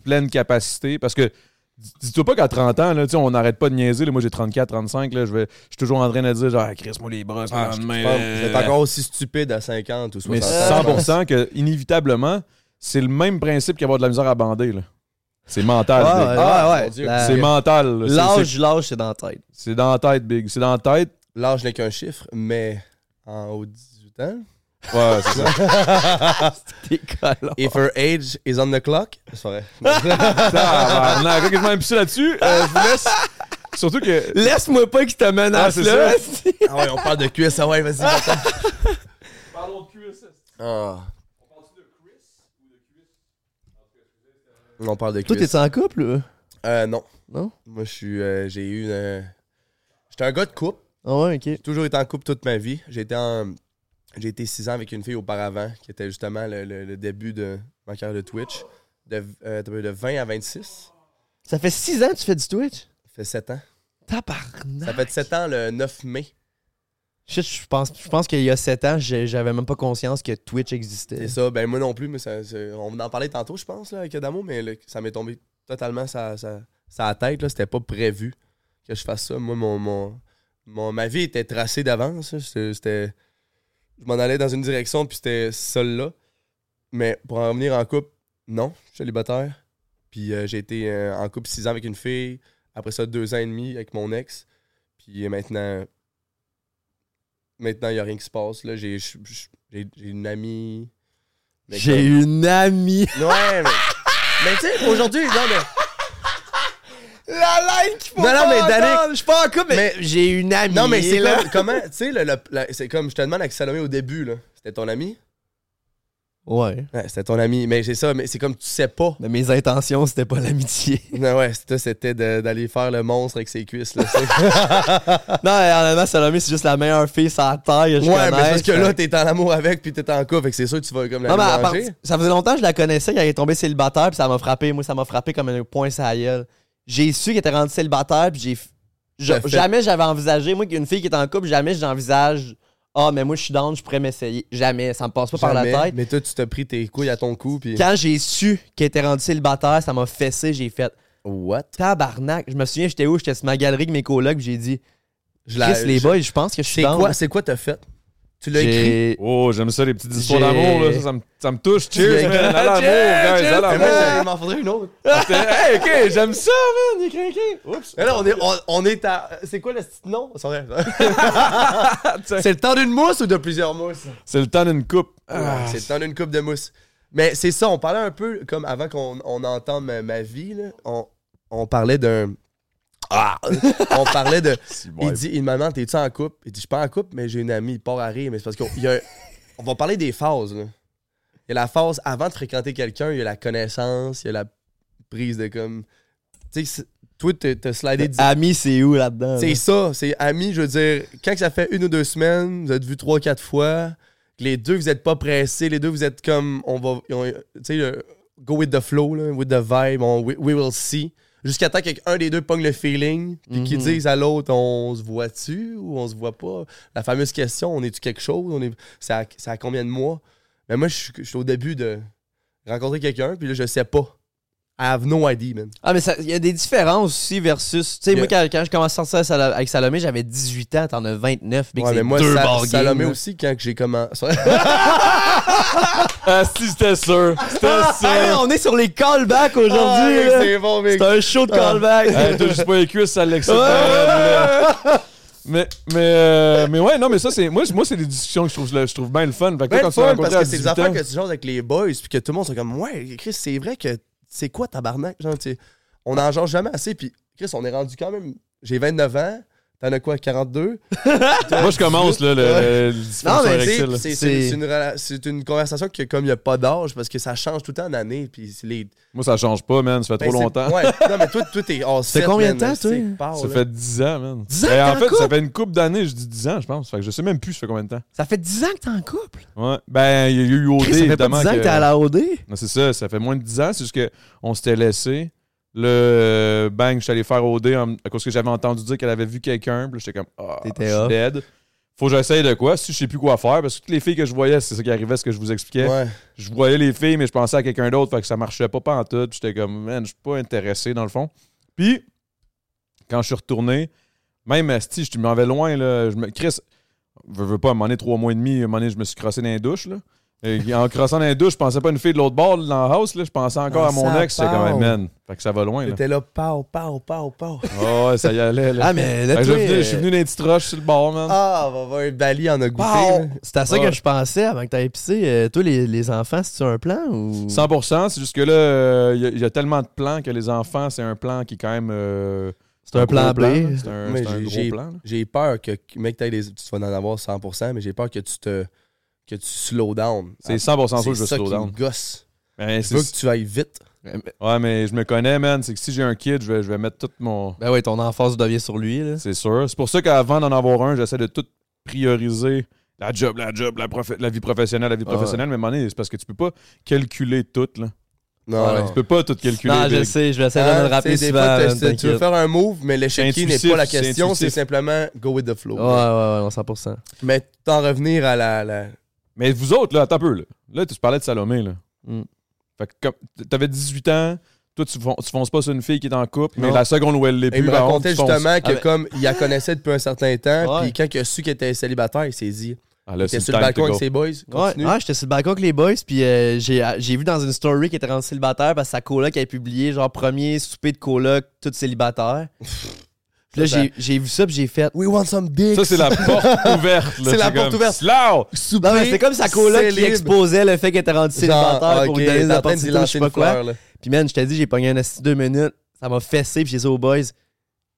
pleine capacité. Parce que, dis- dis-toi pas qu'à 30 ans, là, tu sais, on n'arrête pas de niaiser. là. moi, j'ai 34, 35. Là, je, vais, je suis toujours en train de dire, genre, Ah, Chris, moi, les bras,
Ah,
c'est
je
le
suis
lendemain,
pas-
euh,
vous êtes encore aussi stupide à 50 ou 60
Mais
ans, je pense.
100% que, inévitablement, c'est le même principe qu'avoir de la misère à bander. là. C'est mental.
Ouais,
Big.
ouais,
Ah,
ouais.
mon Dieu.
La-
c'est mental. là. C'est-
L'âge, l'âge, c'est dans la tête.
C'est c'est dans la tête, Big. C'est dans la tête.
L'âge n'est qu'un chiffre, mais en haut de 18 ans.
Ouais, c'est ça.
T'es collant.
If her age is on the clock. C'est vrai.
Tabarnak. Ok, je m'en pisse là-dessus. Euh, je vous laisse. Surtout que.
Laisse-moi pas que je te menace
Ah, c'est
là.
Ah ouais, on parle de cuisse. Ah ouais, vas-y. va-t'en.
Parlons de QSS.
Ah. On parle de
Toi,
cuisse.
t'es en couple, là?
Euh, non.
Non?
Moi, je suis. euh, j'ai eu une. euh, J'étais un gars de couple.
Ah ouais, ok.
J'ai toujours été en couple toute ma vie. J'ai été en. J'ai été six ans avec une fille auparavant, qui était justement le, le- le début de ma carrière de Twitch. De, euh, de 20 à 26.
Ça fait 6 ans que tu fais du Twitch?
Ça fait 7 ans.
Tabarnak.
Ça fait 7 ans le 9 mai.
Shit, je pense, je pense qu'il y a 7 ans, j'ai- j'avais même pas conscience que Twitch existait.
C'est ça, ben moi non plus, mais ça, ça- on en parlait tantôt, je pense, là, avec Adamo, mais le- ça m'est tombé totalement sa, sa, sa tête, là. C'était pas prévu que je fasse ça. Moi, mon, mon, mon- ma vie était tracée d'avance. là. C'était. c'était- Je m'en allais dans une direction, puis c'était celle-là. Mais pour en revenir en couple, non, je suis célibataire. Puis euh, j'ai été euh, en couple six ans avec une fille, après ça deux ans et demi avec mon ex. Puis euh, maintenant, maintenant il n'y a rien qui se passe. là. J'ai j'ai- j'ai- j'ai une amie. Mais
J'ai une amie.
comme- Ouais, mais. mais tu sais, aujourd'hui, non, mais.
La ligne qu'il faut
Non, non,
pas
mais
entendre.
Danick-
Je suis pas en couple, mais,
Mais-
j'ai une amie.
Non, mais c'est
là.
comme. Comment. Tu sais, le- le- la- c'est comme je te demande avec Salomé au début, là. C'était ton ami?
Ouais.
Ouais, c'était ton ami. Mais c'est ça, mais c'est comme tu sais pas.
Mais mes intentions, c'était pas l'amitié.
Non, ouais, c'était- c'était de- d'aller faire le monstre avec ses cuisses, là. tu sais.
non, honnêtement, Salomé, c'est juste la meilleure fille sans taille. que Je
ouais, mais
connaisse.
c'est parce que là, ben, t'es en amour avec, puis t'es en couple, fait que c'est sûr que tu vas comme la
Non, mais à part-
manger.
ça faisait longtemps que je la connaissais, qu'elle est tombée célibataire, puis ça m'a frappé. Moi, ça m'a frappé comme un point sur la gueule. J'ai su qu'elle était rendue célibataire, puis j'ai. f- je-
T'as fait-
jamais j'avais envisagé, moi, qu'une fille qui est en couple, jamais j'envisage. Ah, mais moi, je suis down, je pourrais m'essayer. Jamais, ça me passe pas par
Jamais.
la tête.
Mais toi, tu t'as pris tes couilles à ton cou, puis.
Quand j'ai su qu'elle était rendue célibataire, ça m'a fessé, j'ai fait
What?
tabarnak. Je me souviens, j'étais où? J'étais sur ma galerie avec mes colocs, puis j'ai dit,
Je la-
Chris, les
je-
boys, je pense que je suis
C'est
down.
quoi, c'est quoi t'as fait? Tu l'as écrit?
J'ai-
Oh, j'aime ça, les petites histoires
J'ai-
d'amour. là. Ça, ça me, ça me touche. Cheers,
J'ai-
man. À l'amour, guys.
Ah,
À
Mais moi,
l'amour.
ça- il m'en faudrait une autre.
Hey, OK, j'aime ça, man. Il est craqué. Oups.
Mais là, on est, on, on est à. C'est quoi le petit nom? C'est vrai. c'est le temps d'une mousse ou de plusieurs mousses?
C'est le temps d'une coupe. Ah,
C'est le temps d'une coupe de mousse. Mais c'est ça, on parlait un peu, comme avant qu'on on entende ma, ma vie, là, on, on parlait d'un. Ah! on parlait de.
c'est
Il
bon.
dit, il me demande, t'es-tu en couple? Il dit, je suis pas en couple, mais j'ai une amie. Il part à rire, mais c'est parce qu'on il y a un- on va parler des phases. là. Il y a la phase avant de fréquenter quelqu'un, il y a la connaissance, il y a la prise de comme. Tu sais, c'est- toi, t'as t'as slidé dix-
Ami, c'est où là-dedans?
C'est
là?
ça, c'est ami, je veux dire, quand que ça fait une ou deux semaines, vous êtes vu trois, quatre fois, que les deux, vous êtes pas pressés, les deux, vous êtes comme, on va, on- tu sais, le go with the flow, là, with the vibe, on- we, we will see. Jusqu'à temps qu'un des deux pogne le feeling, puis qu'ils
Mhm.
disent à l'autre, on se voit-tu ou on se voit pas? La fameuse question, on est-tu quelque chose? On est, c'est, à, c'est à combien de mois? Mais moi, je suis- je suis au début de rencontrer quelqu'un, puis là, je sais pas. I have no idea, man.
Ah, mais ça- il y a des différences aussi versus. Tu sais,
Yeah.
moi, quand, quand je commençais à sortir avec Salo- avec Salomé, j'avais 18 ans, t'en as 29. Big,
Ouais,
c'est
mais moi,
deux
Sa-
ball games,
Salomé
là.
aussi, quand que j'ai commencé.
Ah, si, c'était sûr. C'était
Hey,
sûr.
Ah, on est sur les callbacks aujourd'hui.
Ah, mec,
là.
c'est bon, mec.
c'est un show de callbacks.
Hey, T'as juste pas les cuisses, ça l'excite.
Ouais.
Mais, mais, euh, mais ouais, non, mais ça, c'est. Moi, c'est- moi c'est des discussions que je trouve, je trouve bien le fun. Fait que toi,
Ben,
quand tu t'es
fun, parce
rencontré à
que c'est des
18
affaires
ans,
que tu jases avec les boys, puis que tout le monde sont comme, ouais, Chris, c'est vrai que c'est quoi tabarnak? Genre, tu sais, on en jase jamais assez, puis Chris, on est rendu quand même. J'ai 29 ans, t'en as quoi, 42?
moi, je commence, là, le, le dysfonction
Non, mais tu sais,
érectile, là.
c'est-
C'est-
c'est c'est une, rela- c'est une conversation que, comme il n'y a pas d'âge, parce que ça change tout le temps d'année, puis c'est les.
Moi, ça change pas, man. Ça fait
Ben,
trop
c'est-
longtemps.
Ouais, non, mais toi, toi, t'es. Oh,
Ça fait combien de temps, toi?
Ça fait 10 ans, man.
10 ans
Ben,
que
en
t'es en
fait, ça
couple?
fait une couple d'années, je dis 10 ans, je pense. Fait que je sais même plus ça fait combien de temps.
Ça fait 10 ans que t'es en couple.
Ouais. Ben, il y a eu OD,
Chris, ça fait pas
évidemment.
10 ans que,
que-
t'es à la OD.
Non, c'est ça, ça fait moins de 10 ans. C'est juste qu'on s'était laissé. Le euh, bang, je suis allé faire OD en- à cause que j'avais entendu dire qu'elle avait vu quelqu'un. Puis là, j'étais comme, ah,
T'étais
je suis
off.
dead. Faut que j'essaye de quoi. Si je sais plus quoi faire, parce que toutes les filles que je voyais, c'est ça qui arrivait, ce que je vous expliquais.
Ouais.
Je voyais les filles, mais je pensais à quelqu'un d'autre, fait que ça marchait pas en tout. J'étais comme, man, je suis pas intéressé dans le fond. Puis, quand je suis retourné, même si je m'en vais loin, là, je me. Chris, je veux pas, à un moment donné, trois mois et demi, à un moment donné, je me suis crossé dans les douches, là. Et en crossant dans les douches, je pensais pas à une fille de l'autre bord, là, dans la house, là. Je pensais encore
Ah,
à mon
ça
ex, c'est quand même,
parle.
man. Fait que ça va loin, là.
T'étais là, pow, pow, pow, pow.
Oh, ouais, ça y allait, là.
Ah, mais
Fait
là,
que
tu
je suis venu- je suis venu dans les petites roches sur le bord, man.
euh, Ah, va voir, Bali en a goûté. là.
euh, C'est à ça
Ouais.
que je pensais avant que t'ailles pisser. Euh, toi, les, les enfants, c'est-tu un plan ou.
100%, c'est juste que là, il y, a tellement de plans que les enfants, c'est un plan qui est quand même... euh,
C'est un plan
gros
B.
là. C'est un,
Mais
c'est un
j'ai-
gros
j'ai-
plan. là.
J'ai peur que, mec, t'ailles des- tu vas en avoir 100%, mais j'ai peur que tu te. que tu slow down. Ah,
C'est 100% sûr
C'est
que je
ça
slow
qui
down.
me gosse.
Ben,
Je veux
c'est-
que tu ailles vite.
Ouais, mais je me connais, man. C'est que si j'ai un kid, je vais, je vais mettre tout mon...
Ben oui, ton enfance devient sur lui. Là.
C'est sûr. C'est pour ça qu'avant d'en avoir un, j'essaie de tout prioriser. La job, la job, la, prof- la vie professionnelle, la vie
Ah.
professionnelle. Mais à un moment donné, c'est parce que tu peux pas calculer tout, là.
Non,
Ouais,
non.
Tu peux pas tout calculer.
Non, je
Big.
sais, je vais essayer de
Hein,
me le rappeler
tu sais, des
souvent.
fois, t'as-
man,
t'as- tu veux
t'inquiète.
faire un move, mais l'échec
C'est
qui n'est
intuitif,
pas la
c'est
question, c'est
intuitif.
simplement go with the flow.
Ouais, ouais, ouais, non, 100%.
Mais t'en revenir à la. la-
Mais vous autres, là, attends un peu, là. Là, tu parlais de Salomé, là.
Mm.
Fait que comme- t'avais 18 ans, toi, tu, fon- tu fonces pas sur une fille qui est en couple, mais
Non.
la seconde où elle l'est
Il
plus,
me
par contre,
racontait
tu fonces.
justement que
Ah, mais-
comme il la connaissait depuis un certain temps,
Ouais.
puis quand il a su qu'elle était célibataire, il s'est dit
Ah, là,
T'es
c'est
sur le
time to
balcon
go.
avec ses boys,
Ouais,
continue.
ouais, j'étais sur le balcon avec les boys, puis euh, j'ai j'ai vu dans une story qu'elle était rendue célibataire parce que sa coloc avait publié genre premier souper de coloc, toute célibataire. Puis là,
Ça, ça-
j'ai- j'ai vu ça, puis j'ai fait.
We want some dicks.
Ça, c'est la porte ouverte. là.
C'est la
comme,
porte ouverte.
Slow!
Non, mais c'était comme sa coloc qui
célib.
exposait le fait qu'elle était rendue
Genre, ah,
célibataire pour
ok,
lui donner
t'es
des
en train d'y
opportunités, je
lancer
sais pas
une
quoi.
fleur, là.
Puis man, je t'ai dit, j'ai pogné un assis deux minutes, ça m'a fessé, puis j'ai dit aux boys.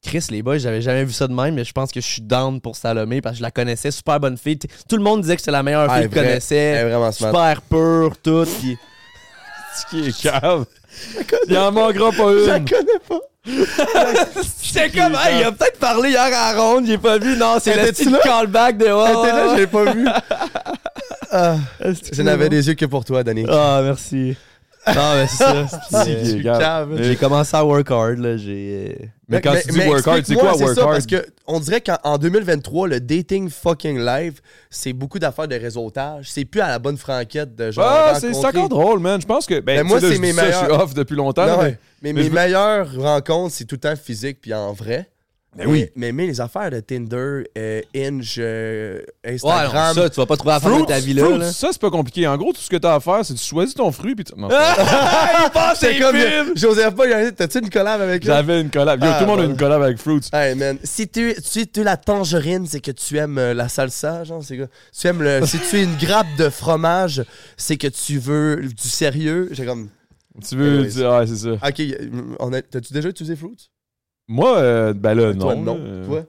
Chris, les boys, j'avais jamais vu ça de même, mais je pense que je suis down pour Salomé parce que je la connaissais, super bonne fille. T- Tout le monde disait que c'était la meilleure
Ah,
fille que je
vrai. Elle
connaissais,
est vraiment smart.
super pure, tout. puis-
C'est qui est cave. Il en manquera pas une.
connais pas.
J'étais comme, hey, il a peut-être parlé hier à la ronde, j'ai pas vu. Non, c'est le
T'étais-tu
petit callback de. oh,
Elle était Ah, là,
Ouais,
je l'ai pas vu. Ah,
ouais. Est-ce que
je
c'est
n'avais
bon?
des yeux que pour toi, Danny.
Ah, merci. Non, mais c'est ça. Puis, euh,
qui est cave.
Ah. Cave.
J'ai commencé à work hard, là. J'ai. euh,
Mais quand tu dis
mais
work hard, c'est
explique-moi,
quoi work
ça,
hard?
Parce que on dirait qu'en en 2023, le dating fucking live, c'est beaucoup d'affaires de réseautage. C'est plus à la bonne franquette de genre.
Ah,
rencontrer-
c'est c'est encore drôle, man. Je pense que. Ben,
Ben, moi,
tu sais, là,
c'est
je
mes
dis ça, Je
meilleurs-
suis off depuis longtemps.
Non,
mais-
ouais. Mais,
mais
mes
je-
meilleures rencontres, c'est tout le temps physique puis en vrai.
Ben oui.
Mais, mais les affaires de Tinder, euh, Inge, euh,
Ouais,
Instagram.
ça, tu vas pas trouver à faire de
Fruits,
ta vie là.
fruits, ça, c'est pas compliqué. En gros, tout ce que t'as à faire, c'est que tu choisis ton fruit. Puis tu... non, c'est vrai.
Il passe
c'est comme euh, Joseph Paul, il a dit, t'as-tu une collab avec lui?
J'avais une collab. Yo,
Ah,
tout le monde a
voilà.
une collab avec Fruits.
Hey man, si tu, si tu es la tangerine, c'est que tu aimes euh, la salsa, genre, c'est quoi? Tu aimes le. si tu es une grappe de fromage, c'est que tu veux du sérieux. J'ai comme.
Tu veux.
Anyways.
tu- Ouais, c'est ça.
Ok, euh, on a- t'as-tu déjà utilisé Fruits?
Moi, euh, ben là, non.
Toi, non.
là.
Toi?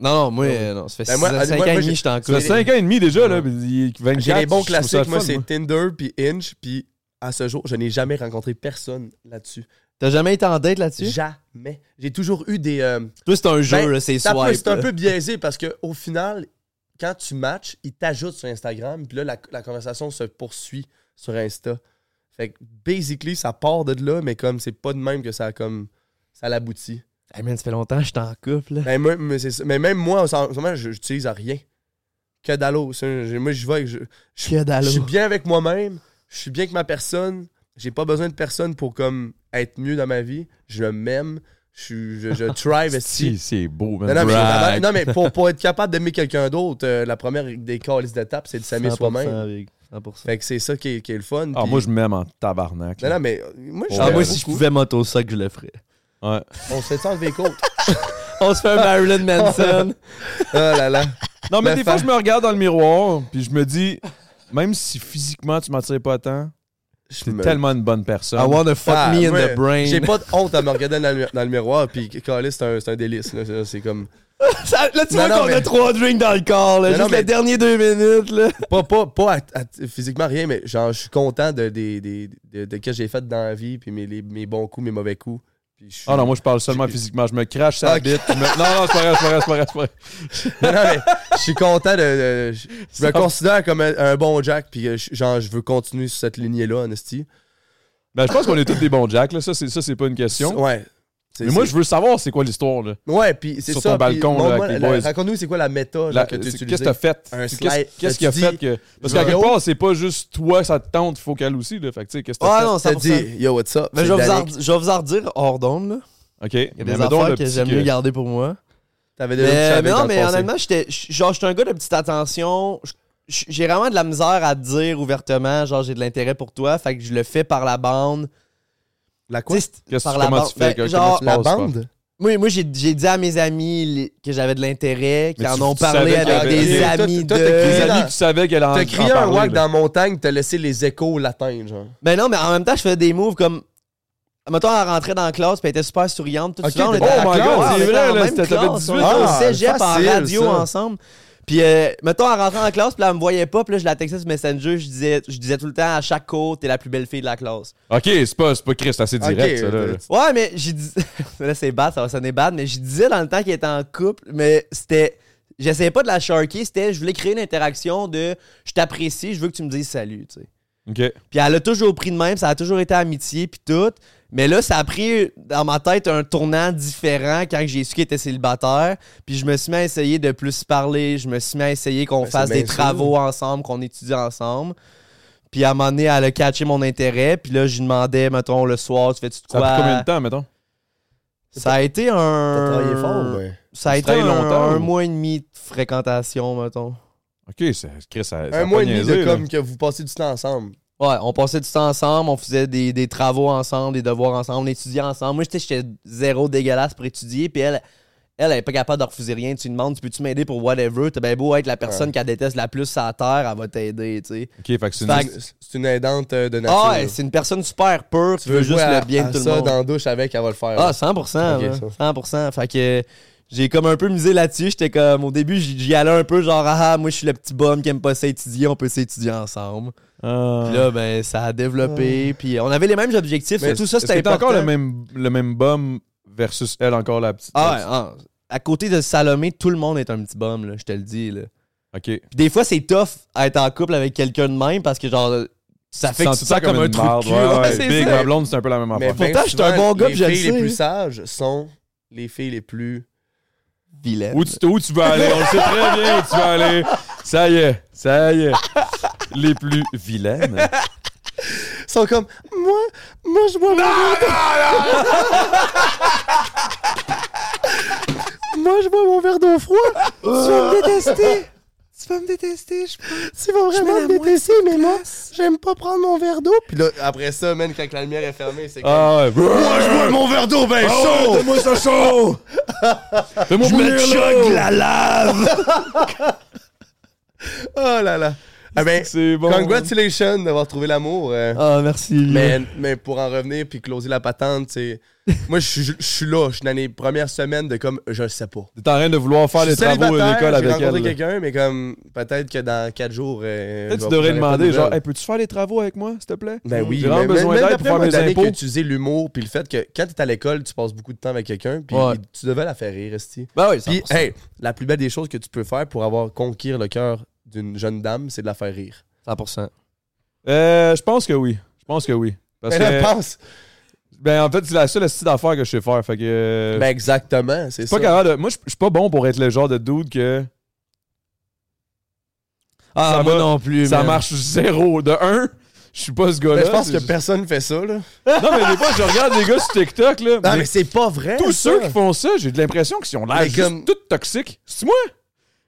Non, non, moi, euh, non, ça fait
Ben, moi,
5 ans
moi,
et
moi,
demi,
j'ai-
j'étais en
Ça fait
couple.
5 ans et demi déjà, là. puis il est 24,
J'ai les bons
je trouve ça le
classiques, moi,
fun,
c'est Tinder puis Inge, puis à ce jour, je n'ai jamais rencontré personne là-dessus.
T'as jamais été en date là-dessus?
Jamais. J'ai toujours eu des. euh,
Toi, c'est un jeu,
Ben,
là, c'est
Ça peut-
swipe. euh.
C'est un
là.
peu biaisé parce que au final, quand tu matches, il t'ajoute sur Instagram, puis là, la, la conversation se poursuit sur Insta. Fait que, basically, ça part de là, mais comme c'est pas de même que ça a comme. Ça l'aboutit.
Hey, man, ça fait longtemps que j'étais en couple. là.
Mais, même- mais c'est ça. Mais même moi, en ce en ce moment, je- j'utilise rien. Que d'allo. Ça, j'ai- Moi, je vais. Je, je-
Que dalle.
je suis bien avec moi-même. Je suis bien avec ma personne. J'ai pas besoin de personne pour comme être mieux dans ma vie. Je m'aime. Je, suis- je, je thrive.
Si,
esti.
c'est beau, man.
Non, non, mais,
Brag.
non, mais pour, pour être capable d'aimer quelqu'un d'autre, euh, la première des calices d'étapes, c'est de s'aimer
100%,
soi-même.
Vic, 100%.
Fait que c'est ça qui est, qui est le fun.
Ah,
puis-
moi, je m'aime en tabarnak.
Non,
là.
non, mais euh, moi, je
Ah,
Ah,
moi,
moi,
ouais.
si je pouvais m'auto ça que je le ferais.
Ouais.
On se fait enlever les côtes.
On se fait un Marilyn Manson.
Oh là là.
Non, mais
Ben,
des fois,
fa-
je me regarde dans le miroir, puis je me dis, même si physiquement tu m'attires pas tant,
Je
t'es
me-
tellement une bonne personne.
I wanna fuck
Ah,
me in
moi,
the brain.
J'ai pas de honte à me regarder dans le, dans le miroir, puis calice, c'est un, c'est un délice. là. C'est- C'est comme.
Ça- là, tu
Non,
vois
non,
qu'on a
mais-
trois drinks dans le corps, là.
Non,
juste
non,
les
mais-
derniers deux minutes, là.
Pas, pas, pas à- à- physiquement rien, mais genre, je suis content de, des des- de, de ce que j'ai fait dans la vie, puis mes, les- mes bons coups, mes mauvais coups. Puis je suis-
Ah non, moi je parle seulement
J'ai-
physiquement. Je me crache sur la
Ok.
bite. je me- Non, non, c'est pas vrai, c'est pas vrai, c'est pas vrai, c'est pas vrai.
Non, non, mais je suis content de. de- je je
Ça-
me considère comme un, un bon Jack, puis euh, je- genre, je veux continuer sur cette lignée-là, en esti.
Ben, je pense qu'on est tous des bons Jack, là. Ça, c'est, ça, c'est pas une question.
Ouais. C'est-
Mais moi,
c'est-
je veux savoir c'est quoi l'histoire, là.
Ouais, puis c'est
Sur
ça.
ton
puis
balcon, là,
montre-moi
avec
la-
les boys.
Raconte-nous, c'est quoi la méta genre,
La-
que tu
c'est-
utilisées?
Qu'est-ce que t'as fait?
Un
C'est-
slide.
Qu'est-ce qu'est-ce qui a
Tu
fait
dis-
que. Parce
Yo.
qu'à quelque part, c'est pas juste toi, ça te tente, il faut qu'elle aussi, là. Fait que, tu sais, qu'est-ce que t'as
Ah non, ça
T'as dit, yo, what's up?
Mais
C'est
je vais, vous en,
Danick.
je vais vous en redire hors d'onde, là.
fait? OK.
Il y a des
Mais mettons,
affaires
le
que
petit
j'aime
que-
mieux garder pour moi.
T'avais déjà dit que tu
Mais,
savais
mais
dans
non,
le
mais
passé.
honnêtement, j'étais j- genre, j'étais un gars de petite attention. J- j- J'ai vraiment de la misère à te dire ouvertement, genre, j'ai de l'intérêt pour toi. Fait que je le fais par la bande.
La quoi?
Tu sais, c'est-
Qu'est-ce
par
que-
la
comment
bande.
tu fais?
Ben,
que- comment
genre,
tu
La
passes, quoi?
bande?
moi, moi, j'ai j'ai dit à mes amis les- que j'avais de l'intérêt, qui
Mais
en
tu-
ont
tu
parlé
savais qu'il y
avec
avait-
des
Toi,
amis
toi, t'as
Tes
crié
de...
dans-
amis, tu savais qu'elle en
T'as crié un
wack
wack dans la montagne, t'as laissé les échos l'atteindre, genre.
Ben non, mais en même temps, je faisais des moves comme... Mettons, elle rentrait dans la classe, puis elle était super souriante. Tout
Ok,
ça, on
t'es-
était à la
oh my
classe,
God,
on
c'est
était
vrai,
dans la
là,
même
c'était- t'avais
classe,
18
on
ans.
était au
Ah,
cégep
facile,
en radio
ça.
ensemble. Puis, euh, mettons, elle rentrait en classe, puis elle me voyait pas, puis là, je la textais sur Messenger, je disais, je disais tout le temps à chaque cours, t'es la plus belle fille de la classe.
OK, c'est pas, c'est pas Chris, c'est assez
Ok,
direct, ça, là.
euh,
là.
Ouais, mais j'ai dit. là, c'est bad, ça va sonner bad, mais je disais dans le temps qu'elle était en couple, mais c'était. J'essayais pas de la sharker, c'était. Je voulais créer une interaction de. Je t'apprécie, je veux que tu me dises salut, tu sais.
OK.
Puis elle a toujours pris de même, ça a toujours été amitié, puis tout. Mais là, ça a pris dans ma tête un tournant différent quand j'ai su qu'elle était célibataire. Puis je me suis mis à essayer de plus se parler, je me suis mis à essayer qu'on
Ben,
fasse
c'est bien
des travaux ensemble, qu'on étudie ensemble. Puis à un moment donné, elle a catché mon intérêt. Puis là, je lui demandais, mettons, le soir, tu fais-tu de
Ça
quoi?
a pris combien de temps, mettons?
Ça a été un.
T'as travaillé fort, ouais.
Ça a
Tu
été un,
travailles longtemps,
un
ou?
mois et demi de fréquentation, mettons.
OK, c'est- Chris, ça. ça a
Un
pas
mois et demi
niaisé,
de
là.
comme que vous passez du temps ensemble.
Ouais, on passait du temps ensemble, on faisait des, des travaux ensemble, des devoirs ensemble, on étudiait ensemble. Moi, j'étais- j'étais zéro dégueulasse pour étudier, puis elle, elle, elle est pas capable de refuser rien. Tu lui demandes, tu peux-tu m'aider pour whatever? T'as bien beau être la personne qu'elle déteste la plus sur la terre, elle va t'aider, tu sais.
OK, fait que c'est
Fait
une.
que-
C'est une aidante euh, de nature.
Ah,
là.
ouais, c'est une personne super pure, qui
Tu
veut juste
jouer à-
le bien
à
de tout le
ça
monde.
dans la douche avec, elle va le faire.
Ah,
là.
100%,
Ok,
là.
ça.
100%. Fait que j'ai comme un peu misé là-dessus. J'étais comme, au début, j'y j'y allais un peu genre, ah, ah, moi, je suis le petit bonhomme qui aime pas s'étudier, on peut s'étudier ensemble.
Ah.
Puis là, ben, ça a développé. Puis euh, on avait les mêmes objectifs.
Mais
Surtout ça,
Est-ce que
c'était
t'es
important.
encore le même, le même bum versus elle, encore la petite?
Ah, ouais, ah. à côté de Salomé, tout le monde est un petit bum, là, je te le dis. Là.
OK.
Puis des fois, c'est tough à être en couple avec quelqu'un de même parce que, genre, ça fait que tu te sens comme un
une
trou de
marde,
cul.
ouais,
Ouais,
ouais.
c'est
Big
ça.
ma blonde, c'est un peu la même
Mais
affaire.
bien
pourtant, je suis un
souvent,
bon gars,
Les
puis je le
filles les
sais.
plus sages sont les filles les plus.
Vilaine.
Où tu, où tu veux aller? On le sait très bien où tu veux aller. Ça y est, ça y est. Les plus vilaines.
sont comme moi, moi je bois mon verre. moi je bois mon verre d'eau froid. tu vas me détester. Tu vas me détester. Tu vas vraiment me détester, mais moi j'aime pas prendre mon verre d'eau. Puis là après ça, même quand la lumière est fermée, c'est comme
Ah ouais. Moi, je bois
mon verre d'eau ben
chaud! Fais-moi ça chaud! Fais-moi bouillir l'eau!
lave!
Oh là là. Ah ben,
C'est bon.
congratulations d'avoir trouvé l'amour. euh.
Ah, merci.
Mais, mais pour en revenir puis closer la patente, c'est moi je suis- je suis là, je suis dans les premières semaines de comme je le sais pas.
T'es en train de vouloir faire
Je
les
suis
travaux à
célibataire,
l'école avec
j'ai rencontré
elle.
quelqu'un, mais comme peut-être que dans 4 jours. euh,
Peut-être
je
tu
vais-
devrais
j'aurai pas de
demander, genre,
nouvelles.
hey, peux-tu faire les travaux avec moi, s'il te plaît?
ben oui,
j'ai vraiment
mais- mais-
besoin
même
d'aide pour
d'après
faire
moi,
mes
d'aller
impôts.
que tu utilises l'humour, puis le fait que quand t'es à l'école, tu passes beaucoup de temps avec quelqu'un, puis
Ouais.
il- tu devais la faire rire, esti.
Ben oui,
Puis,
100%.
hey, la plus belle des choses que tu peux faire pour avoir conquis le cœur d'une jeune dame, c'est de la faire rire.
100%.
eh, Euh, je pense que oui. Je pense que oui. Parce
Ben,
que,
pense.
ben, en fait, c'est la seule style d'affaires que je sais faire. Fait que. euh,
Ben, exactement, c'est
je suis
ça.
pas capable de- Moi, je je suis pas bon pour être le genre de dude que
Ah,
Ça
moi
va,
non plus.
ça
man.
marche zéro. De un, je suis pas ce gars-là.
Ben, je pense
C'est
que
juste-
personne fait ça, là.
Non, mais des fois, je regarde des gars sur TikTok, là.
Non,
mais
mais c'est pas vrai.
tous
ça.
ceux qui font ça, j'ai de l'impression qu'ils ont l'air
Mais
juste
comme-
tout toxiques. C'est moi?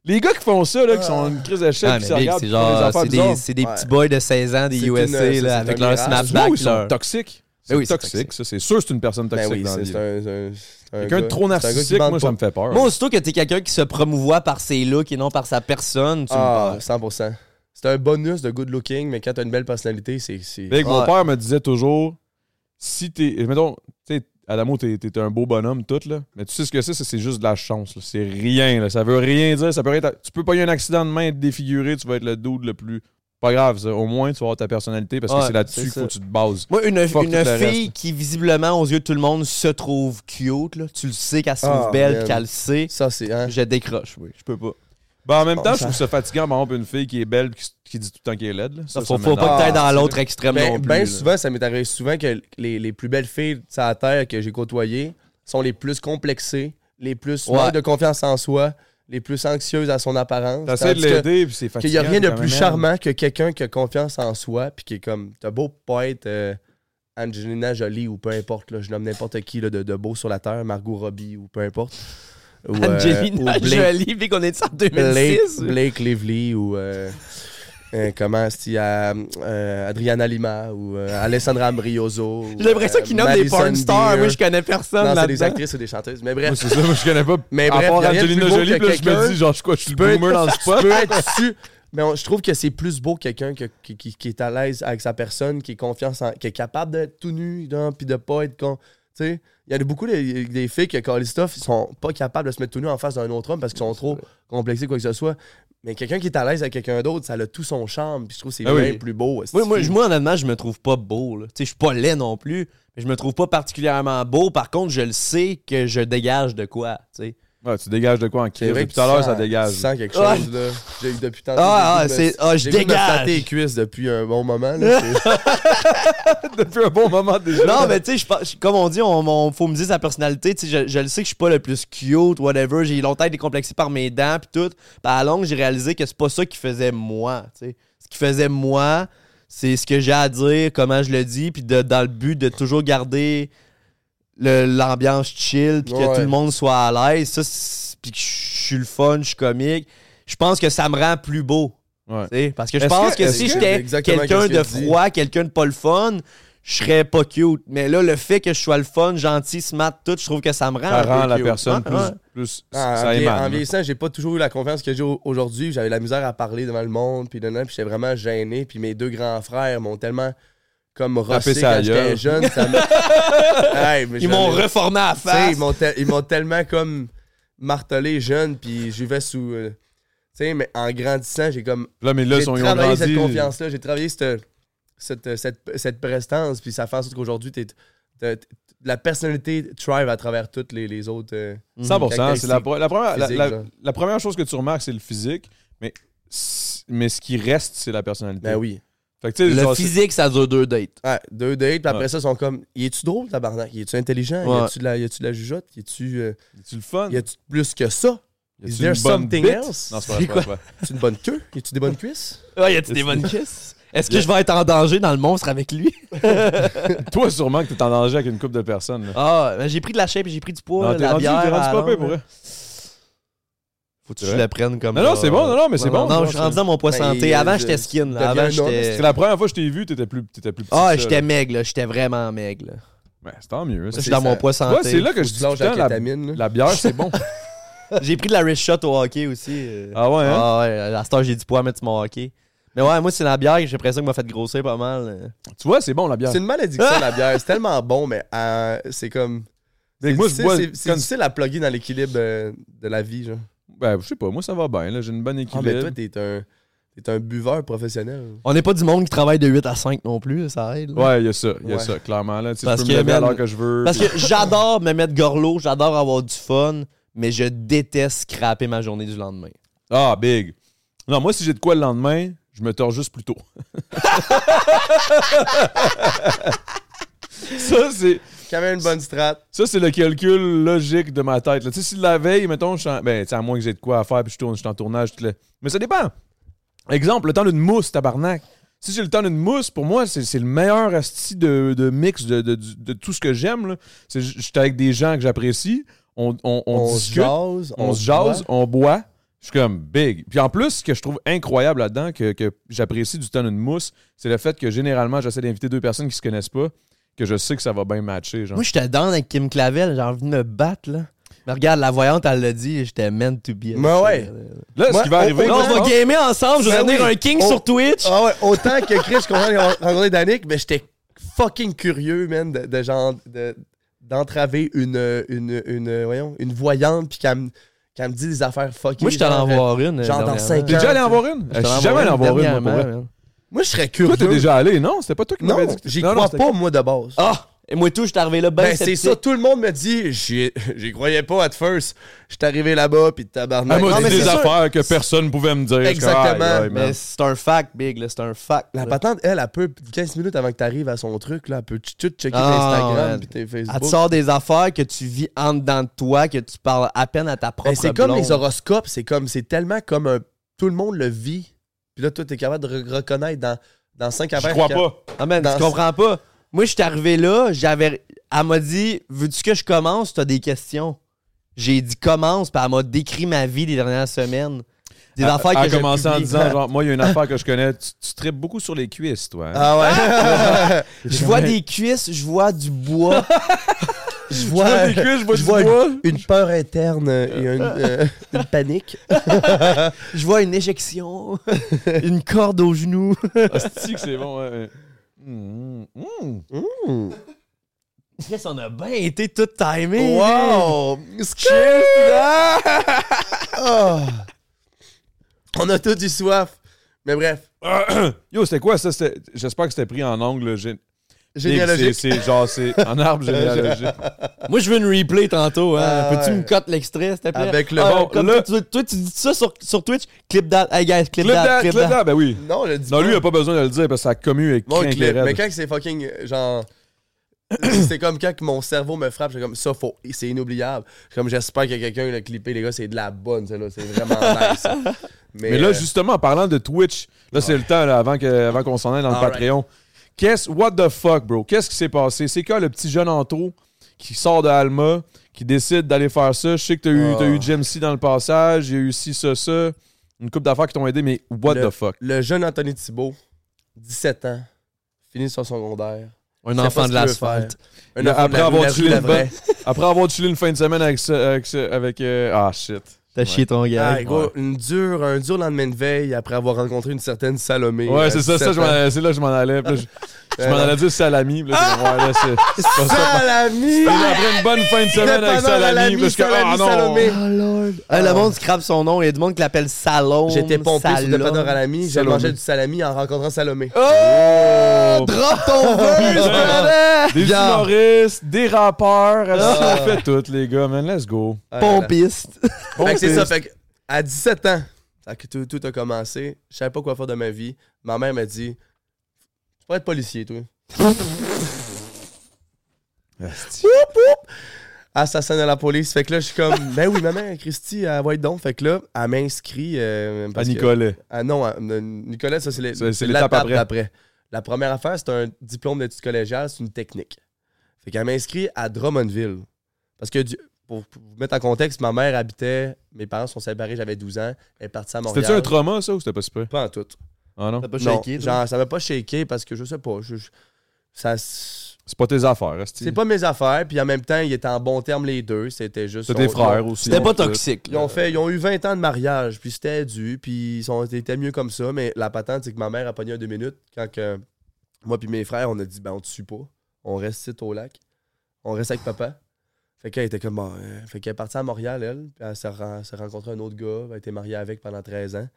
Les gars qui font ça, là, qui sont une crise d'échelle,
Ah,
qui
mais
se
big,
regardent,
c'est
qui font des
genre,
affaires
c'est
bizarres.
des, c'est des
Ouais.
petits boys de 16 ans des
C'est une-
euh,
USA,
c'est- c'est
là,
un
avec leur
mirage.
Tu vois
snapback.
Ah, où ils sont
leur-
toxiques? C'est
Ben oui, c'est
toxique,
toxique.
ça. C'est sûr c'est une personne toxique
Ben oui,
dans la
c'est
vie.
c'est un. c'est un- c'est un
Quelqu'un de
gars-
trop
c'est un gars qui
narcissique,
bande
moi,
pas.
ça me fait peur.
Moi, aussitôt que t'es quelqu'un qui se promouvoit par ses looks et non par sa personne, tu
Ah,
me
100%. C'est un bonus de good looking, mais quand t'as une belle personnalité, c'est. c'est-
Fait que Mon
Ouais.
père me disait toujours, si t'es... Mettons, tu sais, Adamo, t'es t'es un beau bonhomme, tout, là. Mais tu sais ce que c'est, ça, c'est juste de la chance. là. C'est rien, là. Ça veut rien dire. Ça peut rien t'a- Tu peux pas y un accident de main, être défiguré, tu vas être le dude le plus... Pas grave, ça. Au moins, tu vas avoir ta personnalité parce que
Ouais,
c'est là-dessus
c'est
qu'il faut
ça.
que tu te bases.
Moi, une,
Fuck
une
tout le reste,
fille qui, visiblement, aux yeux de tout le monde, se trouve cute, là, tu le sais qu'elle se trouve
Ah,
belle
man.
pis qu'elle le sait,
Ça, c'est. hein.
je décroche, oui. Je peux pas.
Ben, en même
Bon,
temps,
ça-
je trouve ça fatigant, par exemple, une fille qui est belle pis qui, s- qui dit tout le temps qu'elle est laide. là. Ça,
faut, faut
ça m'énerve.
pas que t'ailles
Ah,
dans
c'est
l'autre extrême non
Ben,
plus.
ben
là.
souvent, ça m'est arrivé souvent que les, les plus belles filles de la terre que j'ai côtoyées sont les plus complexées, les plus
Ouais.
manquent de confiance en soi, les plus anxieuses à son apparence.
T'essaies de
Tandis que-
l'aider, puis c'est
Qu'il
fatigant.
n'y a rien de
quand
plus
même.
charmant que quelqu'un qui a confiance en soi, puis qui est comme, t'as beau pas être euh, Angelina Jolie ou peu importe, là, je nomme n'importe qui là, de, de beau sur la terre, Margot Robbie ou peu importe. Ou, euh,
Angelina
ou Blake,
Jolie, puis qu'on est en
Blake,
2006.
Blake Lively ou euh, euh, comment est-ce a Adriana Lima ou euh, Alessandra Ambrioso. ou,
J'ai l'impression qu'ils
euh,
nomment des
Madison
porn stars.
Beer.
Moi, je connais personne
Non, c'est des
là-dedans.
actrices ou des chanteuses, mais
Moi,
bref.
c'est ça, moi, je connais pas.
Mais
à
bref,
part
y a rien de
Angelina
plus beau
Jolie,
que
puis là, je me
quelqu'un-
dis, genre, je suis quoi, je suis le
Peut être-
boomer dans le spot.
peut être su- Mais on- je trouve que c'est plus beau quelqu'un que- qui, qui- qui est à l'aise avec sa personne, qui est confiance en- qui est capable d'être tout nu, là, puis de pas être con. Tu sais, il y a de- beaucoup de- des filles que quand stuff, ils sont pas capables de se mettre tout nu en face d'un autre homme parce qu'ils sont trop complexés quoi que ce soit. Mais quelqu'un qui est à l'aise avec quelqu'un d'autre, ça a tout son charme, puis je trouve que c'est
Ah oui.
bien plus beau.
Oui, moi, je- moi, honnêtement, je me trouve pas beau. là. Tu sais, je suis pas laid non plus, mais je me trouve pas particulièrement beau. Par contre, je le sais que je dégage de quoi. tu sais.
Ouais, tu dégages de quoi en
C'est
crise.
vrai que
Depuis tout à l'heure, ça dégage.
Tu sens quelque
Ah.
chose, là. J'ai eu depuis tant de
Ah,
j'ai
ah,
le goût de me-
c'est- ah, je
j'ai le goût de me
dégage.
flatter les cuisses depuis un bon moment, là. C'est-
Depuis un bon moment déjà.
Non, mais tu sais, je pense- je- comme on dit, on, on- faut me dire sa personnalité. Tu sais, je, je le sais que je suis pas le plus cute, whatever. J'ai longtemps été décomplexé par mes dents, puis tout. Puis à la longue, j'ai réalisé que c'est pas ça qui faisait moi. tu sais. Ce qui faisait moi, c'est ce que j'ai à dire, comment je le dis, puis de- dans le but de toujours garder le- l'ambiance chill, puis que
Ouais.
tout le monde soit à l'aise. Ça, c'est- puis que je suis le fun, je suis comique. Je pense que ça me rend plus beau.
Ouais.
tu sais. Parce que je
Est-ce
pense
que-
que,
est-ce
si
que-
j'étais
Exactement
quelqu'un
qu'est-ce que
de
tu dis.
froid, quelqu'un de pas le fun, je serais pas cute. Mais là, le fait que je sois le fun, gentil, smart, tout, je trouve que ça me rend.
Ça
un peu
rend la
cute.
personne
Ouais,
plus.
ouais.
plus
Ah, en,
ça
vie- en
émane. là.
vieillissant, j'ai pas toujours eu la confiance que j'ai au- aujourd'hui. J'avais la misère à parler devant le monde, puis nanana, puis j'étais vraiment gêné. Puis mes deux grands frères m'ont tellement comme rossé
ça
quand j'étais
ailleurs.
jeune. ça me- Hey, mais
Ils
j'en
m'ont
ai-
reformé à
tu sais,
face.
ils m'ont te- ils m'ont tellement comme martelé jeune, puis je vivais sous. euh, tu sais, mais en grandissant, j'ai comme
Là, mais là,
j'ai
ils ont ils ont
travaillé cette
grandi.
confiance-là, j'ai travaillé cette, cette, cette, cette prestance, puis ça fait en sorte qu'aujourd'hui, t'es- t'es- t'es- la personnalité thrive à travers toutes les, les autres. euh,
Mm, 100 c'est la,
Caractéristique
la première, la-
physique,
la-
genre.
la première chose que tu remarques, c'est le physique, mais, c- mais ce qui reste, c'est la personnalité.
Ben oui.
Fait que, tu sais,
Le
genre, c'est-
physique, ça dure deux dates.
Ouais, deux dates, puis après
Ouais.
ça, ils sont comme « Es-tu drôle, tabarnak? Es-tu intelligent?
Ouais.
Y a-tu de la, y a-tu de la jugeote? Y a-tu euh,
c'est-tu le fun?
y a-tu plus que ça?
Y a-tu
Is there
une bonne
something
bite?
else?
Non, c'est pas vrai, c'est pas vrai.
Y a-tu une bonne queue? Y a-tu des bonnes cuisses?
Ah,
Ouais, y a-tu des bonnes kisses? Est-ce que je vais être en danger dans le monstre avec lui?
Toi, sûrement que t'es en danger avec une couple de personnes. là.
Ah, ben, j'ai pris de la shape, j'ai pris du poids,
non,
de
t'es
la
rendu, t'es
bière.
rendu
à
pas peu
l'ombre.
pour vrai.
Faut que
C'est
je
vrai.
le prenne comme
Non, non,
ça.
c'est bon, non, non, mais c'est
Ouais,
bon.
Non,
genre,
je suis
c'est-
rendu dans mon poids
Ben,
santé.
euh,
Avant,
je-
j'étais skin. là.
je
Avant,
deviens un homme,
j'étais.
C'est la première fois que je t'ai vu, t'étais plus, t'étais plus petit.
Ah,
que ça,
j'étais
là.
maigre, là. J'étais vraiment maigre, là.
Ben, c'est tant mieux.
Je
ça.
suis dans
ça.
mon poids santé.
Ouais, c'est là que
Faut
je
que
dis
tu
tout le
lâches
temps,
la
la,
kétamine, là.
la bière, c'est bon.
J'ai pris de la wrist shot au hockey aussi. euh.
Ah ouais, hein?
Ah ouais, à la star, j'ai du poids à mettre sur mon hockey. Mais ouais, moi, c'est la bière que j'ai l'impression que m'a fait grossir pas mal. euh.
Tu vois, c'est bon, la bière.
C'est une malédiction, la bière. C'est tellement bon, mais euh, c'est comme...
Fait que
c'est
moi, je
difficile-
bois-
c'est- C'est
quand-
difficile à plugger dans l'équilibre euh, de la vie, genre.
Ben, je sais pas, moi, ça va bien. là, J'ai une bonne
Ah, mais
équilibre.
toi, t'es un... T'es un buveur professionnel.
On n'est pas du monde qui travaille de 8 à 5 non plus, ça aide. là.
Ouais, il y a ça, il y a
Ouais.
ça, clairement. Là, tu sais, je
Parce
peux
que,
me lever à
man,
l'heure que je veux.
Parce
puis-
que j'adore me mettre gorlot, j'adore avoir du fun, mais je déteste scraper ma journée du lendemain.
Ah, big. Non, moi, si j'ai de quoi le lendemain, je me tords juste plus tôt. ça, c'est,
Quand même une bonne strat.
ça, c'est le calcul logique de ma tête. là. Tu sais, si la veille, mettons, je suis en- ben, tu sais, à moins que j'ai de quoi à faire, puis je tourne, je suis en tournage. tout le- Mais ça dépend. Exemple, le temps d'une mousse, tabarnak. Si j'ai le temps d'une mousse, pour moi, c'est, c'est le meilleur asti de, de mix de, de- de tout ce que j'aime. là. C'est, je suis avec des gens que j'apprécie, on, on, on
On, se
discute,
jase.
on se jase,
boit.
on boit. Je suis comme big. Puis en plus, ce que je trouve incroyable là-dedans, que, que j'apprécie du temps d'une mousse, c'est le fait que généralement, j'essaie d'inviter deux personnes qui se connaissent pas, que je sais que ça va bien matcher. Genre.
Moi, j'étais down avec Kim Clavel, j'ai envie de me battre, là. Mais regarde, la voyante, elle l'a dit, j'étais meant to be.
Mais ouais.
Là, ce
Moi,
qui va
on-
arriver.
Là, on va
moi,
gamer ensemble, je vais
Ben
devenir
oui.
un king
On-
sur Twitch.
Ah ouais, autant que Chris, je comprends qu'il a rencontré Danick, mais j'étais fucking curieux, man, de, de genre de- d'entraver une, une, une, voyons, une voyante puis qu'elle me, qu'elle me dit des affaires fucking.
Moi, je t'en
genre,
en
euh,
voir une. euh,
genre dans
dernièrement.
cinq
T'es déjà allé en
tu-
voir une?
Je
Je
t'en
suis jamais allé en voir une, moi, pour
dernièrement,
vrai.
man.
Moi, je serais
Toi,
curieux.
t'es déjà allé, non? C'était pas toi qui m'avais
Non,
dit. que-
j'y
Non, non,
crois
c'était-
pas, moi, de base.
Ah! Et moi, tout, je suis arrivé là, ben,
Ben, c'est
sceptique.
ça, tout le monde me dit, j'y j'y croyais pas at first. Je suis arrivé là-bas, puis
Elle
tabarnak.
m'a
non,
dit
mais
des
Ah, c'est sûr.
affaires que personne pouvait me dire. Je suis comme,
Exactement.
aïe, aïe, man.
Mais c'est un fact, Big, là, c'est un fact.
La
là.
patente, elle, elle peut 15 minutes avant que t'arrives à son truc, là, elle peut tout checker
Ah,
Instagram
ouais.
puis tes
Elle te
Facebook.
sort des affaires que tu vis en dedans de toi, que tu parles à peine à ta propre
Ben, c'est comme
blonde.
les horoscopes, c'est comme c'est tellement comme un- tout le monde le vit. Puis là, toi, t'es capable de re- reconnaître dans, dans 5
Je crois pas.
Ah, man,
Dans-
tu comprends pas. Moi, je suis arrivé là, j'avais. Elle m'a dit Veux-tu que je commence T'as des questions. J'ai dit Commence, puis elle m'a décrit ma vie des dernières semaines. Des
Elle-
affaires
elle
que
a commencé en
je
disant genre, moi, il y a une affaire que je connais. Tu, tu tripes beaucoup sur les cuisses, toi. hein?
Ah ouais.
Je vois des cuisses, je vois du bois. je vois.
des cuisses, je vois
je
du
vois
bois.
une peur interne et une, euh, une panique.
Je vois une éjection, une corde au genou.
Ah, c'est-tu que c'est bon, ouais, ouais. Mm, mm, mm.
Yes, on a bien été tout timé.
Wow! Ah. On a tout du soif. Mais bref,
Yo, c'était quoi ça? C'était- J'espère que c'était pris en angle gé-
généalogique.
C'est c'est genre, c'est en arbre généalogique.
Moi, je veux une replay tantôt. Hein.
Ah,
Peux-tu
ouais.
me cote l'extrait, s'il te plaît?
Avec le-
Ah,
Bon,
comme
là-
toi, tu- toi, tu dis ça sur, sur Twitch. Clip that. Hey, guys, clip,
Clip
that,
that,
clip
clip
that.
that, ben oui.
Non, le dit
Non, lui, il
pas.
a pas besoin de le dire parce que ça commu et
Mon
crinque les
clip. Mais
raides.
quand c'est fucking euh, genre. C'est comme quand que mon cerveau me frappe, j'ai comme ça, faut, c'est inoubliable. J'ai Comme j'espère que quelqu'un l'a clippé, les gars, c'est de la bonne, celle-là, c'est vraiment nice. ça.
Mais là,
euh,
justement, en parlant de Twitch, là, c'est le temps, là, avant que- avant qu'on s'en aille dans le
Alright.
Patreon. Qu'est-ce, what the fuck, bro? Qu'est-ce qui s'est passé? C'est quoi le petit jeune Anto qui sort de Alma, qui décide d'aller faire ça? Je sais que t'as eu,
Ah.
t'as eu Jim C dans le passage, il y a eu ci, ça, ça. Une couple d'affaires qui t'ont aidé, mais what
Le-
the fuck?
Le jeune Anthony Thibault, 17 ans, fini son secondaire.
Un
sait pas
enfant
ce
de
qu'il veut
l'asphalte.
faire. Un
Là,
enfant de
après
la rue,
avoir
la rue,
tué
la
une
vraie.
Après avoir chillé une fin de semaine avec. ça- avec, ça- avec, euh, ah, shit.
T'as chié ton gars.
Ah, gros, une dure, un dur lendemain de veille après avoir rencontré une certaine Salomé. euh,
Ouais,
à
c'est ça, ça
17
je m'en allais- c'est là que je m'en allais. puis là, je je m'en allais dire salami. puis là, c'est- ouais, là, c'est-
ans. Salami!
Et là, après une bonne fin de semaine avec
Dépanneur
salami.
Salami,
parce que, ah
Salami,
non.
Salomé.
Oh, Lord. Hey, le monde scrape son nom. Il y a du monde qui l'appelle Salon.
Ah. J'étais pompé sur le panneau à l'ami, j'ai
Salomé.
mangé du salami en rencontrant Salomé.
Oh! Drop ton verse, brother!
Des
Genre,
humoristes, des rappeurs,
Ah.
on fait tout, les gars, man, let's go.
Ah là là.
Pompiste.
Fait que c'est
Pompiste.
ça, fait que à 17 ans, fait que tout, tout a commencé, je savais pas quoi faire de ma vie. Ma mère m'a dit Tu pourrais être policier, toi.
Asti.
Assassin de la police. Fait que là, je suis comme Ben oui, ma mère, Christy, elle va être donc. Fait que là, elle m'inscrit. euh,
À
parce que-
Nicolet.
Ah non, à- euh, Nicolas, ça, c'est les-
C'est- c'est
c'est
l'étape
l'étape
après.
après. La première affaire, c'est un diplôme d'études collégiales, c'est une technique. Fait qu'elle m'inscrit à Drummondville. Parce que, du- pour, pour vous mettre en contexte, ma mère habitait, mes parents sont séparés, j'avais 12 ans, elle est partie à Montréal.
C'était-tu un trauma, ça, ou c'était pas super?
Pas en tout.
Ah non?
T'as pas
Non,
shaké, toi?
genre, ça m'a pas shaké parce que je sais pas. je- je- ça, c'est
C'est pas tes affaires, Asti.
pas mes affaires. Puis en même temps, ils étaient en bon terme les deux. C'était juste.
C'est tes
on-
frères aussi.
C'était pas toxique.
Ils ont, fait, ils ont eu 20 ans de mariage, puis c'était dû, puis ils sont, étaient mieux comme ça. Mais la patente, c'est que ma mère a pogné un deux minutes quand que moi puis mes frères, on a dit, ben on te suit pas, on reste ici au lac, on reste avec papa. Fait qu'elle était comme, Bon, euh, fait qu'elle est partie à Montréal, elle, puis elle s'est ren- s'est rencontrée un autre gars, elle a été mariée avec pendant 13 ans.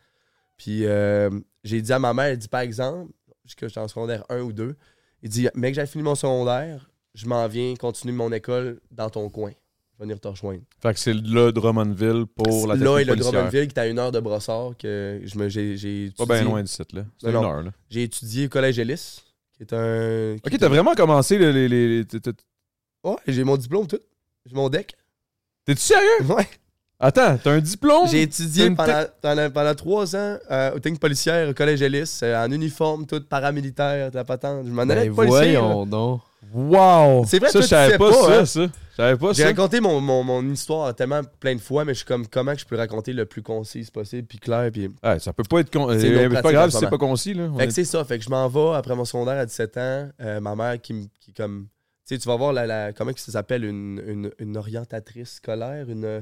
Puis euh, j'ai dit à ma mère, elle dit par exemple, que j'étais en secondaire 1 ou 2, il dit, mec, j'ai fini mon secondaire, je m'en viens continuer mon école dans ton coin, je vais venir te rejoindre.
Fait que c'est le Drummondville pour la technique
Là, et le
policière.
Drummondville, qui est à une heure de brossard, que je me- j'ai j'ai
Pas
étudié,
bien loin du site, là. C'est une
Non, non.
heure, là.
j'ai étudié au Collège Ellis, qui est un... qui
Ok,
est
t'as
un-
vraiment commencé les. les- les- t'es- t'es-
Ouais, j'ai mon diplôme tout. J'ai mon deck.
T'es-tu sérieux?
Ouais.
Attends, t'as un diplôme?
J'ai étudié
une
pendant, pendant, pendant trois ans euh, au technique policière au Collège Ellis, euh, en uniforme, tout paramilitaire, de la patente. Je m'en allais
Ben
être policier. là.
voyons donc.
Wow!
C'est vrai,
ça,
toi,
je
tu
savais
sais
pas,
pas,
ça,
hein?
ça. Je savais pas
J'ai
ça.
raconté mon, mon, mon histoire tellement plein de fois, mais je suis comme comment que je peux le raconter le plus concise possible, puis clair, puis...
Ah, ça peut pas être. con-
C'est
euh,
nos
C'est pas
pratiques
grave
en
si
ce
c'est pas
moment.
concis, là. On
Fait
est-
que c'est ça, fait que je m'en vais après mon secondaire à 17 ans. euh, ma mère qui, me- qui comme. Tu sais, tu vas voir la, la- comment que ça s'appelle une, une, une orientatrice scolaire, une euh,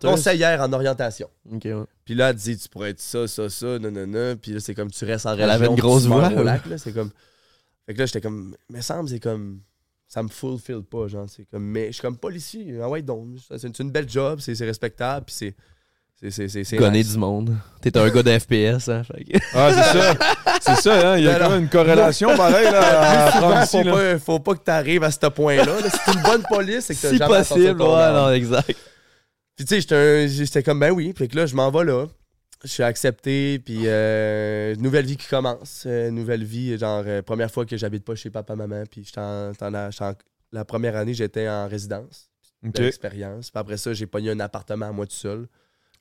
conseillère en orientation.
Ok, ouais.
Puis là, elle dit tu pourrais être ça, ça, ça, nanana. Puis là, c'est comme tu restes en
Elle
relation.
avait une
puis tu
grosse
meurs
voix,
au
là.
lac, là, c'est comme. Fait que là, j'étais comme. Mais semble, c'est comme. Ça me fulfill pas, genre. C'est comme. Mais je suis comme policier. Ah ouais, donc. ça, C'est une belle job, c'est c'est respectable, puis c'est. C'est, c'est, c'est, c'est
Gonner
nice.
du monde. T'es un gars de FPS, hein. fait que-
Ah, c'est ça. C'est ça, hein. Il y a
Ben
quand
non.
même une corrélation pareille là, à prendre
Souvent,
ici.
faut,
là.
pas, faut pas que t'arrives à ce point-là. là. Si t'es une bonne police, c'est que t'as
Si
jamais à sortir
possible,
ton
ouais,
arme.
non, exact.
Puis tu sais, j'étais un- j'étais comme, ben oui. Puis que là, je m'en vais là. Je suis accepté, puis euh, nouvelle vie qui commence. Euh, nouvelle vie, genre, euh, première fois que j'habite pas chez papa-maman. Puis j'étais en- j'étais en- j'étais en- la première année, j'étais en résidence,
Ok.
de l'expérience. Puis après ça, j'ai pogné un appartement à moi tout seul.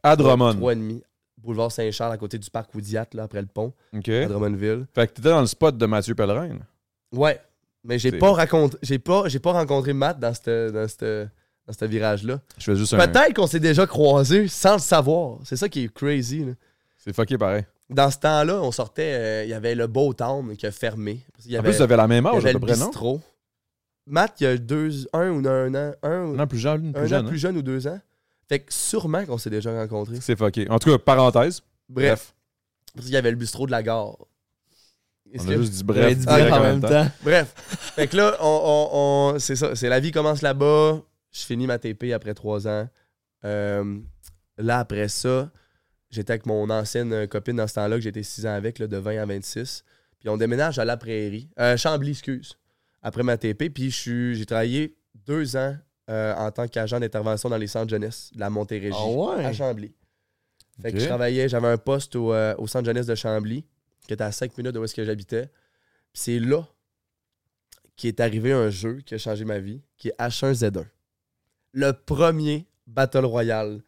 À Drummond.
Trois et demi, boulevard Saint-Charles, à côté du parc Oudiat, là, après le pont,
Ok.
à Drummondville.
Fait que t'étais dans le spot de Mathieu Pellerin. là.
Ouais, mais j'ai
C'est-
pas, raconté, j'ai pas, j'ai pas rencontré Matt dans ce dans cette- dans ce virage-là.
Je fais juste un.
Peut-être qu'on s'est déjà croisés sans le savoir. C'est ça qui est crazy. là.
C'est fucké pareil.
Dans ce temps-là, on sortait, euh, il y avait le beau town qui a fermé. Il y
En
avait,
plus, vous avez la même
il y
âge
avait
à
le
peu près, non?
bistrot. Matt, il y a deux, un ou un an, un, ou-
Non, plus jeune.
un
Plus
an
jeune.
plus
hein.
jeune ou deux ans. Fait que sûrement qu'on s'est déjà rencontrés.
C'est fucké. En tout cas, parenthèse.
Bref, il y avait le bistrot de la gare. Est-ce
On a
que-
juste dit
J'aurais
bref.
dit
Ah,
bref
direct
en même temps.
Bref. fait que là, on, on- on- c'est ça. C'est la vie commence là-bas. Je finis ma TP après trois ans. Euh, là, après ça, j'étais avec mon ancienne copine dans ce temps-là que j'étais six ans avec, là, de 20 à 26. Puis on déménage à La Prairie. Euh, Chambly, excuse. Après ma TP. Puis je suis- j'ai travaillé deux ans euh, en tant qu'agent d'intervention dans les centres jeunesse de la Montérégie
Ah, ouais.
à Chambly. Fait que
Ok.
je travaillais, j'avais un poste au, euh, au centre jeunesse de Chambly, qui était à 5 minutes de où est-ce que j'habitais. Puis c'est là qu'est arrivé un jeu qui a changé ma vie, qui est H1Z1. Le premier Battle Royale.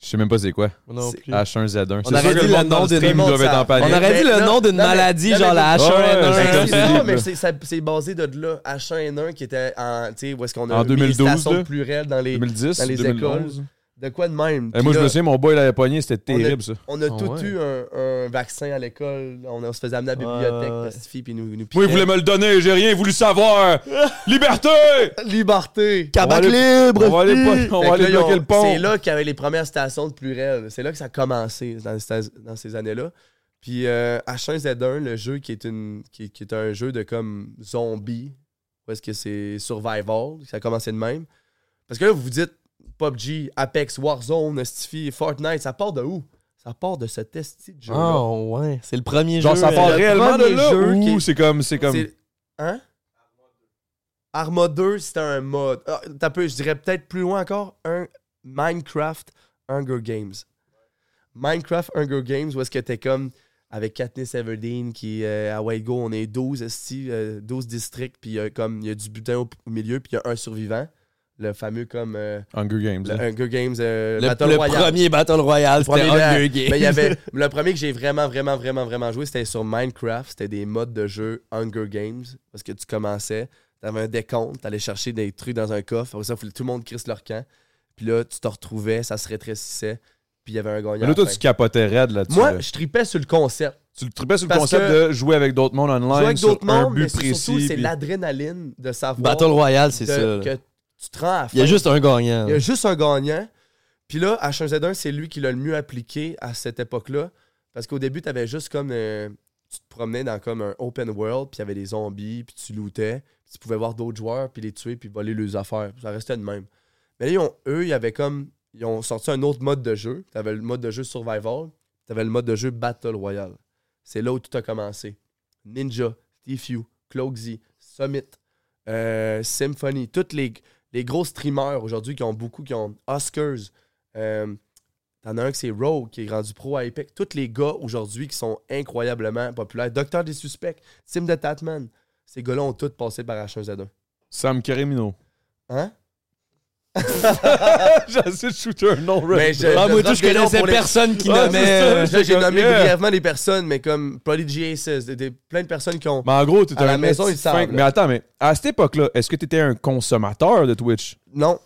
Je sais même pas c'est quoi.
Non
C'est-
plus.
H1Z1
On aurait
sûr que
dit le
monde dans
nom
le
des
stream
noms,
doit être
ça.
On
en
Mais-
panique.
aurait dit
mais
le
non,
nom d'une
non, mais-
maladie,
non,
genre
mais-
la
Ouais,
Ben,
H1N1.
comme Ah, c'est
c'est non,
possible.
mais c'est, ça- c'est basé de là. H1N1 qui était en, tu sais, où est-ce qu'on a
En
mis les
2012,
stations
là.
de pluriel dans les,
2010,
dans les
2011.
de quoi de même.
Eh,
Puis
moi, je
là,
me souviens, mon boy l'avait pogné, c'était terrible, ça.
on a
Ah
tout
ouais.
eu un, un vaccin à l'école. On, a- on se faisait amener à la
Ouais,
bibliothèque,
ouais.
pacifier, puis nous, nous
Moi, il
piquait.
voulait me le donner, j'ai rien voulu savoir. Liberté!
Liberté!
Cabac
On va
libre!
on va aller,
hostie.
pas- on va aller
Fait que Ben, là,
bloquer
ils ont-
le pont.
C'est là qu'il y avait les premières stations de pluriel. C'est là que ça a commencé dans, ces- dans ces années-là. Puis euh, H1Z1, le jeu qui est, une, qui, qui est un jeu de comme zombie, ou est-ce que c'est survival, ça a commencé de même. Parce que là, vous vous dites PUBG, Apex, Warzone, Stifi, Fortnite, ça part de où? Ça part de ce esti de jeu-là.
Oh, ouais. C'est le premier
Genre,
jeu.
ça
euh,
part
le
réellement de
premier
là
jeu qui
ou
est-
c'est comme. C'est comme...
C'est- Hein? Arma 2, c'était un mod. Ah, t'as peu, je dirais peut-être plus loin encore, un Minecraft Hunger Games. Minecraft Hunger Games, où est-ce que t'es comme avec Katniss Everdeen qui euh, à White Go, on est 12 esti, euh, 12 districts, puis il y a comme il y a du butin au, au milieu, puis il y a un survivant, le fameux comme euh,
Hunger Games.
le
là.
Hunger Games euh,
Le,
Battle
le
Royale.
premier Battle Royale, c'était
Premier de-
Hunger Games.
Mais ben, il y avait le premier que j'ai vraiment vraiment vraiment vraiment joué, c'était sur Minecraft, c'était des modes de jeu Hunger Games parce que tu commençais, t'avais un décompte, t'allais chercher des trucs dans un coffre, après ça faut que tout le monde crisse leur camp. Puis là, tu te retrouvais, ça se rétrécissait, puis il y avait un gagnant.
Mais là, toi,
à la
tu capotais raide là-dessus.
fin.
là.
Moi, je tripais sur le concept.
Tu le tripais sur le
Parce
concept
que-
de jouer avec d'autres mondes online,
Jouer avec
sur
d'autres
un
mondes,
but
mais c'est
précis.
surtout c'est
puis-
l'adrénaline de savoir
Battle Royale, c'est
de-
ça.
que tu te rends à la
Il y a
fin.
juste un gagnant.
Il y a juste un gagnant. Puis là, H1Z1, c'est lui qui l'a le mieux appliqué à cette époque-là. Parce qu'au début, tu avais juste comme. euh, tu te promenais dans comme un open world, puis il y avait des zombies, puis tu lootais. Puis tu pouvais voir d'autres joueurs, puis les tuer, puis voler leurs affaires. Ça restait de même. Mais là, ils ont- eux, ils avaient comme. Ils ont sorti un autre mode de jeu. Tu avais le mode de jeu survival, tu avais le mode de jeu battle royale. C'est là où tout a commencé. Ninja, Tfue, Cloxy, Summit, euh, Symphony, toutes les les gros streamers aujourd'hui qui ont beaucoup, qui ont Oscars. Euh, T'en as un que c'est Rogue qui est rendu pro à Epic. Tous les gars aujourd'hui qui sont incroyablement populaires. Docteur des suspects, Sim de Tatman. Ces gars-là ont tous passé par H1Z1.
Sam Carimino.
Hein?
J'ai assez de shooter un nom, right?
je,
Ah, moi, tout,
donne
je
des noms
connaissais
pour les-
personne qui
Ah, c'est ça.
nommait.
Là, J'ai
J'étais
nommé
comme, yeah.
brièvement les personnes, mais comme Prodigy Aces, des- des- plein de personnes qui ont.
Mais en gros, t'étais
À la
un
maison,
petit
ils savent,
fin-
là.
Mais attends, mais à cette époque-là, est-ce que t'étais un consommateur de Twitch?
Non,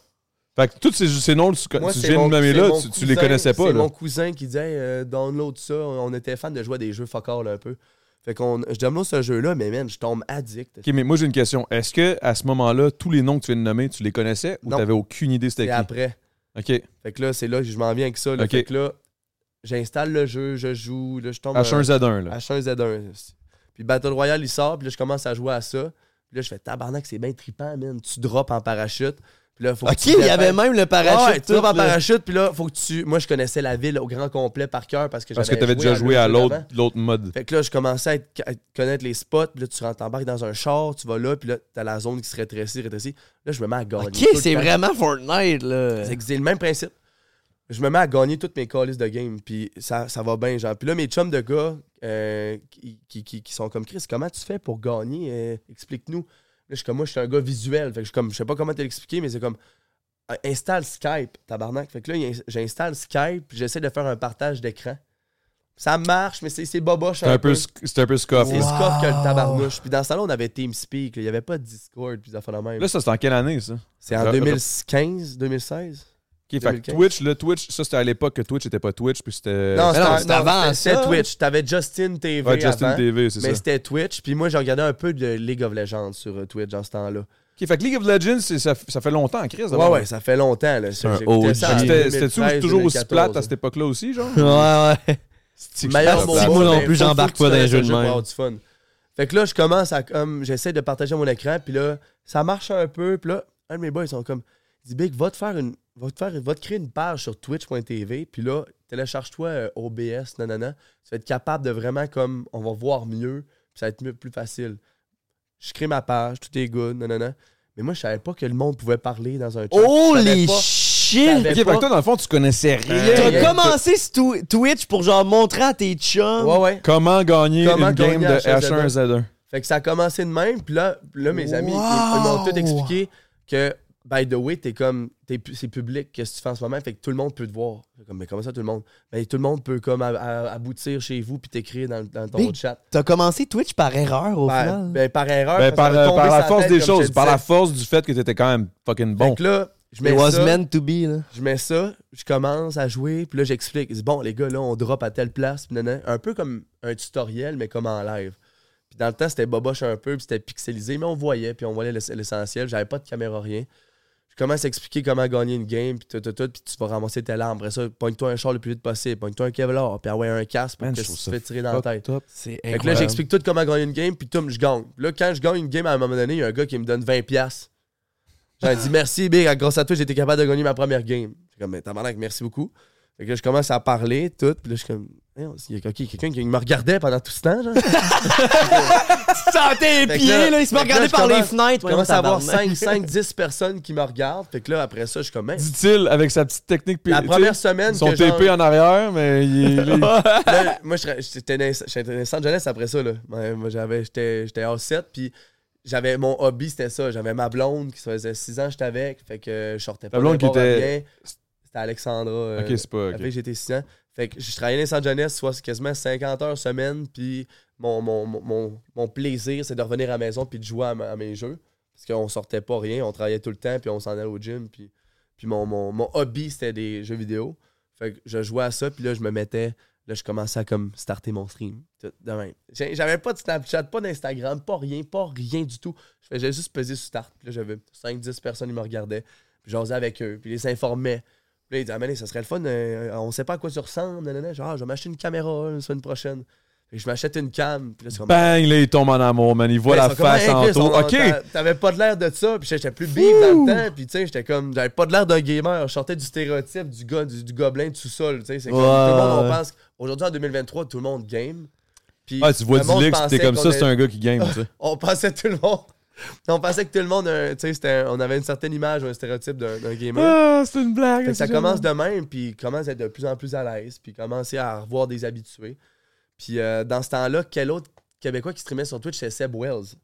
Fait que tous ces, ces noms, tu,
moi,
tu
c'est
viens
mon-
de nommer
c'est
là,
mon
tu, tu les
cousin-
connaissais pas,
C'est
là.
mon cousin qui disait euh, download ça. On était fan de jouer à des jeux fuck all un peu. Fait qu'on, je download ce jeu-là, mais man, je tombe addict.
Ok, mais moi, j'ai une question. Est-ce que, à ce moment-là, tous les noms que tu viens de nommer, tu les connaissais ou
Non.
t'avais aucune idée c'était
C'est
qui?
après.
Ok.
Fait que là, c'est là que je m'en viens avec ça. là.
Ok.
Fait que là, j'installe le jeu, je joue, là, je tombe
H1Z1,
à
là.
H1Z1. Puis Battle Royale, il sort, puis là, je commence à jouer à ça. Puis là, je fais tabarnak, c'est bien trippant, man. Tu drops en parachute. Puis là, faut que
Ok,
tu
il y
dépenses-
avait même le
Ah ouais,
parachute.
tu drops en
tout, là.
parachute, puis là, faut que tu. Moi, je connaissais la ville au grand complet par cœur parce que
Parce que
j'avais
t'avais déjà joué à
l'autre
l'autre
avant.
l'autre mode.
Fait que là, je commençais à, être- à connaître les spots, puis là, tu rentres t'embarques dans un char, tu vas là, puis là, t'as la zone qui se rétrécit, rétrécit. Là, je me mets à gagner.
Ok,
tout le
c'est
temps.
vraiment Fortnite, là.
C'est c'est Euh, le même principe. Je me mets à gagner toutes mes calls de game, puis ça, ça va bien, genre. Puis là, mes chums de gars euh, qui, qui- qui- qui sont comme Chris, comment tu fais pour gagner Euh, Explique-nous. Là, je suis comme, moi, je suis un gars visuel. Fait que je, suis comme, je sais pas comment te l'expliquer, mais c'est comme, euh, installe Skype, tabarnak. Fait que là, il- j'installe Skype, puis j'essaie de faire un partage d'écran. Ça marche, mais c'est c'est boboche
C'est un peu sc- c'est un peu scoff.
c'est
Wow.
Scoff que le tabarnouche. Puis dans ce temps-là, on avait TeamSpeak. là. Il n'y avait pas de Discord. Puis ça fait la même.
Là, ça, c'est en quelle année, ça?
C'est en
re- re-
2015, 2016.
Ok, fait que
2015.
Twitch, le Twitch, ça, c'était à l'époque que Twitch était pas Twitch, puis c'était...
Euh, non, c'était
non,
en-
c'était avant ça.
c'était- C'était Twitch. T'avais Justin TV.
Ouais, Justin
avant,
TV, c'est ça.
Mais c'était Twitch. Puis moi, j'ai regardé un peu de League of Legends sur euh, Twitch dans ce temps-là.
Ok, fait que League of Legends, c'est- ça, ça fait longtemps, Chris.
Ouais, ouais, ça fait longtemps. là.
C'est un
J'écoutais ça
OG.
en
Fait que
C'était c'était
2013,
toujours aussi
2014,
plate à
là.
cette époque-là aussi, genre?
Ouais, ouais.
C'est que
Meilleur
je
bon
trouve ça
mot. moi
plate.
non
mais
plus,
faut-
j'embarque
faut que
pas
tu
dans les
connaisses
jeux
un
de
jeu pour
même.
avoir du fun. Fait que là, je commence à comme. J'essaie de partager mon écran, puis là, ça marche un peu, puis là, un de mes boys, ils sont comme. Il dit, Big, va te faire une. Va te, faire, va te créer une page sur twitch.tv, puis là, télécharge-toi euh, OBS, nanana. Tu vas être capable de vraiment, comme, on va voir mieux, puis ça va être mieux, plus facile. Je crée ma page, tout est good, nanana. Mais moi, je savais pas que le monde pouvait parler dans un chat. Je savais
Holy
pas.
shit!
Ok, fait que toi, dans le fond, tu connaissais rien.
T'as
T'as
Yeah.
commencé ce twi- Twitch pour genre montrer à tes chums.
Ouais, ouais.
Comment gagner
Comment
une
gagner
game de
à H1Z1?
H1Z1?
Fait que ça a commencé de même. Puis là, puis là mes amis, ils- ils m'ont
Wow!
tout expliqué que, by the way, t'es comme, t'es pu- c'est public, qu'est-ce que tu fais en ce moment? Fait que tout le monde peut te voir. Fait comme, mais comment ça, tout le monde? Ben, tout le monde peut comme ab- a- aboutir chez vous puis t'écrire dans, dans ton
Big
chat.
T'as commencé Twitch par erreur au
Par,
final.
ben, par erreur.
Ben, par,
parce
euh,
qu'on est tombé
par
sur
la
la
force
tête,
des
comme je
choses,
te
par la
disais.
force du fait que t'étais quand même fucking bon.
Fait que là, je
Mais
mets,
It was
ça,
meant to be, là.
je mets ça, je commence à jouer, puis là, j'explique. Je dis, Bon, les gars, là, on drop à telle place. puis nanana. Un peu comme un tutoriel, mais comme en live. Puis dans le temps, c'était boboche un peu, puis c'était pixelisé, mais on voyait, puis on voyait l'ess- l'essentiel. J'avais pas de caméra, rien. Je commence à expliquer comment gagner une game, puis tout, tout, tout, puis tu vas ramasser tes larmes. Après ça, pogne-toi un char le plus vite possible, pogne-toi un Kevlar, puis ah ouais, un casque pour
Man, je
que si
trouve
tu
ça
te fais tirer dans la tête.
Top.
C'est
Fait que là, j'explique tout comment gagner une game, puis tout, je gagne. Puis là, quand je gagne une game, à un moment donné, il y a un gars qui me donne 20$. piastres. J'en dis merci, Big, Ah, grâce à toi, j'étais capable de gagner ma première game. J'ai comme, mais tabarnak, merci beaucoup. Fait que là, je commence à parler, tout, puis là, je suis comme, Hey, on- il y a ok, quelqu'un qui me regardait pendant tout ce temps, genre.
Tu sentais les
Fait que
pieds,
là-
là. Ils se
fait que là,
regardaient
je
par les
commence-
fenêtres.
Je commence à avoir
tabarnak.
5, 5, 10 personnes qui me regardent. Fait que là, après ça, je suis comme, Hey,
Dit-il avec sa petite technique.
la
tu
première
sais,
semaine
Son
que genre-
TP en arrière, mais il est.
Là, moi, je serais- j'étais dans- j'étais dans le centre jeunesse après ça. Là. Ouais, Moi, j'avais, j'étais, j'étais hors 7, puis j'avais mon hobby, c'était ça. J'avais ma blonde qui se faisait 6 ans, j'étais avec. Fait que je sortais pas.
blonde
des
qui
bars à
était-
rien. C'était Alexandra. euh,
Ok, c'est pas. ok.
Avec j'étais 6 ans. Fait que je travaillais dans le centre jeunesse, soit quasiment 50 heures semaine, puis mon, mon, mon, mon- mon plaisir, c'est de revenir à la maison puis de jouer à, ma- à mes jeux. Parce qu'on sortait pas rien, on travaillait tout le temps, puis on s'en allait au gym, puis, puis mon, mon, mon hobby, c'était des jeux vidéo. Fait que je jouais à ça, puis là, je me mettais, là, je commençais à comme starter mon stream. tout de même. J'ai- J'avais pas de Snapchat, pas d'Instagram, pas rien, pas rien du tout. Je faisais juste peser sur start, puis là, j'avais 5-10 personnes qui me regardaient, puis j'osais avec eux, puis ils les informaient. Puis là, il dit, ah, mais ça serait le fun, euh, on sait pas à quoi tu ressembles, nanana. Genre, ah, je vais m'acheter une caméra euh, la semaine prochaine. Fait que je m'achète une cam, puis là, c'est comme.
Bang, là, il tombe en amour, man. Il voit la
Là, ils sont comme,
face
Hey,
en
Chris,
tour.
on-
Ok,
t'a- T'avais pas de l'air de ça, puis j'étais plus big dans le temps, puis tu sais, j'étais comme, j'avais pas de l'air d'un gamer, je sortais du stéréotype du gars, du, du gobelin de sous-sol, tu sais, c'est comme,
Ouais,
tout le monde, on
ouais.
pense, aujourd'hui en 2023, tout le monde game. Puis
ah, tu vois
le monde
du leak,
pensait
t'es comme
qu'on
ça, c'est
est-
un gars qui game, tu sais.
On pensait tout le monde, on pensait que tout le monde, euh, tu sais, c'était un- on avait une certaine image, ou un stéréotype d'un d'un gamer.
Ah, c'est une blague.
Fait que ça
c'est
commence
génial.
de même, puis commence à être de plus en plus à l'aise, puis commencer à revoir des habitués. Puis euh, dans ce temps-là, quel autre Québécois qui streamait sur Twitch, c'est Seb Wells.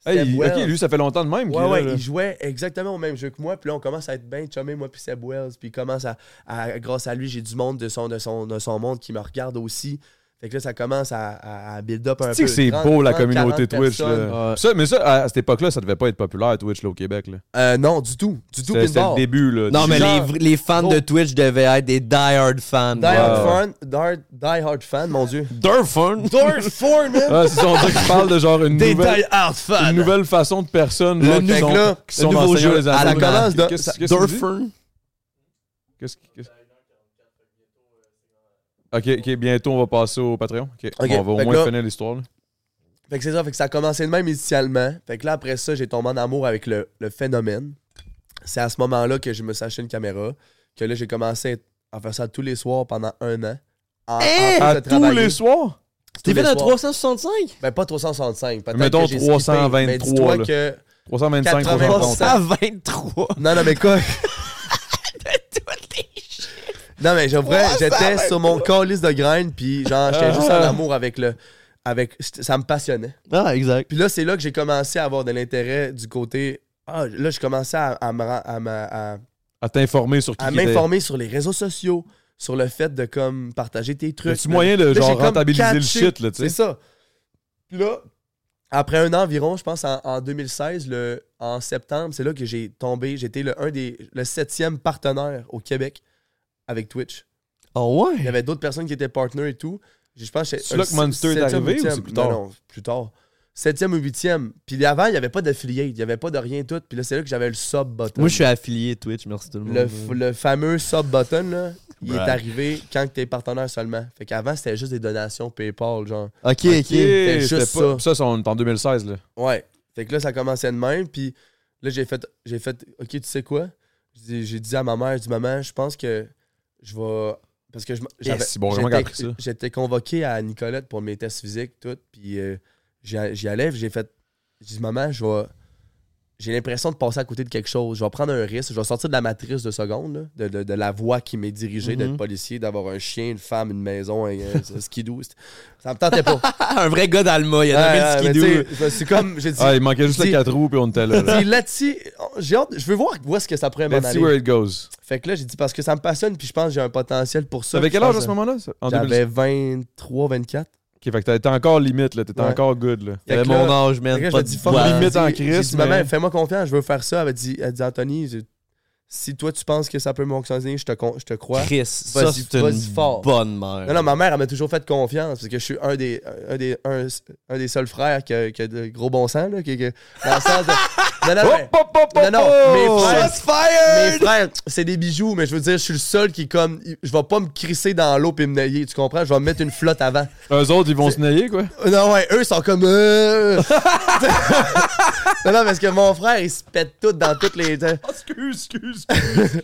Seb
Hey, il-
Wells.
ok, lui, ça fait longtemps de même. qu'il
Ouais,
est
ouais,
là, là.
il jouait exactement au même jeu que moi. Puis là, on commence à être bien chumé, moi, puis Seb Wells. Puis il commence à, à- Grâce à lui, j'ai du monde de son, de, son, de son monde qui me regarde aussi. Fait que là, ça commence à, à- à build up un peu.
Tu sais que c'est
30,
beau la
40
communauté Twitch.
personnes.
là. Ça, mais ça, à, à cette époque-là, ça devait pas être populaire, Twitch, là, au Québec. là.
Euh, non, du tout. Du tout,
C'était
pis de
c'était le
bord.
début. Là,
Non,
du-
mais
Genre- Oh.
les, les fans de Twitch devaient être des die-hard fans.
Die Hard
Ouais.
Fan, die, hard- die Hard Fan, mon Dieu.
Dirt fun.
Dirt Fan, man!
Ah, c'est ça, on dirait qu'ils parlent de genre une
Des
nouvelle,
die-hard fans.
une nouvelle façon de personne genre,
Le
qui
nouveau-
sont,
là,
le
qui sont
nouveau
enseignants
jeu
les enfants.
à la commence de-
Qu'est-ce qu'est-ce que
Dirt
tu dis?
fun.
Qu'est-ce que- qu'est-ce- Ok, ok, bientôt on va passer au Patreon. Ok,
Ok,
on va au
fait que
moins
là-
finir l'histoire. là.
Fait que c'est ça, fait que ça a commencé de même initialement. Fait que là, après ça, j'ai tombé en amour avec le, le phénomène. C'est à ce moment-là que je me suis acheté une caméra, que là, j'ai commencé à faire ça tous les soirs pendant un an. En, en plus de
Eh! À tous
travailler.
les soirs?
Tous
T'es fait
les
un
soirs.
365?
Ben, pas 365. Peut-être
Mettons
que j'ai skippé,
323,
mais dis-toi
là.
que...
325, 330.
323.
Non, non, mais quoi? Non, mais j'ai vrai,
Ouais, ça
j'étais
va
sur mon calice de graines, puis genre, j'étais juste en
Ah.
amour avec le. Avec, ça me passionnait.
Ah, exact.
Puis là, c'est là que j'ai commencé à avoir de l'intérêt du côté. Ah, là, je commençais à, à me ra- à ma- à-
À t'informer sur qui
à m'informer sur les réseaux sociaux, sur le fait de comme partager tes trucs.
tu moyen de
Là, j'ai
genre
comme
rentabiliser le
catché-
shit, là, tu
C'est
sais?
ça. Puis là, après un an environ, je pense en, en 2016, le, en septembre, c'est là que j'ai tombé. J'étais le, un des, le septième partenaire au Québec avec Twitch.
Oh
Il y
ouais?
avait d'autres personnes qui étaient partenaires et tout. Je pense que
C'est là
euh,
que Monster est
septième,
arrivé ou
huitième.
c'est plus tard?
Non, non, plus tard. Septième ou huitième. Puis avant, il n'y avait pas d'affiliate, il n'y avait pas de rien tout. Puis là, c'est là que j'avais le sub button.
Moi, je suis affilié Twitch, merci tout le monde.
le, f- le fameux sub button, là, il est
Ouais.
arrivé quand t'es partenaire seulement. Fait qu'avant, c'était juste des donations PayPal, genre.
Ok,
Ok,
ok.
c'était
juste
pas- Ça, c'est en en 2016, là.
Ouais. Fait que là, ça commençait de même. Puis là, j'ai fait, j'ai fait, OK, tu sais quoi? J'ai j'ai dit à ma mère, j'ai dit, maman, je pense que je vais. Parce que je m- j'avais-
si, bon, vraiment qu'elle a pris ça.
j'étais j'étais convoqué à Nicolette pour mes tests physiques, tout. Puis euh, j'y j'y allais, puis j'ai fait, j'ai dit, maman, je vais. J'ai l'impression de passer à côté de quelque chose. Je vais prendre un risque. Je vais sortir de la matrice de seconde, là, de, de- de la voie qui m'est dirigée, d'être
Mhm.
policier, d'avoir un chien, une femme, une maison, un, un skidoo. Ça me tentait pas.
Ah, un vrai gars d'Alma, il a
Ah,
nommé
mais
le skidoo.
tu sais, C'est comme, j'ai dit,
Ah, il manquait juste les
dis-
4 roues, puis on était là. là.
c'est là-dessus. J'ai hâte. Je veux voir où est-ce que ça pourrait m'en
Let's see where
aller.
it goes.
Fait que là, j'ai dit parce que ça me passionne, puis je pense que j'ai un potentiel pour
Tu
ça.
avais quel
Puis
âge
je
à ce
pense-
moment-là? ça? En 2016.
J'avais 23, 24.
Ok, fait que t'étais encore limite, là. T'étais
Ouais.
encore good, là.
Il avait
Fait que là-
mon âge,
Fait que là,
man.
je
Pas
dis,
de
fuck,
voix.
limite.
j'ai dit-
en crise,
J'ai dit, maman,
mais-
fais-moi confiance, je veux faire ça. Elle m'a dit, elle dit, Anthony, je- si toi tu penses que ça peut me fonctionner, je te, con- je te crois.
Chris, ça,
Vas-y,
c'est
vas-y
une
fort.
bonne mère.
Non, non, ma mère, elle m'a toujours fait confiance parce que je suis un des, un des, un, un des seuls frères qui a, qui a de gros bon sens. Là, qui, qui- dans le sens de- Non, non,
Hop,
mais-
hop, hop, hop,
Ah Non, non, mes
hop!
frères-
Shots fired!
Mes frères, c'est des bijoux, mais je veux dire, je suis le seul qui, comme, je vais pas me crisser dans l'eau et me nailler, tu comprends? Je vais me mettre une flotte avant.
Eux autres, ils vont se nailler, quoi.
Euh, Non, ouais, eux sont comme. euh. non, non, parce que mon frère, il se pète tout dans toutes les. Non,
Excuse, excuse.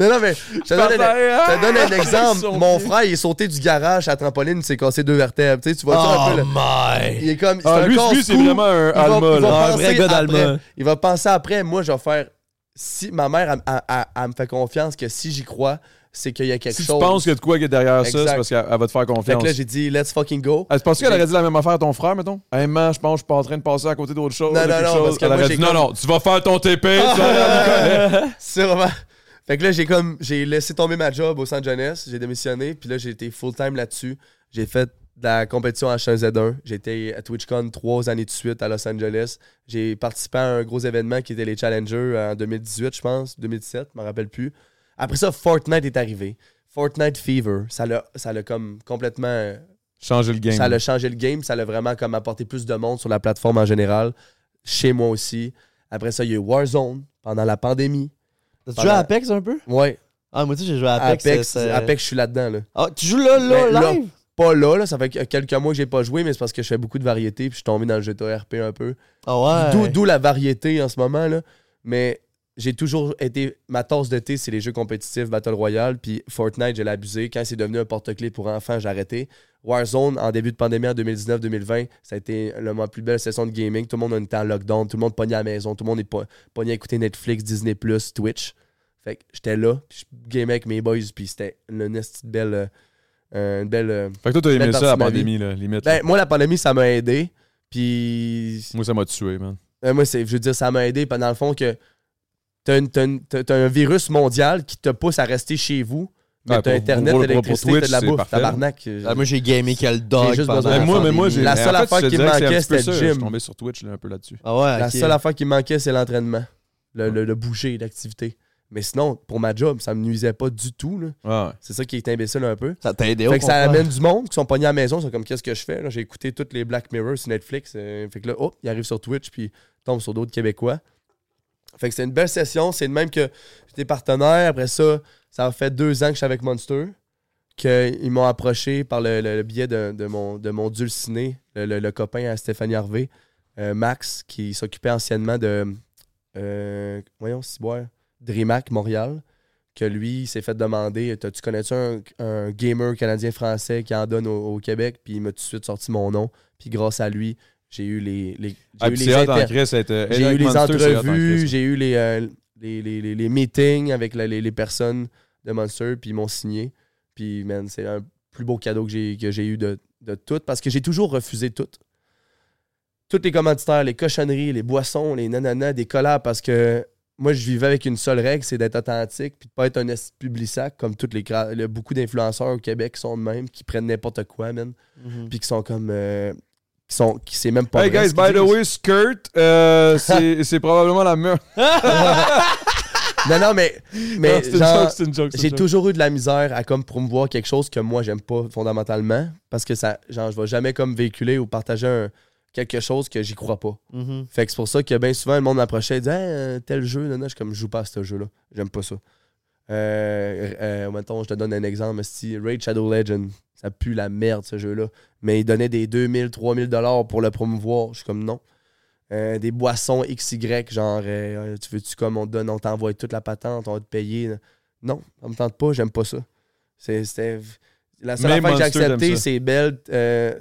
non, mais je te donne un, je te donne un exemple. Mon frère, il est sauté du garage à la trampoline, il s'est cassé deux vertèbres. Tu sais, tu vois ça un peu.
Oh
là?
my!
Il est comme.
Ah,
un
lui, lui,
casse-cou.
c'est vraiment un
Il va-
Alma,
il va
là.
Ah, un
penser
vrai gars
après.
d'Alma.
Il va penser après, moi, je vais faire. Si ma mère, elle, elle- elle- elle me fait confiance que si j'y crois, c'est qu'il y a quelque
Si tu
chose.
penses que de quoi qui est derrière ça,
Exact.
c'est parce qu'elle elle va te faire
Fait
confiance.
que là, j'ai dit, let's fucking go.
Elle penses qu'elle aurait dit la même affaire à ton frère, mettons? Hey man, je pense que je suis pas en train de passer à côté d'autre chose.
Non,
de
non,
quelque
non,
chose.
parce que
Elle
moi,
aurait
j'ai
dit, non,
comme-
non, tu vas faire ton TP, tu vas aller à Nicolet.
Sûrement. Fait que là, j'ai comme, j'ai laissé tomber ma job au centre jeunesse, j'ai démissionné, puis là, j'ai été full-time là-dessus. J'ai fait de la compétition H1Z1. J'étais à TwitchCon trois années de suite à Los Angeles. J'ai participé à un gros événement qui était les Challengers en 2018, je pense, 2017, je m'en rappelle plus. Après ça, Fortnite est arrivé. Fortnite Fever, ça l'a, ça l'a comme complètement euh,
Changer le game.
ça a changé le game, ça l'a vraiment comme apporté plus de monde sur la plateforme en général, chez moi aussi. Après ça, il y a eu Warzone pendant la pandémie.
T'as joué à Apex un peu?
Ouais,
Ah, moi, tu sais, j'ai joué à Apex. euh,
Apex,
c'est- c'est-
Apex, je suis là-dedans. Là.
Ah, tu joues là, là,
Ben, là.
live?
Pas là, là, ça fait que- euh, quelques mois que j'ai pas joué, mais c'est parce que je fais beaucoup de variété puis je suis tombé dans le GTA RP un peu.
Ah ouais.
D'où- D'où la variété en ce moment, là. Mais j'ai toujours été. Ma tasse de thé, c'est les jeux compétitifs Battle Royale. Puis Fortnite, je l'ai abusé. Quand c'est devenu un porte-clés pour enfants, j'ai arrêté. Warzone, en début de pandémie en 2019-2020, ça a été la ma plus belle session de gaming. Tout le monde était en lockdown. Tout le monde pogné à la maison. Tout le monde est po- pogné à écouter Netflix, Disney, Twitch. Fait que j'étais là. Puis je gamais avec mes boys. Puis c'était une esti de belle. euh, euh, une belle. euh,
Fait que toi, t'as aimé
Belle
ça, la
partie de ma
pandémie, là, limite. là.
Ben, moi, la pandémie, ça m'a aidé. Puis
Moi, ça m'a tué, man.
Euh, moi, c'est, je veux dire, ça m'a aidé. puis Dans le fond, que t'as, une- t'as une- t'as- t'as un virus mondial qui te pousse à rester chez vous. Mais
Ouais,
t'as
pour-
Internet,
pour-
t'as
pour-
l'électricité,
pour Twitch,
t'as de la
c'est
bouffe,
parfait.
tabarnak.
Ah, moi, j'ai gamé quel dog.
J'ai juste
pendant
besoin
la
Ben, moi, mais moi,
pandémie.
j'ai.
La seule
en fait,
affaire
je te
qui
dirais que c'est
manquait,
un petit peu
c'était le
ça, Je suis
gym.
tombé sur Twitch, là, un peu là-dessus.
Ah ouais,
La
ok.
seule affaire qui manquait, c'est l'entraînement. Le, le, le bouger, l'activité. Mais sinon, pour ma job, ça me nuisait pas du tout. là.
Ouais, ouais.
C'est ça qui est imbécile un peu.
Ça t'a aidé au
Fait que ça
contraire.
amène du monde qui sont pognés à la maison, ils sont comme qu'est-ce que je fais là? J'ai écouté toutes les Black Mirror sur Netflix. euh, fait que là, oh, ils arrivent sur Twitch puis tombent sur d'autres Québécois. Fait que c'est une belle session. C'est de même que j'étais partenaire. Après ça, ça a fait deux ans que je suis avec Monster. qu'ils m'ont approché par le, le- le biais de, de mon, de mon dulciné, le, le- le copain à Stéphanie Harvey, euh, Max, qui s'occupait anciennement de. euh, voyons, Ciboire, Drimac, Montréal, que lui, il s'est fait demander T'as- Tu connais-tu un, un gamer canadien-français qui en donne au, au Québec Puis il m'a tout de suite sorti mon nom. Puis grâce à lui, j'ai eu les. les- j'ai
Ah,
eu
puis
les
c'est hot en
inter-
Chris, être, euh,
j'ai
Eric
eu les
Monster, c'est hot en
entrevues,
Chris.
j'ai eu les, euh, les, les, les- les meetings avec la- les, les personnes de Monster, puis ils m'ont signé. Puis, man, c'est un plus beau cadeau que j'ai, que j'ai eu de, de tout, parce que j'ai toujours refusé tout. Toutes les commanditaires, les cochonneries, les boissons, les nananas, des collabs, parce que moi, je vivais avec une seule règle, c'est d'être authentique, puis de pas être un esti de public sac, comme toutes les, gra- le- beaucoup d'influenceurs au Québec qui sont de même, qui prennent n'importe quoi, man,
Mhm,
puis qui sont comme... euh, qui sont, qui c'est même pas
Hey
vrai
guys,
ce qu'ils
by the
disent.
way, Skirt, euh, c'est c'est probablement la meilleure.
Non, non, mais, mais
Non, c'est une
genre,
joke, c'est une joke. c'est une
j'ai
joke.
toujours eu de la misère à comme promouvoir quelque chose que moi j'aime pas fondamentalement parce que ça, genre, je vais jamais comme véhiculer ou partager un- quelque chose que j'y crois pas.
mhm.
Fait que c'est pour ça que bien souvent le monde m'approchait et disait Hey, euh, tel jeu, non, non, je suis comme je joue pas à ce jeu-là, j'aime pas ça. Euh, euh, mettons, je te donne un exemple, si Raid Shadow Legend, ça pue la merde ce jeu-là, mais il donnait des 2000, 3000 dollars pour le promouvoir, je suis comme non. Euh, des boissons XY, genre, euh, tu veux-tu comme on te donne, on t'envoie toute la patente, on va te payer. Non, ça me tente pas, j'aime pas ça. C'est- C'était. La seule
Mais
affaire que j'ai
Monster, j'aime
acceptée,
ça.
c'est Belle. euh,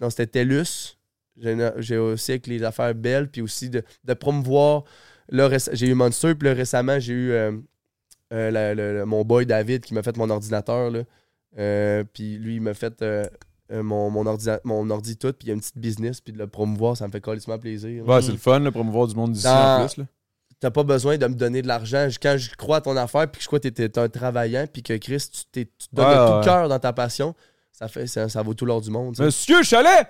non, c'était TELUS. J'ai j'ai aussi avec les affaires Belle, puis aussi de, de promouvoir. Là, réc- j'ai eu Monster, puis là, récemment, j'ai eu euh, euh, la- le- le- mon boy David qui m'a fait mon ordinateur. Là. Euh, puis lui, il m'a fait euh, euh, mon, mon, ordi, mon ordi tout, puis il y a une petite business, puis de le promouvoir, ça me fait carrément plaisir.
Ouais, c'est le fun, là, promouvoir du monde d'ici en
Dans-
plus. Là.
T'as pas besoin de me donner de l'argent. Je- Quand je crois à ton affaire, puis que je crois que t'es- t'es un travaillant, puis que Chris, tu, t'es- tu te donnes
Ouais,
de tout
ouais.
cœur dans ta passion, ça, fait, ça, ça vaut tout l'or du monde. ça.
Monsieur Chalet!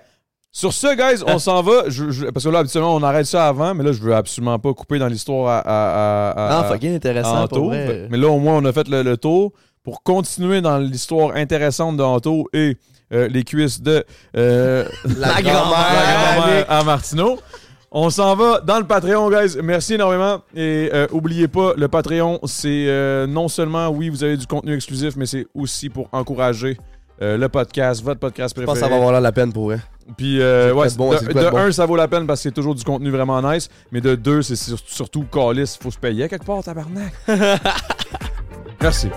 Sur ce, guys, on s'en va. Je- je- parce que là, habituellement, on arrête ça avant, mais là, je veux absolument pas couper dans l'histoire à, à, à- à-
Ah, fucking
à
intéressant
Anto.
pour vrai.
ben,
Mais là, au moins, on a fait le, le tour. Pour continuer dans l'histoire intéressante de Anto et euh, les cuisses de euh,
La
la grand-mère à Martineau. On s'en va dans le Patreon, guys. Merci énormément. Et euh, oubliez pas, le Patreon, c'est euh, non seulement, oui, vous avez du contenu exclusif, mais c'est aussi pour encourager euh, le podcast, votre podcast
Je
préféré.
pense que ça va valoir la peine pour vrai.
Puis, euh,
C'est
ouais,
quoi de bon,
de,
c'est quoi
de
de bon?
un, ça vaut la peine parce que c'est toujours du contenu vraiment nice. Mais de deux, c'est sur- surtout calice, faut se payer quelque part, tabarnak. Merci.